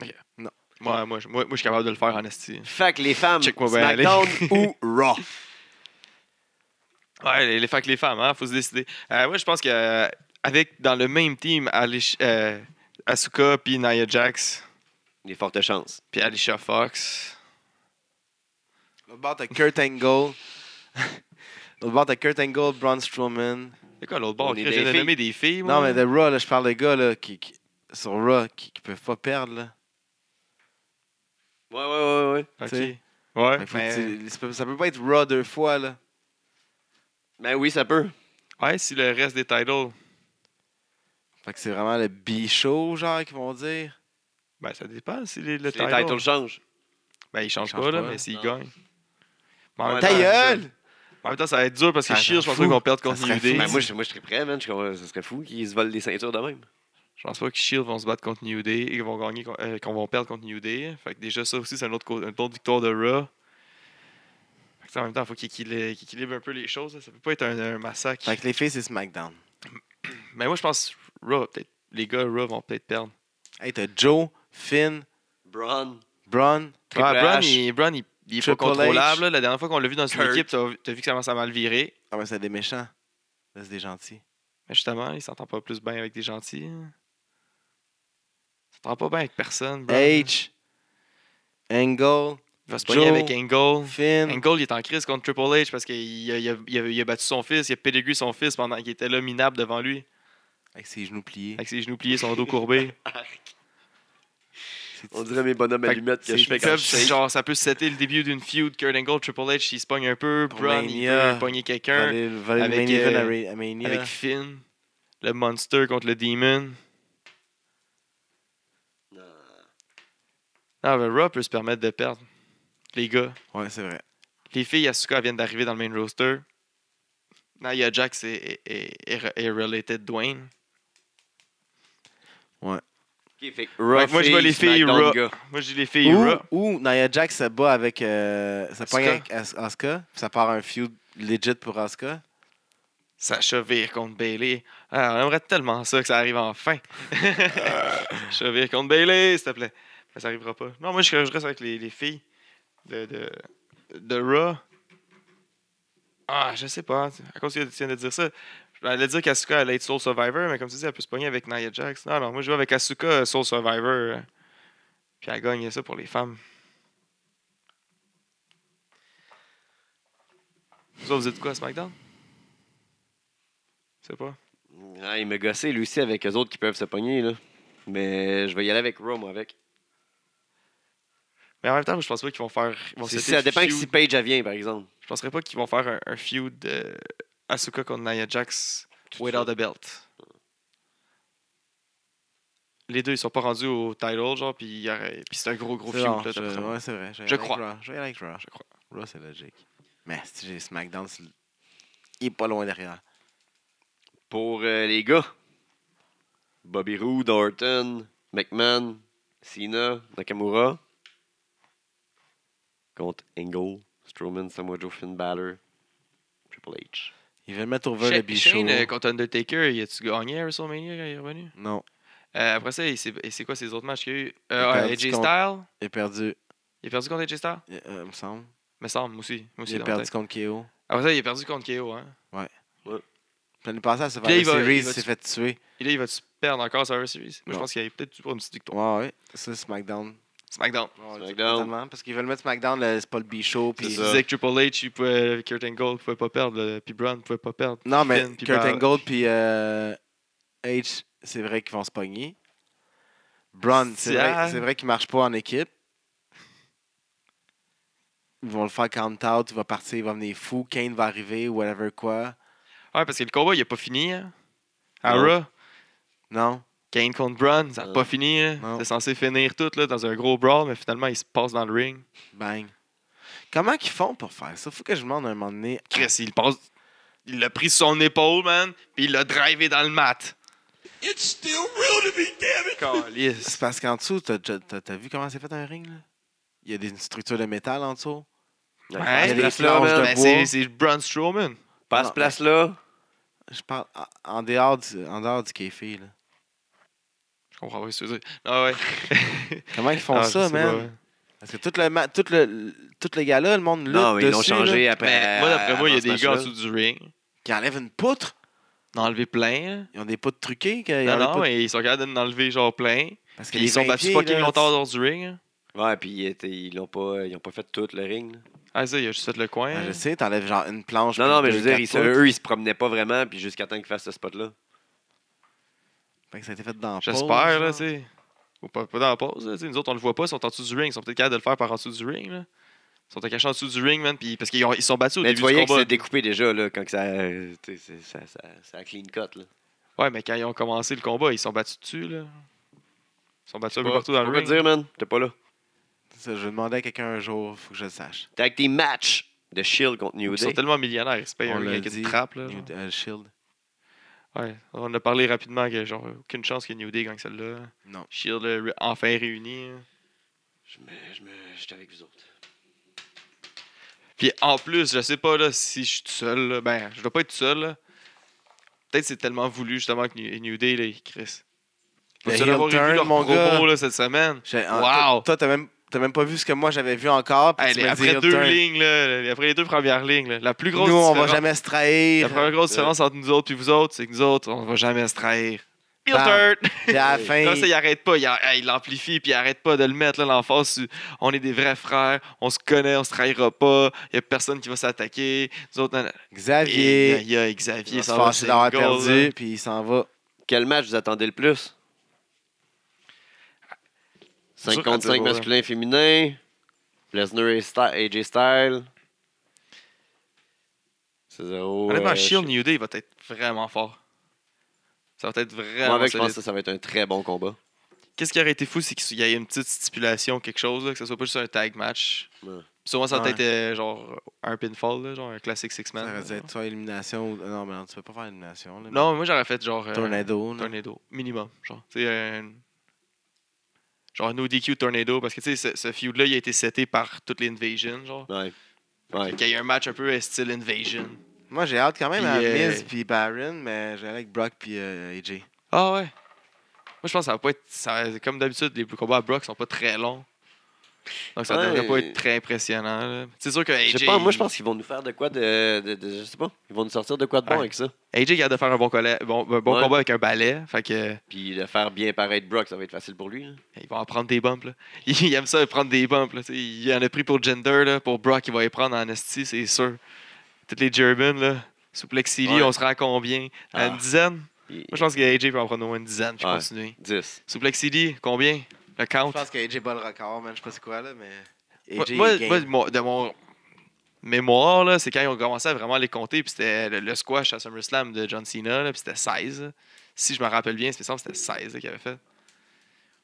Speaker 1: Ok.
Speaker 3: Non.
Speaker 1: Moi, moi, je- moi, moi, je suis capable de le faire en esti.
Speaker 2: Fait que les femmes,
Speaker 1: Check-moi bien aller.
Speaker 2: SmackDown ou Raw?
Speaker 1: Ouais, les, les, fait que les femmes, hein, faut se décider. Euh, moi, je pense que euh, avec dans le même team, Alish- euh, Asuka puis Nia Jax
Speaker 2: Il y a fortes chances.
Speaker 1: puis Alicia Fox.
Speaker 3: L'autre bord, t'as Kurt Angle. L'autre bord, t'as Kurt Angle, Braun Strowman.
Speaker 1: C'est quoi l'autre bord?
Speaker 2: On est
Speaker 1: Chris? J'ai
Speaker 2: des filles.
Speaker 1: nommé des filles.
Speaker 3: Non,
Speaker 1: moi.
Speaker 3: mais de Raw, là, je parle de gars là, qui, qui- sur Raw qui, qui peuvent pas perdre. Là.
Speaker 2: Ouais, ouais, ouais, ouais.
Speaker 1: Ok.
Speaker 3: tu sais.
Speaker 1: Ouais,
Speaker 3: Fait que faut
Speaker 1: mais-
Speaker 3: que tu- ça peut- ça peut pas être Raw deux fois. Là.
Speaker 2: Ben oui, ça peut.
Speaker 1: ouais, si le reste des titles,
Speaker 3: Fait que c'est vraiment le B-show, genre, qu'ils vont dire.
Speaker 1: ben ça dépend si les, le
Speaker 2: Les
Speaker 1: title.
Speaker 2: titles changent.
Speaker 1: Ben ils changent
Speaker 3: Ils
Speaker 1: pas,
Speaker 3: changent
Speaker 1: là,
Speaker 3: pas.
Speaker 1: mais s'ils
Speaker 2: Non.
Speaker 1: gagnent. Mais en même
Speaker 2: Ouais,
Speaker 3: Ta
Speaker 1: temps,
Speaker 3: gueule!
Speaker 1: En même temps, ça va être dur parce que
Speaker 3: Ça
Speaker 1: Shield, je
Speaker 3: serait
Speaker 1: pense pas qu'ils vont
Speaker 3: fou.
Speaker 1: perdre
Speaker 3: Ça
Speaker 1: contre
Speaker 3: serait
Speaker 1: New
Speaker 3: fou.
Speaker 1: Day.
Speaker 2: Ben moi, je, moi, je serais prêt, man. Je comprends- ça serait fou qu'ils se volent des ceintures de même.
Speaker 1: Je pense pas que Shield vont se battre contre New Day et qu'ils vont gagner con- euh, qu'on va perdre contre New Day. Fait que déjà ça aussi c'est un autre, co- une autre victoire de Raw. Fait que ça, en même temps, faut qu'il équil- qu'il équilibre un peu les choses. là. Ça peut pas être un, un massacre.
Speaker 3: Fait que les filles, c'est SmackDown.
Speaker 1: Mais moi je pense Raw, peut-être. Les gars Raw vont peut-être perdre.
Speaker 3: Hey, t'as Joe, Finn,
Speaker 2: Braun.
Speaker 3: Braun.
Speaker 2: Triple
Speaker 1: Ouais, Braun,
Speaker 2: H.
Speaker 1: il, Braun, il- il est pas
Speaker 3: Triple H.
Speaker 1: contrôlable. là. La dernière fois qu'on l'a vu dans une
Speaker 2: Kurt.
Speaker 1: équipe, t'as t'as vu que ça commence à mal virer.
Speaker 3: Ah, mais c'est des méchants. Là, c'est des gentils.
Speaker 1: Mais justement, il s'entend pas plus bien avec des gentils. hein. Il s'entend pas bien avec personne. Braun.
Speaker 3: H, Angle,
Speaker 1: il va se pogner
Speaker 3: Joe.
Speaker 1: avec Angle.
Speaker 3: Finn.
Speaker 1: Angle, il est en crise contre Triple H parce qu'il a, il a- il a- il a battu son fils, il a pédégué son fils pendant qu'il était là minable devant lui,
Speaker 3: Avec ses genoux pliés.
Speaker 1: avec ses genoux pliés, son dos courbé.
Speaker 3: C'est-
Speaker 2: On dirait mes bonhommes à
Speaker 1: Fait que
Speaker 2: lunettes que
Speaker 1: C'est-
Speaker 2: je fais
Speaker 1: ils
Speaker 2: quand
Speaker 1: peuvent-
Speaker 2: je
Speaker 1: c'est
Speaker 2: shake.
Speaker 1: genre, ça peut setter le début d'une feud. Kurt Angle, Triple H, il se pogne un peu.
Speaker 3: Pour
Speaker 1: Braun, il
Speaker 3: Mania.
Speaker 1: peut pogner quelqu'un.
Speaker 3: Voler- voler le
Speaker 1: Avec,
Speaker 3: main event
Speaker 1: euh,
Speaker 3: à Ra- à Mania.
Speaker 1: Avec Finn, le Monster contre le Demon. Ah, ben, Raw peut se permettre de perdre. Les gars,
Speaker 3: Ouais, c'est vrai.
Speaker 1: les filles Yasuka elles viennent d'arriver dans le main roster. Nia Jax est, est, est- est- est related Dwayne.
Speaker 2: Ok, fait que
Speaker 1: Fait
Speaker 2: Raw
Speaker 1: que moi, je vois les filles
Speaker 2: SmackDown,
Speaker 1: Raw.
Speaker 2: gars.
Speaker 1: Moi, j'ai les filles
Speaker 3: Ou,
Speaker 1: Raw.
Speaker 3: ou Nia Jax se bat avec. Euh, ça
Speaker 1: Asuka.
Speaker 3: pogne avec As- Asuka. puis Ça part un feud legit pour Asuka.
Speaker 1: Sacha Veer contre Bailey. Ah, on aimerait tellement ça que ça arrive enfin. Sacha Veer contre Bailey, s'il te plaît. Mais ça arrivera pas. Non, moi, je je reste avec les, les filles de, de, de Raw. Ah, je sais pas. À cause que tu viens de dire ça, Ben, j'allais dire qu'Asuka allait être Soul Survivor, mais comme tu dis, elle peut se pogner avec Nia Jax. Non, non, moi, je vais avec Asuka euh, Soul Survivor. euh, Puis elle gagne ça pour les femmes. Vous autres, vous êtes quoi à SmackDown? Je sais pas.
Speaker 2: Ah, il me gossait lui aussi avec eux autres qui peuvent se pogner, là. Mais je vais y aller avec Raw, moi, avec.
Speaker 1: Mais en même temps, je pense pas qu'ils vont faire. ils vont
Speaker 2: C'est-
Speaker 1: setter
Speaker 2: ça
Speaker 1: le
Speaker 2: dépend
Speaker 1: feud.
Speaker 2: si Paige elle vient, par exemple.
Speaker 1: Je penserais pas qu'ils vont faire un, un feud euh, Asuka contre Nia Jax without the belt. Les deux, ils sont pas rendus au title, genre, puis il y aurait- puis c'est un gros, gros
Speaker 3: C'est
Speaker 1: feud.
Speaker 3: bon,
Speaker 1: là,
Speaker 3: je-
Speaker 1: d'après moi.
Speaker 3: ouais, c'est vrai. Je, vais
Speaker 1: Je
Speaker 3: aller avec
Speaker 1: crois.
Speaker 3: Raw, Je vais aller avec Raw.
Speaker 1: Je crois.
Speaker 3: Raw, c'est logique. Mais si j'ai SmackDown, c'est- il est pas loin derrière.
Speaker 2: Pour euh, les gars, Bobby Roode, Orton, McMahon, Cena, Nakamura. Contre Engel, Strowman, Samoa Joe, Finn Balor, Triple H.
Speaker 3: Ils veulent mettre over le
Speaker 1: Shane-
Speaker 3: bichot.
Speaker 1: Shane, euh, contre Undertaker, il a-tu gagné à WrestleMania quand il est revenu?
Speaker 3: Non,
Speaker 1: Euh, après ça, il s'est- et c'est quoi ces autres matchs qu'il y a eu?
Speaker 3: Il
Speaker 1: Euh,
Speaker 3: a
Speaker 1: ah,
Speaker 3: perdu
Speaker 1: AJ
Speaker 3: contre-
Speaker 1: Styles?
Speaker 3: il a perdu,
Speaker 1: Il a perdu contre AJ Styles?
Speaker 3: euh, euh, il me semble.
Speaker 1: Me semble, moi aussi. Moi aussi
Speaker 3: Il a
Speaker 1: dans ma
Speaker 3: perdu
Speaker 1: tête.
Speaker 3: contre KO.
Speaker 1: Après ça, il a perdu contre KO, hein?
Speaker 3: Puis L'année passée, à
Speaker 1: Puis là,
Speaker 3: Survivor
Speaker 1: il va-
Speaker 3: Series,
Speaker 1: il va
Speaker 3: il s'est
Speaker 1: tu-
Speaker 3: fait tuer.
Speaker 1: Et là, il va-tu perdre encore Survivor Series? Moi, je
Speaker 3: Non.
Speaker 1: pense qu'il y a peut-être pour une petite victoire.
Speaker 3: Ouais, ouais. Ça, SmackDown.
Speaker 1: SmackDown.
Speaker 3: Ouais,
Speaker 2: SmackDown.
Speaker 3: totalement, Parce qu'ils veulent mettre SmackDown, le- c'est pas le bichot.
Speaker 1: Puis
Speaker 3: Puis...
Speaker 1: tu disais que Triple H, il pouvait, Kurt Angle, il pouvait pas perdre, là, puis Braun, il pouvait pas perdre.
Speaker 3: Non, mais
Speaker 1: Finn, puis
Speaker 3: Kurt
Speaker 1: Balor.
Speaker 3: Angle puis euh, H, c'est vrai qu'ils vont se pogner. Braun, c'est
Speaker 1: Ah.
Speaker 3: vrai, c'est vrai qu'il marche pas en équipe. Ils vont le faire count-out, il va partir, il va venir fou. Kane va arriver, whatever quoi.
Speaker 1: Ouais, parce que le combat, il a pas fini. Hein. À
Speaker 2: Non.
Speaker 1: Raw,
Speaker 3: Non?
Speaker 1: Kane contre Braun, ça a
Speaker 2: Non.
Speaker 1: pas fini. hein.
Speaker 3: Non.
Speaker 1: C'est censé finir tout là, dans un gros brawl, mais finalement, il se passe dans le ring.
Speaker 3: Bang. Comment qu'ils font pour faire ça? Faut que je demande à un moment donné.
Speaker 1: Chris, il passe. Il l'a pris sur son épaule, man, puis il l'a drivé dans le mat.
Speaker 2: Hein?
Speaker 1: It's still real to me, damn
Speaker 3: C'est parce qu'en dessous, t'as, déjà- t'as- t'as vu comment c'est fait un ring? Là? Il y a des structures de métal en dessous.
Speaker 1: Ouais,
Speaker 2: passe
Speaker 3: les
Speaker 2: place là,
Speaker 3: planches
Speaker 2: man.
Speaker 3: de-
Speaker 1: Mais c'est, c'est Braun Strowman.
Speaker 2: Passe place là.
Speaker 3: Je parle en- en dehors du, en dehors du café. Là.
Speaker 1: Je comprends pas ce que tu veux dire. Ah ouais.
Speaker 3: Comment ils font
Speaker 1: Ah, je
Speaker 3: ça,
Speaker 1: sais pas,
Speaker 3: man?
Speaker 1: ouais.
Speaker 3: Parce que tout le, ma- tout le, tout le gars-là, le monde lutte
Speaker 2: Non, mais ils l'ont
Speaker 3: dessus,
Speaker 2: changé
Speaker 3: là,
Speaker 2: après.
Speaker 1: Mais Ben, moi, d'après moi, il y a
Speaker 2: avant ce
Speaker 1: des gars en
Speaker 2: match-là.
Speaker 1: dessous du ring.
Speaker 3: qui enlèvent une poutre.
Speaker 1: Ils en ont enlevé plein. hein.
Speaker 3: Ils ont des poutres truquées. qu'ils
Speaker 1: Non,
Speaker 3: enlèvent
Speaker 1: non,
Speaker 3: pas-
Speaker 1: mais ils sont capables d'en enlever genre plein.
Speaker 3: Parce
Speaker 1: Puis ils
Speaker 3: les
Speaker 1: sont
Speaker 3: 20
Speaker 1: battus
Speaker 3: pieds,
Speaker 1: fucking
Speaker 3: là,
Speaker 1: longtemps hors du ring. hein.
Speaker 2: Ouais, puis ils étaient- ils l'ont pas, ils ont pas fait tout le ring. là.
Speaker 1: Ah, ça, il a juste fait le coin.
Speaker 3: Ah,
Speaker 1: hein.
Speaker 3: je sais, t'enlèves genre une planche.
Speaker 2: Non,
Speaker 3: puis
Speaker 2: non, mais je
Speaker 3: deux,
Speaker 2: veux dire,
Speaker 3: quatre
Speaker 2: ils se-
Speaker 3: poutres.
Speaker 2: eux, ils se promenaient pas vraiment, puis jusqu'à temps qu'ils fassent ce spot-là.
Speaker 3: Fait que ça a été fait dans la pause,
Speaker 1: J'espère, là,
Speaker 3: genre.
Speaker 1: tu sais. Ou pas, pas dans la pause, là, tu sais. Nous autres, on le voit pas, ils sont en dessous du ring. Ils sont peut-être capables de le faire par en dessous du ring, là. Ils sont cachés en dessous du ring, man. Puis parce qu'ils ont- ils sont battus au
Speaker 2: Mais
Speaker 1: début
Speaker 2: tu
Speaker 1: du
Speaker 2: voyais que
Speaker 1: combat.
Speaker 2: c'était découpé déjà, là, quand que ça, euh, tu sais, c'est- ça, ça, ça a clean cut, là.
Speaker 1: Ouais, mais quand ils ont commencé le combat, ils sont battus dessus, là. Ils sont battus un peu
Speaker 2: Pas-
Speaker 1: partout dans le
Speaker 2: faut pas
Speaker 1: ring.
Speaker 2: te dire, man, t'es pas là.
Speaker 3: Ça, je vais demander à quelqu'un un jour, faut que je le sache.
Speaker 2: T'as avec tes matchs de Shield contre New
Speaker 1: Ils sont
Speaker 2: Day.
Speaker 1: tellement millionnaires, ils se payent
Speaker 3: On
Speaker 1: un
Speaker 3: l'a
Speaker 1: gars qui
Speaker 3: dit.
Speaker 1: te trappe, là.
Speaker 3: New- euh, Shield.
Speaker 1: Ouais, on en a parlé rapidement que, genre, aucune chance que New Day gagne celle-là.
Speaker 3: Non.
Speaker 1: Shield, euh, enfin réuni. hein.
Speaker 2: Je me, je me, j'étais avec vous autres.
Speaker 1: Puis en plus, je sais pas là, si je suis tout seul, là, ben je dois pas être tout seul. là. Peut-être c'est tellement voulu justement que New, New Day, là, ils- Chris.
Speaker 3: Le
Speaker 1: Faut
Speaker 3: heel
Speaker 1: avoir
Speaker 3: Ben, turn,
Speaker 1: vu leur
Speaker 3: mon
Speaker 1: promo
Speaker 3: gars.
Speaker 1: là, cette semaine.
Speaker 3: J'ai-
Speaker 1: Wow!
Speaker 3: en- toi- Toi, t'as même, t'as même pas vu ce que moi j'avais vu encore. puis
Speaker 1: Hey,
Speaker 3: tu
Speaker 1: les-
Speaker 3: me dis
Speaker 1: après
Speaker 3: heel
Speaker 1: deux
Speaker 3: turn.
Speaker 1: lignes, là, les- après les deux premières lignes, là, la plus grosse
Speaker 3: Nous, on va
Speaker 1: différence,
Speaker 3: jamais se
Speaker 1: la
Speaker 3: trahir.
Speaker 1: première grosse différence entre nous autres et vous autres, c'est que nous autres, on va jamais se trahir. Heel
Speaker 3: Bam. Ben.
Speaker 1: turn!
Speaker 3: Puis à la fin,
Speaker 1: Comme ça, il arrête pas, il, a- hey, il l'amplifie, puis il arrête pas de le mettre, là, l'emphase sur on est des vrais frères, on se connaît, on se trahira pas, il y a personne qui va s'attaquer. Nous autres, nan- nan- Et
Speaker 3: Xavier,
Speaker 1: Il y a
Speaker 3: il
Speaker 1: Xavier
Speaker 3: va se
Speaker 1: s'en va
Speaker 3: fâcher
Speaker 1: sur
Speaker 3: d'avoir
Speaker 1: une goal,
Speaker 3: perdu,
Speaker 1: là.
Speaker 3: puis il s'en va.
Speaker 2: Quel match vous attendez le plus?
Speaker 1: C'est sûr
Speaker 2: 5
Speaker 1: que
Speaker 2: contre 5
Speaker 1: c'est beau,
Speaker 2: masculin féminin. Lesnar et Sty- AJ Styles. C'est zéro.
Speaker 1: Honnêtement,
Speaker 2: euh,
Speaker 1: Shield New Day va être vraiment fort. Ça va être
Speaker 2: Moi,
Speaker 1: vraiment
Speaker 2: avec, je pense
Speaker 1: solide.
Speaker 2: que ça va être un très bon combat.
Speaker 1: Qu'est-ce qui aurait été fou, c'est qu'il y ait une petite stipulation, quelque chose, là, que ce soit pas juste un tag match.
Speaker 2: Ouais.
Speaker 1: Puis Sûrement, ça
Speaker 3: Ouais.
Speaker 1: aurait été euh, genre un pinfall, là, genre un classique
Speaker 3: Ça
Speaker 1: six-man.
Speaker 3: aurait
Speaker 1: là,
Speaker 3: dû être soit élimination ou. Non, mais non, tu peux pas faire élimination. Là,
Speaker 1: genre. Non, mais moi, j'aurais fait genre. euh,
Speaker 3: Tornado. là.
Speaker 1: Tornado, minimum. Genre, tu sais, un- genre no DQ Tornado, parce que tu sais, ce, ce feud-là, il a été seté par toutes les Invasions, genre.
Speaker 2: Ouais. Ouais.
Speaker 1: Qu'il y a eu un match un peu euh, style Invasion.
Speaker 3: Moi, j'ai hâte quand même
Speaker 1: Puis,
Speaker 3: à
Speaker 1: euh,
Speaker 3: Miz puis Baron, mais j'allais avec Brock puis euh, AJ.
Speaker 1: Ah ouais. Moi, je pense que ça va pas être. ça- comme d'habitude, les combats à Brock sont pas très longs. Donc, ça
Speaker 2: Ouais.
Speaker 1: devrait pas être très impressionnant. là. C'est sûr que
Speaker 2: Je
Speaker 1: AJ.
Speaker 2: sais pas, moi je pense qu'ils vont nous faire de quoi de, de- de- Je sais pas. Ils vont nous sortir de quoi de bon
Speaker 1: Ouais.
Speaker 2: avec ça.
Speaker 1: AJ garde de faire un bon, collet- bon, un bon
Speaker 2: Ouais.
Speaker 1: combat avec un balai. Fait que.
Speaker 2: Puis de faire bien paraître Brock, ça va être facile pour lui. hein.
Speaker 1: Il va en prendre des bumps. Là. Il aime ça, prendre des bumps. Là. Tu sais, Il en a pris pour Gender. Là. Pour Brock, il va y prendre en esti, c'est sûr. Toutes les Germans, là. Suplex City,
Speaker 2: Ouais.
Speaker 1: on se rend à combien À
Speaker 2: Ah.
Speaker 1: une dizaine Moi,
Speaker 2: Il-
Speaker 1: je pense que AJ peut en prendre au moins une dizaine. Puis
Speaker 2: Ouais.
Speaker 1: continuer.
Speaker 2: 10.
Speaker 1: Suplex City, combien Le
Speaker 3: Je
Speaker 1: count
Speaker 3: pense qu'AJ bat le record, man. Je sais pas c'est quoi, là, mais.
Speaker 1: Moi,
Speaker 3: AJ,
Speaker 1: moi,
Speaker 3: il gagne.
Speaker 1: moi, de mon- de mon mémoire, là, c'est quand ils ont commencé à vraiment les compter. Puis c'était le, le squash à SummerSlam de John Cena. là, Puis c'était 16. Si je me rappelle bien, c'est- il me semble que c'était 16 là, qu'il avait fait.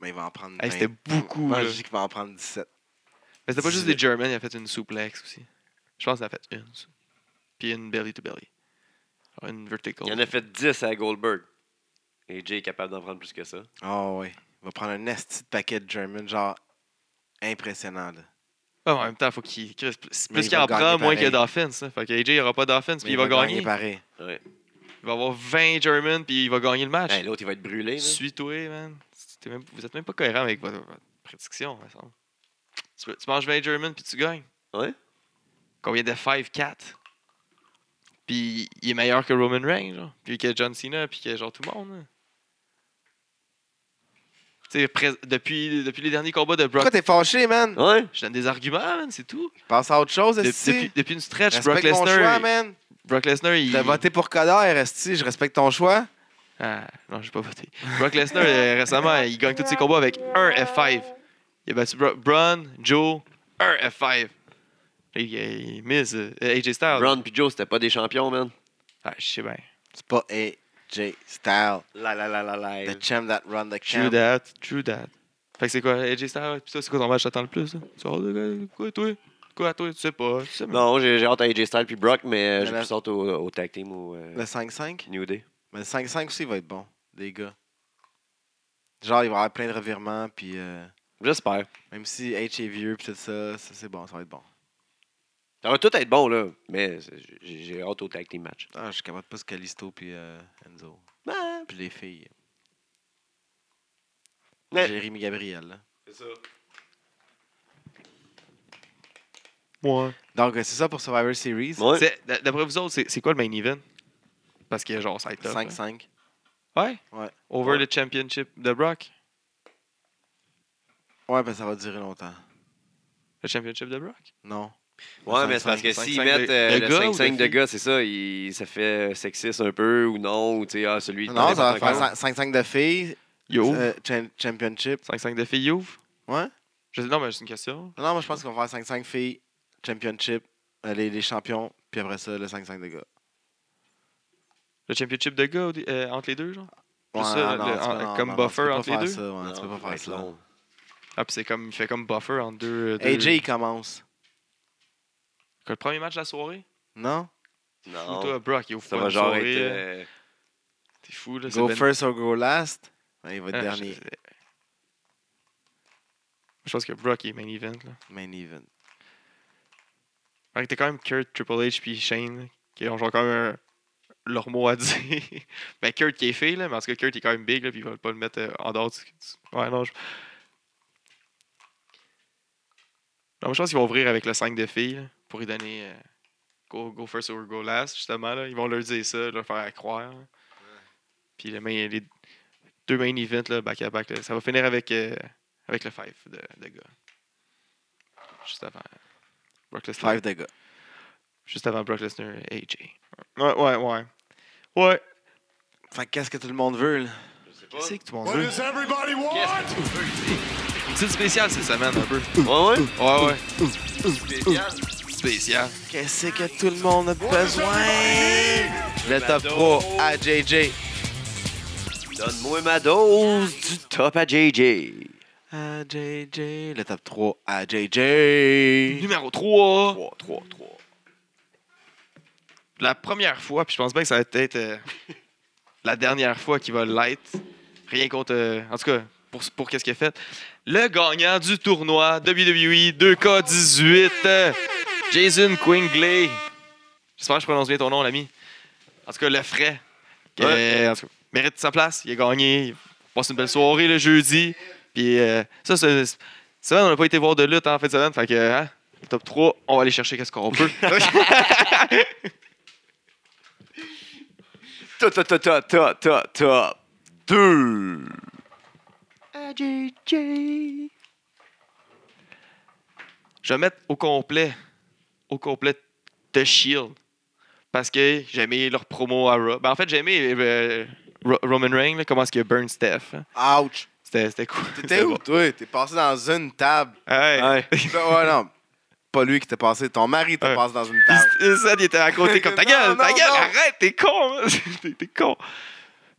Speaker 3: mais il va en prendre.
Speaker 1: Hey,
Speaker 3: 20.
Speaker 1: c'était beaucoup.
Speaker 3: Moi,
Speaker 1: là.
Speaker 3: je dis qu'il va en prendre 17.
Speaker 1: Mais c'était pas juste des Germans, il a fait une souplex aussi. Je pense qu'il a fait une. ça. Puis une belly to belly. Genre Une vertical.
Speaker 2: Il en a fait 10 à Goldberg. AJ est capable d'en prendre plus que ça.
Speaker 3: Oh, ouais. Il va prendre un asti de paquet de German, genre. Impressionnant, là.
Speaker 1: Ouais, Ah, mais en même temps, faut qu'il. Chris, Plus
Speaker 3: Mais il
Speaker 1: plus qu'il
Speaker 3: va
Speaker 1: en prend,
Speaker 3: gagner
Speaker 1: moins qu'il y a
Speaker 3: pareil.
Speaker 1: d'offense. hein. Fait que AJ, il aura pas d'offense, puis
Speaker 3: Mais
Speaker 1: il va gagner.
Speaker 3: pareil.
Speaker 1: Il va avoir 20 Germans, puis il va gagner le match.
Speaker 2: Hey, L'autre, il va être brûlé. là.
Speaker 1: Suis-toi, man. T'es même- vous êtes même pas cohérent avec votre, votre prédiction, il me semble. Tu, peux- tu manges 20 German puis tu gagnes.
Speaker 2: Ouais.
Speaker 1: Combien de 5-4 Puis il est meilleur que Roman Reigns, genre. Puis que John Cena, puis que genre tout le monde. hein. Tu sais, pré- depuis, depuis les derniers combats de Brock,
Speaker 3: Pourquoi t'es fâché, man?
Speaker 2: Ouais.
Speaker 1: je donne des arguments, man, c'est tout.
Speaker 3: Passe à autre chose,
Speaker 1: De-
Speaker 3: esti.
Speaker 1: depuis, depuis une stretch, Brock
Speaker 3: Respecte mon
Speaker 1: Lesnar.
Speaker 3: choix,
Speaker 1: il-
Speaker 3: man.
Speaker 1: Brock Lesnar, il.
Speaker 3: T'as voté pour Coder, esti. Je respecte ton choix.
Speaker 1: Ah, non, j'ai pas voté. Brock Lesnar, euh, récemment, il gagne tous ses combats avec un F5. Il a battu Bro- Braun, Joe, un F5. Et Il, il mise euh, AJ Styles.
Speaker 2: Brown puis Joe, c'était pas des champions, man.
Speaker 1: Ah, je sais bien.
Speaker 3: C'est pas AJ Style.
Speaker 2: La la la la la.
Speaker 3: The champ that run the
Speaker 1: True
Speaker 3: camp.
Speaker 1: that, true that. Fait que c'est quoi, AJ Styles? Puis ça, c'est quoi ton match que t'attends le plus? là? Tu vas de quoi, toi? Quoi, toi? Tu sais pas. Tu sais pas.
Speaker 2: Non, j'ai j'ai hâte à AJ Styles puis Brock, mais euh, j'ai
Speaker 3: Mais
Speaker 2: plus hâte au, au tag team ou euh,
Speaker 3: Le 5-5.
Speaker 2: New Day.
Speaker 3: Mais le 5-5 aussi, il va être bon, les gars. Genre, il va y avoir plein de revirements, puis euh,
Speaker 2: J'espère.
Speaker 3: même si H est vieux, puis tout ça, ça c'est bon, ça va être bon.
Speaker 2: Ça va tout être bon, là, mais c'est- j'ai j'ai hâte au tag team match.
Speaker 3: Ah, je capote pas ce Calisto, puis euh, Enzo, puis les filles.
Speaker 2: Ouais.
Speaker 3: Jérémy Gabriel. là.
Speaker 1: Moi.
Speaker 3: Donc, euh, c'est ça pour Survivor Series.
Speaker 2: Ouais.
Speaker 1: C'est- d- D'après vous autres, c'est c'est quoi le main event? Parce que genre, ça va être top, hein.
Speaker 3: 5-5.
Speaker 1: Ouais?
Speaker 3: Ouais.
Speaker 1: Over
Speaker 2: Ouais.
Speaker 1: le championship de Brock?
Speaker 3: Ouais, ben ça va durer longtemps.
Speaker 1: Le championship de Brock?
Speaker 3: Non.
Speaker 2: Ouais, mais c'est
Speaker 3: 5-5,
Speaker 2: parce que
Speaker 1: 5-5
Speaker 2: s'ils
Speaker 1: de-
Speaker 2: mettent euh,
Speaker 1: de
Speaker 2: le
Speaker 1: gars ou de
Speaker 2: 5-5 de
Speaker 1: filles?
Speaker 2: gars, c'est ça, il- ça fait euh, sexiste un peu ou non, ou tu sais, ah, celui
Speaker 3: Non, ça va
Speaker 2: n'importe quoi.
Speaker 3: faire 5-5 de filles.
Speaker 1: Yo.
Speaker 3: euh, cha- championship.
Speaker 1: 5-5 de filles, ouvre?
Speaker 3: Ouais.
Speaker 1: Je sais, non, mais c'est une question.
Speaker 3: Non, moi, je pense qu'on va faire 5-5 filles, championship, euh, les, les champions, puis après ça, le 5-5 de gars.
Speaker 1: Le championship de gars au dé- euh, entre les deux, genre?
Speaker 3: Ouais,
Speaker 1: Juste ça,
Speaker 3: non,
Speaker 1: le-
Speaker 3: tu peux-
Speaker 1: en-
Speaker 3: non,
Speaker 1: comme
Speaker 3: non, non,
Speaker 1: buffer
Speaker 3: tu peux pas
Speaker 1: entre les
Speaker 3: faire
Speaker 1: deux?
Speaker 3: ça, ouais, tu peux
Speaker 2: Non, ça
Speaker 3: pas
Speaker 2: va
Speaker 3: faire
Speaker 2: être
Speaker 3: ça.
Speaker 2: long.
Speaker 1: Ah, puis c'est comme, il fait comme buffer entre deux. euh, deux-
Speaker 3: AJ, il commence.
Speaker 1: Quoi, Le premier match de la soirée?
Speaker 3: Non?
Speaker 1: Ou
Speaker 2: Non,
Speaker 1: toi, Brock, il ouvre
Speaker 2: ça
Speaker 1: pas
Speaker 2: va
Speaker 1: une
Speaker 2: genre
Speaker 1: soirée.
Speaker 2: être...
Speaker 1: euh,
Speaker 2: euh,
Speaker 1: T'es fou, là. c'est
Speaker 3: Go
Speaker 1: ben-
Speaker 3: first or go last? Ouais, Il va être
Speaker 1: Ah,
Speaker 3: dernier.
Speaker 1: Je, je pense que Brock est main event, là.
Speaker 3: Main event.
Speaker 1: Fait que t'es quand même Kurt, Triple H, puis Shane, là, qui ont genre quand même un- leur mot à dire. ben, Kurt qui est fait, là, mais en tout cas, Kurt est quand même big, là, puis ils veulent pas le mettre euh, en dehors du. du- Ouais, non, je. Non, moi, je pense qu'ils vont ouvrir avec le 5 de filles, là, pour y donner euh, go, go first or go last, justement, là. Ils vont leur dire ça, leur faire croire. là. Puis le main- les deux main events, là, back à back, là, ça va finir avec, euh, avec le 5 de, de gars. Juste avant. euh, Brock Lesnar.
Speaker 3: Five de gars.
Speaker 1: Juste avant Brock Lesnar, AJ. Ouais, ouais, ouais. Ouais.
Speaker 3: Fait que qu'est-ce que tout le monde veut, là?
Speaker 1: Qu'est-ce que tout le monde
Speaker 5: What
Speaker 1: veut?
Speaker 5: does everybody want?
Speaker 1: Une petite spéciale cette semaine, un peu.
Speaker 2: Ouais, ouais.
Speaker 1: Ouais, ouais. Spéciale.
Speaker 3: Qu'est-ce que tout le monde a besoin? Le top 3 à JJ.
Speaker 2: Donne-moi ma dose du top à JJ.
Speaker 3: À JJ, le top 3 à JJ.
Speaker 1: Numéro 3.
Speaker 2: 3, 3, 3.
Speaker 1: La première fois, puis je pense bien que ça va être peut-être euh, la dernière fois qu'il va l'être. Rien contre. euh, en tout cas, pour, pour qu'est-ce qu'il a fait. Le gagnant du tournoi E WWE 2K18, euh, Jason Quingley. J'espère que je prononce bien ton nom, l'ami. En tout cas, le frais. que- euh,
Speaker 2: Ouais.
Speaker 1: en tout cas, mérite sa place. Il a gagné. Il passe une belle soirée le jeudi. Puis euh, ça, c'est. C'est vrai, on n'a pas été voir de lutte en fin de semaine. Fait que, hein, le top 3, on va aller chercher qu'est-ce qu'on peut.
Speaker 2: Top, top, top, top, top, top, top. 2.
Speaker 1: je vais mettre au complet, au complet The Shield. Parce que j'ai aimé leur promo à Raw. Ben, en fait, j'ai aimé euh, Ro- Roman Reigns, là, comment est-ce qu'il a burn Steph. hein.
Speaker 3: Ouch.
Speaker 1: C'était c'était cool.
Speaker 3: T'étais
Speaker 1: C'était
Speaker 3: où,
Speaker 1: bon. Ah
Speaker 3: toi? T'es passé dans une table.
Speaker 1: Ouais.
Speaker 2: Ouais.
Speaker 3: Ben ouais, non. Pas lui qui t'est passé. Ton mari t'a
Speaker 1: Ouais.
Speaker 3: passé dans une
Speaker 1: Il
Speaker 3: table.
Speaker 1: se- ça, il était à côté comme ta
Speaker 3: Non,
Speaker 1: gueule, ta
Speaker 3: non,
Speaker 1: gueule,
Speaker 3: non.
Speaker 1: arrête, t'es con, hein. t'es t'es con.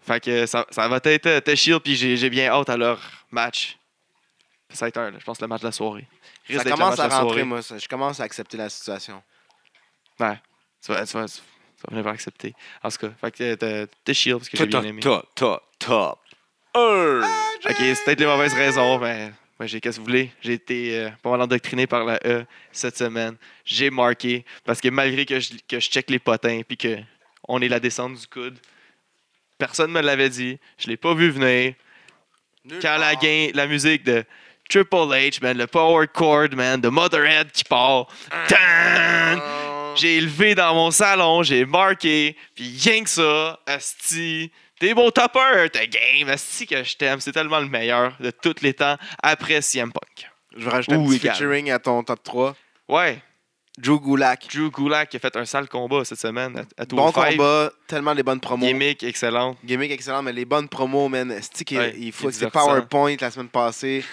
Speaker 1: Fait que ça, ça va être euh, The Shield, puis j'ai j'ai bien hâte à leur match. Ça va être un, là, je pense, le match de la soirée. Risque
Speaker 3: Ça
Speaker 1: d'être le
Speaker 3: commence
Speaker 1: match
Speaker 3: à
Speaker 1: de la soirée.
Speaker 3: rentrer, moi. ça. Je commence à accepter la situation.
Speaker 1: Tu vas, tu vas, tu vas venir accepter. En tout cas, fait que euh, t'as- t'es chill parce que j'ai
Speaker 2: Top,
Speaker 1: bien aimé.
Speaker 2: top, top, top, top. 1.
Speaker 1: Ok, c'est peut-être les mauvaises raisons, mais moi, j'ai qu'est-ce que vous voulez. J'ai été euh, pas mal endoctriné par la E cette semaine. J'ai marqué parce que malgré que je, que je check les potins puis que on est la descente du coude, personne me l'avait dit. Je l'ai pas vu venir. Quand la, gain- la musique de Triple H, man, le power chord, man, de Motherhead qui part. Tan! J'ai levé dans mon salon, j'ai marqué, puis rien que ça, Asti, t'es mon topper, t'es game, Asti que je t'aime, c'est tellement le meilleur de tous les temps après CM Punk.
Speaker 3: Je vais rajouter un
Speaker 1: Ouh,
Speaker 3: petit
Speaker 1: égal.
Speaker 3: featuring à ton top 3.
Speaker 1: Ouais,
Speaker 3: Drew Gulak.
Speaker 1: Drew Gulak qui a fait un sale combat cette semaine à, à tout
Speaker 3: Bon combat, tellement les bonnes promos.
Speaker 1: Gimmick excellent.
Speaker 3: Gimmick excellent, mais les bonnes promos, man. Stick,
Speaker 1: Ouais,
Speaker 3: il
Speaker 1: il
Speaker 3: faut
Speaker 1: est
Speaker 3: que c'est
Speaker 1: divertissant.
Speaker 3: PowerPoint la semaine passée,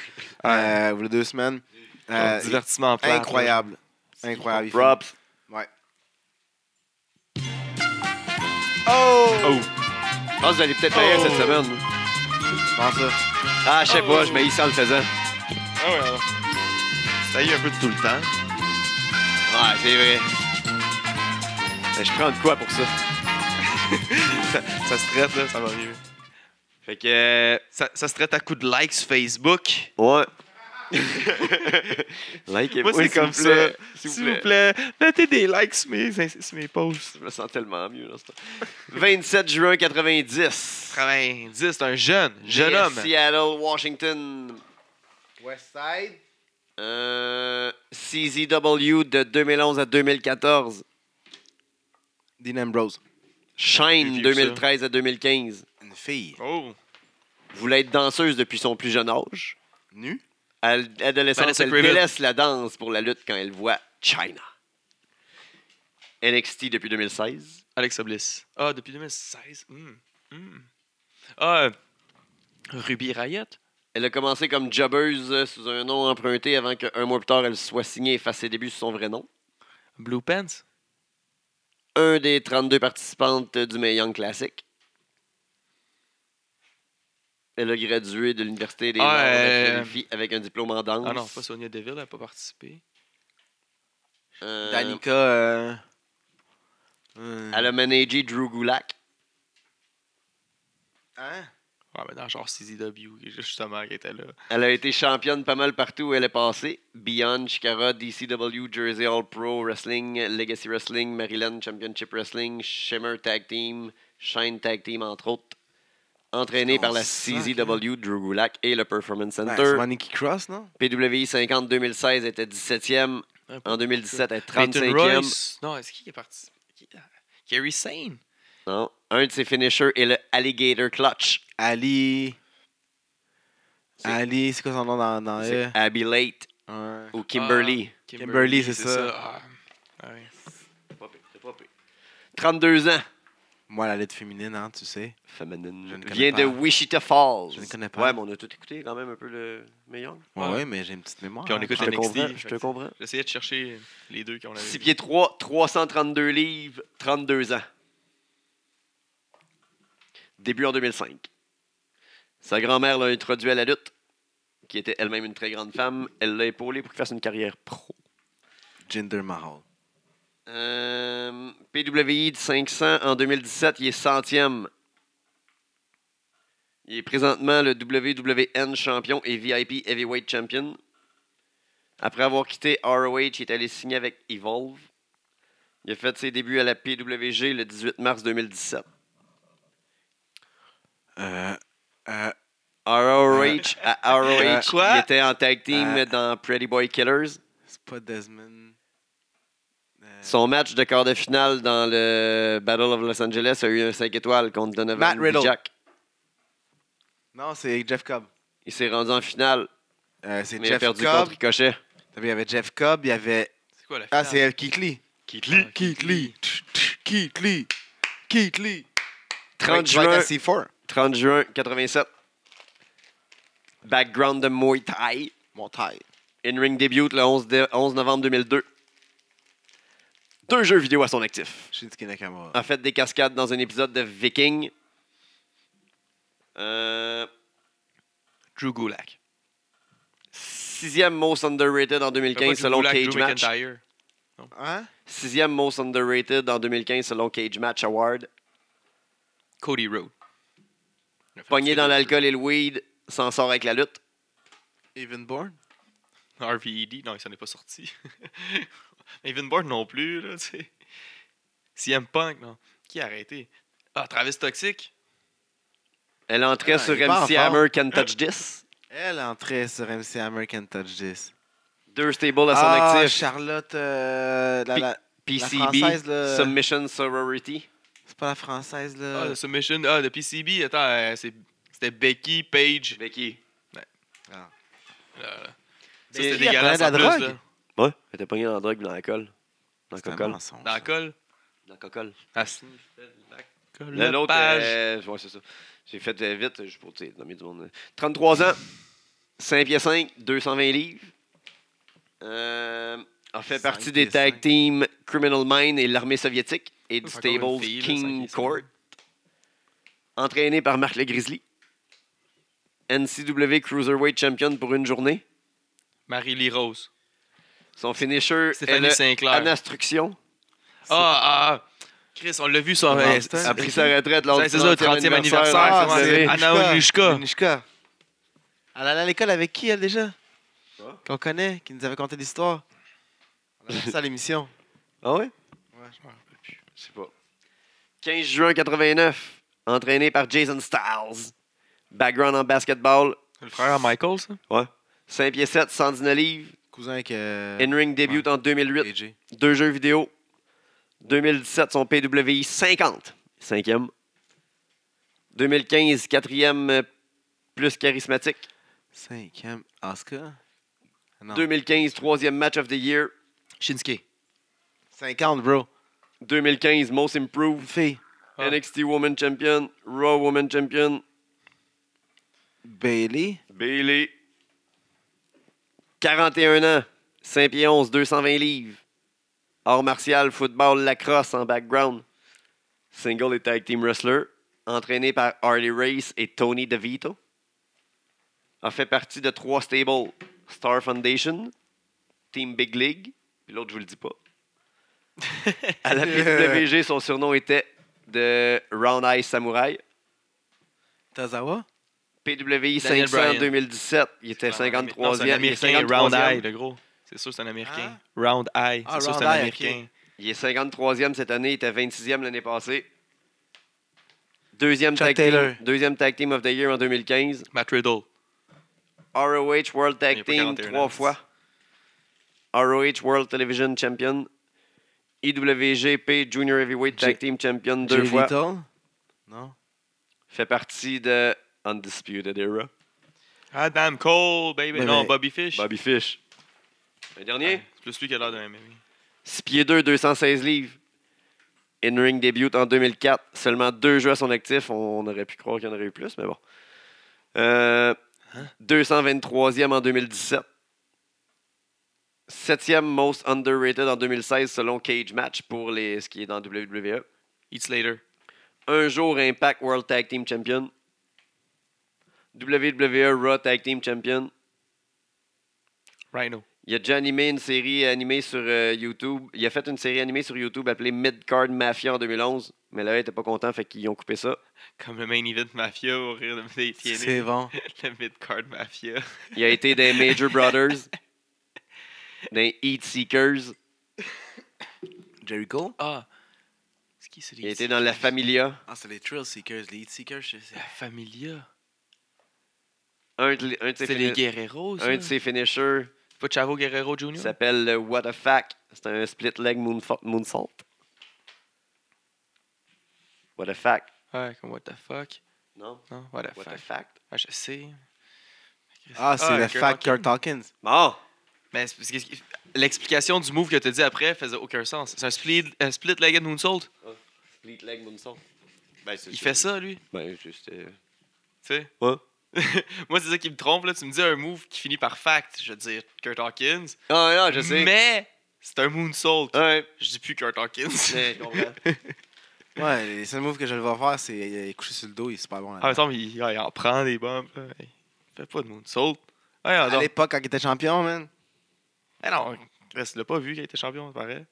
Speaker 3: euh, ou les deux semaines. Euh,
Speaker 1: divertissement plat.
Speaker 3: incroyable. Incroyable. il
Speaker 2: Props.
Speaker 3: Oh!
Speaker 1: Oh.
Speaker 2: Je pense que Ah, vous allez peut-être payer
Speaker 1: Oh.
Speaker 2: cette semaine.
Speaker 3: Pense ça.
Speaker 2: Ah, je sais
Speaker 1: Oh.
Speaker 2: pas, je m'haïs sans le faisant.
Speaker 1: Ah ouais, ouais. Ça y est un peu de tout le temps.
Speaker 2: Ouais, c'est vrai. Ben, je prends de quoi pour ça?
Speaker 1: Ça se traite, là, ça va arriver.
Speaker 2: Fait que. euh,
Speaker 1: Ça, ça se traite à coups de likes sur Facebook.
Speaker 2: Ouais. like
Speaker 1: Moi, c'est comme ça. S'il vous
Speaker 2: plaît.
Speaker 1: plaît, mettez des likes sur mes, sur mes posts.
Speaker 2: Je me sens tellement mieux dans ce temps. 27 juin 90.
Speaker 1: 90, c'est un jeune, jeune
Speaker 2: Yes,
Speaker 1: homme.
Speaker 2: Seattle, Washington.
Speaker 3: Westside.
Speaker 2: Euh, CZW de 2011 à 2014.
Speaker 3: Dean Ambrose.
Speaker 2: Shine
Speaker 1: Plus vieux que ça.
Speaker 2: 2013 à 2015.
Speaker 3: Une fille.
Speaker 1: Oh,
Speaker 2: Voulait être danseuse depuis son plus jeune âge.
Speaker 3: Nue.
Speaker 2: À l'adolescence,
Speaker 1: Vanessa
Speaker 2: elle
Speaker 1: Craven.
Speaker 2: délaisse la danse pour la lutte quand elle voit China. NXT depuis 2016.
Speaker 1: Alexa Bliss. Ah, depuis 2016. Hmm, hmm. Ah, euh, Ruby Riot.
Speaker 2: Elle a commencé comme jobbeuse euh, sous un nom emprunté avant qu'un mois plus tard, elle soit signée et fasse ses débuts sous son vrai nom.
Speaker 1: Blue Pants.
Speaker 2: Un des 32 participantes du Mae Young Classic. Elle a gradué de l'Université des
Speaker 1: Ah,
Speaker 2: Arts de
Speaker 1: euh,
Speaker 2: Philadelphie avec un diplôme en danse.
Speaker 1: Ah non, pas Sonia Deville, elle n'a pas participé.
Speaker 2: Euh,
Speaker 3: Danica. euh, euh,
Speaker 2: Elle a managé Drew Gulak.
Speaker 3: hein?
Speaker 1: Ouais, mais dans genre CZW, justement, qui était là.
Speaker 2: Elle a été championne pas mal partout où elle est passée. Beyond, Chikara, DCW, Jersey All Pro Wrestling, Legacy Wrestling, Maryland Championship Wrestling, Shimmer Tag Team, Shine Tag Team, entre autres. Entraînée
Speaker 3: Putain,
Speaker 2: par la
Speaker 3: sac, hein.
Speaker 2: CZW, Drew Gulak et le Performance
Speaker 3: Ben,
Speaker 2: Center.
Speaker 3: c'est Monkey Cross, non?
Speaker 2: PWI 50 2016 était 17e.
Speaker 1: Un peu
Speaker 2: En 2017, elle est
Speaker 1: Peyton
Speaker 2: 35e.
Speaker 1: Royce. Non, est-ce qui est participé? Qui- euh, Kerry Sane.
Speaker 2: Non. Un de ses finishers est le Alligator Clutch.
Speaker 3: Ali.
Speaker 2: C'est-
Speaker 3: Ali, c'est quoi son nom dans, dans
Speaker 2: C'est
Speaker 3: E?
Speaker 2: Abby Late
Speaker 3: Ouais.
Speaker 2: ou Kimberly.
Speaker 3: Kimberly, c'est ça.
Speaker 1: Ah, ouais.
Speaker 2: Pas pire, c'est pas pire. 32 ans.
Speaker 3: Moi, la lettre féminine, hein, tu sais.
Speaker 2: Feminine.
Speaker 3: Je ne connais
Speaker 2: Vient de
Speaker 3: pas.
Speaker 2: Wichita Falls.
Speaker 3: Je ne connais pas.
Speaker 2: Ouais, mais on a tout écouté quand même un peu le meilleur.
Speaker 3: Ouais,
Speaker 1: Ouais.
Speaker 3: ouais, mais j'ai une petite mémoire.
Speaker 1: Puis on
Speaker 3: hein.
Speaker 1: écoute
Speaker 2: Je te
Speaker 1: NXT,
Speaker 2: comprends.
Speaker 1: fait
Speaker 2: Je
Speaker 1: que
Speaker 2: te
Speaker 1: c'est-
Speaker 2: comprends.
Speaker 1: J'essayais de chercher les deux qu'on avait.
Speaker 2: 6 pieds 3, 332 livres, 32 ans. Début en 2005. Sa grand-mère l'a introduit à la lutte, qui était elle-même une très grande femme. Elle l'a épaulé pour qu'il fasse une carrière pro.
Speaker 3: Jinder Mahal.
Speaker 2: Euh, PWI de 500 en 2017, il est centième. Il est présentement le WWN champion et VIP Heavyweight Champion. Après avoir quitté ROH, il est allé signer avec Evolve. Il a fait ses débuts à la PWG le 18 mars 2017.
Speaker 3: Euh, euh,
Speaker 2: ROH à
Speaker 1: Euh,
Speaker 2: ROH,
Speaker 1: quoi?
Speaker 2: il était en tag team
Speaker 3: Euh.
Speaker 2: dans Pretty Boy Killers.
Speaker 3: c'est pas Desmond. Euh,
Speaker 2: Son match de quart de finale dans le Battle of Los Angeles a eu un 5 étoiles contre Donovan
Speaker 3: Matt Riddle.
Speaker 2: Dijak.
Speaker 3: Non, c'est Jeff Cobb.
Speaker 2: Il s'est rendu en finale,
Speaker 3: Euh, c'est
Speaker 2: mais il a
Speaker 3: Jeff
Speaker 2: perdu
Speaker 3: Cobb.
Speaker 2: contre Ricochet.
Speaker 3: T'as vu, Il y avait Jeff Cobb, il y avait.
Speaker 1: C'est quoi la
Speaker 3: Ah, c'est Keith Lee.
Speaker 1: Keith
Speaker 3: Lee. Keith Lee. Tch, tch, Keith Lee. Keith Lee.
Speaker 2: 30
Speaker 3: Je vais être
Speaker 2: juin,
Speaker 3: à C4.
Speaker 2: 30 juin 87. Background de Muay Thai.
Speaker 3: Mon taille.
Speaker 2: In-ring début le 11, dé- 11 novembre 2002. Deux jeux vidéo à son actif.
Speaker 3: Shinsuke Nakamura.
Speaker 2: En fait, des cascades dans un épisode de Viking. Euh,
Speaker 1: Drew Gulak.
Speaker 2: sixième most underrated en
Speaker 1: Fais pas
Speaker 2: 2015
Speaker 1: Drew
Speaker 2: selon
Speaker 1: Gulak,
Speaker 2: Cage
Speaker 1: Drew
Speaker 2: Match.
Speaker 1: McIntyre.
Speaker 3: Hein?
Speaker 2: Sixième most underrated en 2015 selon Cage Match Award.
Speaker 1: Cody Rhodes.
Speaker 2: Pogné dans l'alcool et le weed, s'en sort avec la lutte.
Speaker 3: Evenborn?
Speaker 1: RVED, E non, il s'en est pas sorti. Evenborn non plus, là, tu sais. CM Punk, non. Qui a arrêté? Ah, Travis Toxic.
Speaker 2: Elle entrait
Speaker 3: Ah,
Speaker 2: sur
Speaker 3: il est pas
Speaker 2: MC
Speaker 3: en forme.
Speaker 2: Hammer Can Touch This.
Speaker 3: Elle entrait sur MC American Touch This.
Speaker 2: Deux stables à son
Speaker 3: Ah,
Speaker 2: actif.
Speaker 3: Charlotte. euh, la- la-
Speaker 2: PCB,
Speaker 3: française, là.
Speaker 2: Submission Sorority.
Speaker 3: C'est pas la française,
Speaker 1: Ah,
Speaker 3: là.
Speaker 2: Euh.
Speaker 1: le Submission. Ah, le PCB. Attends, euh, c'est- c'était Becky, Paige.
Speaker 2: Becky.
Speaker 1: Euh, ça,
Speaker 2: Becky,
Speaker 1: c'était
Speaker 2: elle
Speaker 1: dégueulasse en
Speaker 3: prenait de la
Speaker 1: plus,
Speaker 3: drogue?
Speaker 1: là.
Speaker 2: Ouais, elle était pognée dans la drogue dans la colle. Dans la
Speaker 3: C'est un
Speaker 2: cocolle.
Speaker 3: mensonge.
Speaker 1: Dans la colle.
Speaker 2: Dans la cocolle.
Speaker 1: Ah, si. La colle.
Speaker 2: Là, L'autre,
Speaker 1: page.
Speaker 2: euh, ouais, c'est ça. J'ai fait euh, vite, juste pour, tu sais, nommer du monde. 33 ans, 5 pieds 5, 220 livres. Euh, a fait
Speaker 3: Cinq
Speaker 2: partie des
Speaker 3: pieds
Speaker 2: tag
Speaker 3: cinq.
Speaker 2: teams Criminal Mind et l'armée soviétique et du
Speaker 1: C'est encore une
Speaker 2: stable
Speaker 1: fille, là, cinq
Speaker 2: King
Speaker 1: pieds cinq.
Speaker 2: Court. Entraîné par Marc Le Grizzly. NCW Cruiserweight Champion pour une journée.
Speaker 1: Marie-Lee Rose.
Speaker 2: Son finisher
Speaker 1: Stéphanie
Speaker 2: est le
Speaker 1: Sinclair.
Speaker 2: Anastruction.
Speaker 1: Ah, ah. Chris, on l'a vu sur. euh,
Speaker 3: Master.
Speaker 2: A pris sa retraite lors
Speaker 1: C'est
Speaker 2: du
Speaker 1: ça, le 30e anniversaire.
Speaker 3: Ah,
Speaker 2: Ah,
Speaker 1: c'est
Speaker 2: c'est
Speaker 1: vrai.
Speaker 2: vrai.
Speaker 1: Anna Onishka.
Speaker 3: Onishka. Elle allait à l'école avec qui, elle, déjà?
Speaker 2: Toi.
Speaker 3: Qu'on connaît, qui nous avait conté l'histoire. On a fait ça à l'émission.
Speaker 2: Ah ouais?
Speaker 3: Ouais, je m'en rappelle plus.
Speaker 2: Je sais pas. 15 juin 89, entraîné par Jason Styles. Background en basketball,
Speaker 1: Le frère à Michael, ça.
Speaker 2: 5 pieds 7, 119 livres.
Speaker 3: Cousin avec euh,
Speaker 2: In-ring débute en 2008,
Speaker 3: AJ.
Speaker 2: deux jeux vidéo. 2017, son PWI 50, 5e. 2015, 4e, euh, plus charismatique.
Speaker 3: Cinquième, Asuka. Non.
Speaker 2: 2015, 3e match of the year.
Speaker 1: Shinsuke.
Speaker 3: 50, bro.
Speaker 2: 2015, most
Speaker 3: Une
Speaker 2: improved.
Speaker 3: fille.
Speaker 1: Ah.
Speaker 2: NXT Woman Champion, Raw Woman Champion,
Speaker 3: Bailey.
Speaker 2: Bailey. 41 ans, 5 pieds 11, 220 livres. Art martial, football, lacrosse en background. Single et tag team wrestler. Entraîné par Harley Race et Tony DeVito. A fait partie de trois stables. Star Foundation, Team Big League, puis l'autre, je vous le dis pas. À la PWG, son surnom était de Round Eye Samurai.
Speaker 3: Tazawa.
Speaker 2: PWI
Speaker 1: Daniel
Speaker 2: 500 en
Speaker 1: Bryan.
Speaker 2: 2017, il était
Speaker 1: Non, Ah, c'est
Speaker 2: 53e.
Speaker 1: un
Speaker 2: il est
Speaker 1: Américain, Round
Speaker 2: 53e.
Speaker 1: Eye, le gros. C'est sûr, c'est un Américain. Round Eye,
Speaker 3: Ah,
Speaker 1: c'est sûr,
Speaker 3: Round
Speaker 1: c'est un
Speaker 3: Eye,
Speaker 1: Américain.
Speaker 2: Il est 53e cette année, il était 26e l'année passée. Deuxième
Speaker 3: Chuck
Speaker 2: tag, team,
Speaker 3: Taylor.
Speaker 2: deuxième tag Team of the Year en 2015.
Speaker 1: Matt Riddle.
Speaker 2: ROH World
Speaker 1: Il a
Speaker 2: Tag
Speaker 1: pas
Speaker 2: Team
Speaker 1: 41
Speaker 2: trois
Speaker 1: ans.
Speaker 2: fois. ROH World Television Champion. IWGP Junior Heavyweight
Speaker 3: J-
Speaker 2: Tag Team Champion deux
Speaker 3: Jay
Speaker 2: fois.
Speaker 3: Little. Non.
Speaker 2: Fait partie de Undisputed Era.
Speaker 1: Adam Cole, baby.
Speaker 3: Mais-
Speaker 1: non,
Speaker 3: mais-
Speaker 1: Bobby Fish.
Speaker 2: Bobby Fish. Un dernier.
Speaker 1: Ouais, C'est plus lui qui a l'air d'un MMA.
Speaker 2: 6 pieds 2, 216 livres. In-ring début en 2004. Seulement deux jeux à son actif. On aurait pu croire qu'il y en aurait eu plus, mais bon. Euh, 223e en 2017. 7e most underrated en 2016 selon Cage Match pour les, ce qui est dans E. WWE.
Speaker 1: Eat Slater.
Speaker 2: Un jour Impact World Tag Team Champion. WWE E Raw Tag Team Champion.
Speaker 1: Rhino.
Speaker 2: Il a déjà animé une série animée sur euh, YouTube. Il a fait une série animée sur YouTube appelée Midcard Mafia en 2011. Mais là, il était pas content, fait qu'ils ont coupé ça.
Speaker 1: Comme le main event mafia au rire de mes pieds.
Speaker 3: C'est bon.
Speaker 1: Le mid-card mafia.
Speaker 2: Il a été des Major Brothers, des Heat Seekers.
Speaker 5: Jericho?
Speaker 1: Ah! C'est qui c'est les
Speaker 2: Il a été dans La Familia.
Speaker 5: Ah, c'est les Thrill Seekers, les Heat Seekers. je sais.
Speaker 1: La Familia.
Speaker 2: Un de, un de ses
Speaker 1: C'est les
Speaker 2: fini-
Speaker 1: Guerreros.
Speaker 2: un de ses finishers
Speaker 1: Pas Chavo Guerrero Jr.
Speaker 2: s'appelle le What a Fact. C'est un split leg moonfo- moonsault. What a Fact.
Speaker 1: Ouais, comme what the fuck.
Speaker 2: Non?
Speaker 1: Non, what the
Speaker 2: What a
Speaker 1: fuck.
Speaker 2: Fact.
Speaker 1: Ah, je sais.
Speaker 3: Ah, c'est le
Speaker 1: Kurt
Speaker 3: fact
Speaker 1: Hawkins.
Speaker 3: Kurt Hawkins.
Speaker 2: Bon!
Speaker 1: Mais Ben, c'est parce que- l'explication du move que tu dit après faisait aucun sens. C'est un split, un split legged moonsault.
Speaker 2: Split leg moonsault. Ben, c'est
Speaker 1: Il fait ça, lui. Tu
Speaker 2: Ben, juste. euh,
Speaker 1: sais?
Speaker 2: Ouais.
Speaker 1: Moi, c'est ça qui me trompe. Là. Tu me dis un move qui finit par fact. Je veux dire Kurt Hawkins.
Speaker 2: Ah, non, je sais.
Speaker 1: Mais c'est un moonsault.
Speaker 2: Ouais,
Speaker 1: Je dis plus Kurt Hawkins.
Speaker 2: mais je comprends.
Speaker 3: Ouais, les seuls moves que je le vois faire, c'est euh, coucher sur le dos, il est super
Speaker 1: Ah,
Speaker 3: bon. là-dedans.
Speaker 1: mais semble il, ouais, il en prend des bombes. là. Il fait pas de moonsault. Ah, Ouais,
Speaker 3: à l'époque, quand il était champion, man,
Speaker 1: Mais Eh, non, Chris l'a pas vu quand il était champion, ça paraît.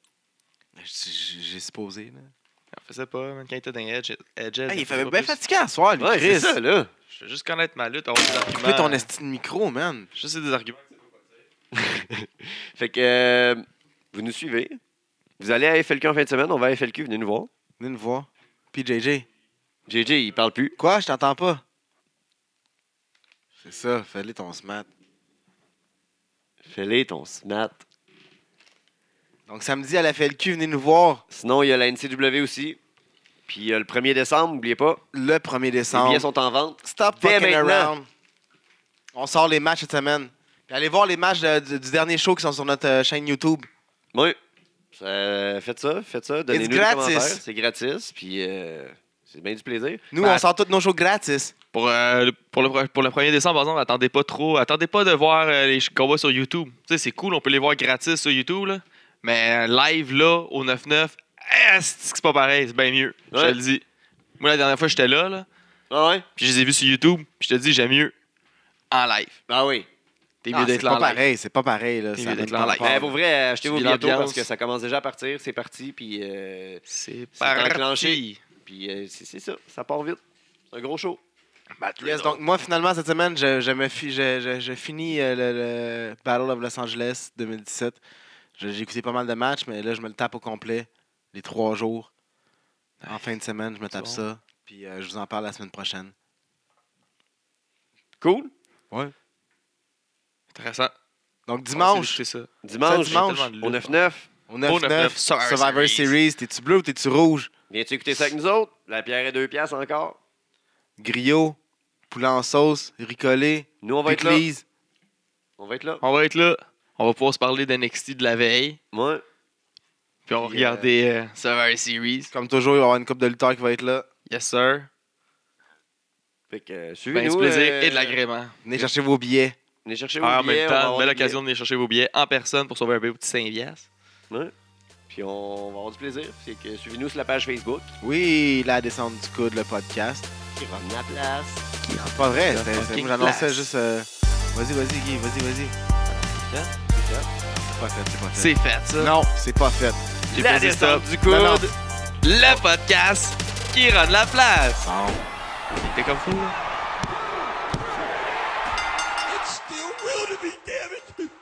Speaker 3: j- j- j'ai supposé. Là.
Speaker 1: Il en faisait pas, même quand il était dans Edge. Edge
Speaker 3: Hey, Ah,
Speaker 1: faisait
Speaker 3: il fait
Speaker 1: pas
Speaker 3: bien
Speaker 1: plus.
Speaker 3: fatigué à soir, lui,
Speaker 2: Ouais, c'est
Speaker 3: Chris.
Speaker 2: ça, là.
Speaker 1: Je veux juste connaître ma lutte, avoir des
Speaker 3: Coupez ton
Speaker 1: arguments.
Speaker 3: esti de micro, man.
Speaker 1: Juste des arguments.
Speaker 2: Fait que euh, vous nous suivez. Vous allez à FLQ en fin de semaine, on va à FLQ, venez nous voir.
Speaker 3: Venez nous voir. Puis JJ.
Speaker 2: JJ, il parle plus.
Speaker 3: Quoi, je t'entends pas? C'est ça, fais-le ton smat.
Speaker 2: Fais-les ton snap.
Speaker 3: Donc samedi à la FLQ, venez nous voir
Speaker 2: Sinon, il y a la NCW aussi. Puis euh, le 1er décembre, n'oubliez pas,
Speaker 3: le 1er
Speaker 2: les
Speaker 3: décembre.
Speaker 2: billets sont en vente.
Speaker 3: Stop
Speaker 2: Dès
Speaker 3: fucking
Speaker 2: maintenant.
Speaker 3: around. On sort les matchs cette semaine. Puis allez voir les matchs de- du, du dernier show qui sont sur notre euh, chaîne YouTube.
Speaker 2: Oui. Ça- faites ça, faites ça. Donnez-nous des
Speaker 3: gratis.
Speaker 2: commentaires. C'est gratis. Puis euh, c'est bien du plaisir.
Speaker 3: Nous,
Speaker 1: Ben,
Speaker 3: on sort tous nos shows gratis.
Speaker 1: Pour, euh, le- pour, le, pour le 1er décembre, par exemple, attendez pas trop. Attendez pas de voir euh, les ch- combats sur YouTube. Tu sais, c'est cool, on peut les voir gratis sur YouTube, là. Mais euh, live, là, au 9-9, eh, c'est c'est pas pareil, c'est bien mieux. Je
Speaker 2: Ouais.
Speaker 1: te le dis. Moi, la dernière fois, j'étais là, là,
Speaker 2: Ah ouais?
Speaker 1: puis je les ai vus sur YouTube, puis je te dis, j'aime mieux en live.
Speaker 2: Ah oui.
Speaker 1: T'es
Speaker 3: Ah,
Speaker 1: mieux
Speaker 3: c'est
Speaker 1: d'être là
Speaker 3: pas
Speaker 1: en live.
Speaker 3: pareil, c'est pas pareil. Là,
Speaker 1: Il
Speaker 3: ça
Speaker 1: veut
Speaker 3: donne
Speaker 1: être là
Speaker 3: pas
Speaker 1: en live.
Speaker 3: rapport.
Speaker 2: Mais Ben, pour vrai, achetez
Speaker 1: Tu
Speaker 2: vos
Speaker 1: vis
Speaker 2: billets tôt
Speaker 1: l'ambiance.
Speaker 2: parce que ça commence déjà à partir. C'est parti. Puis, euh,
Speaker 1: C'est
Speaker 2: parti.
Speaker 1: enclenché.
Speaker 2: puis euh, c'est c'est ça. Ça part vite. C'est un gros show.
Speaker 1: Eh,
Speaker 3: Yes, donc moi, finalement, cette semaine, je, je me fi- je, je- je finis euh, le, le Battle of Los Angeles 2017. Je- J'ai écouté pas mal de matchs, mais là, je me le tape au complet, les trois jours. En fin de semaine, je me tape
Speaker 1: bon.
Speaker 3: ça. Puis euh, je vous en parle la semaine prochaine.
Speaker 2: Cool.
Speaker 1: Intéressant.
Speaker 3: Donc
Speaker 1: C'est
Speaker 3: dimanche,
Speaker 1: ça.
Speaker 2: Dimanche,
Speaker 3: Ça, dimanche,
Speaker 2: au 9-9.
Speaker 3: au
Speaker 1: au 9-9,
Speaker 3: 9-9, Survivor
Speaker 1: Survivor
Speaker 3: Series, t'es-tu bleu ou t'es-tu rouge?
Speaker 2: Viens-tu écouter ça avec nous autres? La pierre est deux piastres encore.
Speaker 3: Griot, poulet en sauce, ricolé,
Speaker 2: Nous, on va être là.
Speaker 3: pickles.
Speaker 2: On va être là.
Speaker 1: On va être là. On va pouvoir se parler d'NXT de la veille.
Speaker 2: Ouais.
Speaker 1: Puis on va
Speaker 3: Puis,
Speaker 1: regarder euh, Survivor Series.
Speaker 3: Comme toujours, il va y avoir une coupe de lutteurs qui va être là.
Speaker 1: Yes, sir.
Speaker 2: Fait que euh,
Speaker 1: Ben,
Speaker 2: suivez-nous.
Speaker 1: du plaisir
Speaker 2: euh,
Speaker 1: et de l'agrément.
Speaker 3: Venez chercher vos billets.
Speaker 2: Venez chercher vos
Speaker 1: Ah, en
Speaker 2: billets,
Speaker 1: même
Speaker 2: on va
Speaker 1: temps,
Speaker 2: avoir
Speaker 1: belle
Speaker 2: des
Speaker 1: occasion de venir chercher vos billets en personne pour sauver un petit 5 piastres.
Speaker 2: billets, Puis on va avoir du plaisir. Fait que suivez-nous sur la page Facebook.
Speaker 3: Oui, la descente du coude, le podcast.
Speaker 2: Qui rend la place.
Speaker 3: Non, c'est pas vrai,
Speaker 1: La
Speaker 3: c'est- c'est-
Speaker 1: fucking
Speaker 3: moi, j'annonçais
Speaker 1: place.
Speaker 3: juste. euh, Vas-y, vas-y, Guy, vas-y, vas-y. C'est pas fait, c'est pas fait.
Speaker 1: C'est fait, ça.
Speaker 3: Non, c'est pas fait.
Speaker 1: J'ai
Speaker 2: La
Speaker 1: posé
Speaker 2: descente
Speaker 1: stop.
Speaker 2: du
Speaker 3: Non, non.
Speaker 2: coude.
Speaker 1: Le podcast qui rend la place.
Speaker 3: Bon.
Speaker 1: T'es comme fou, là.
Speaker 6: It's still real to me, damn it!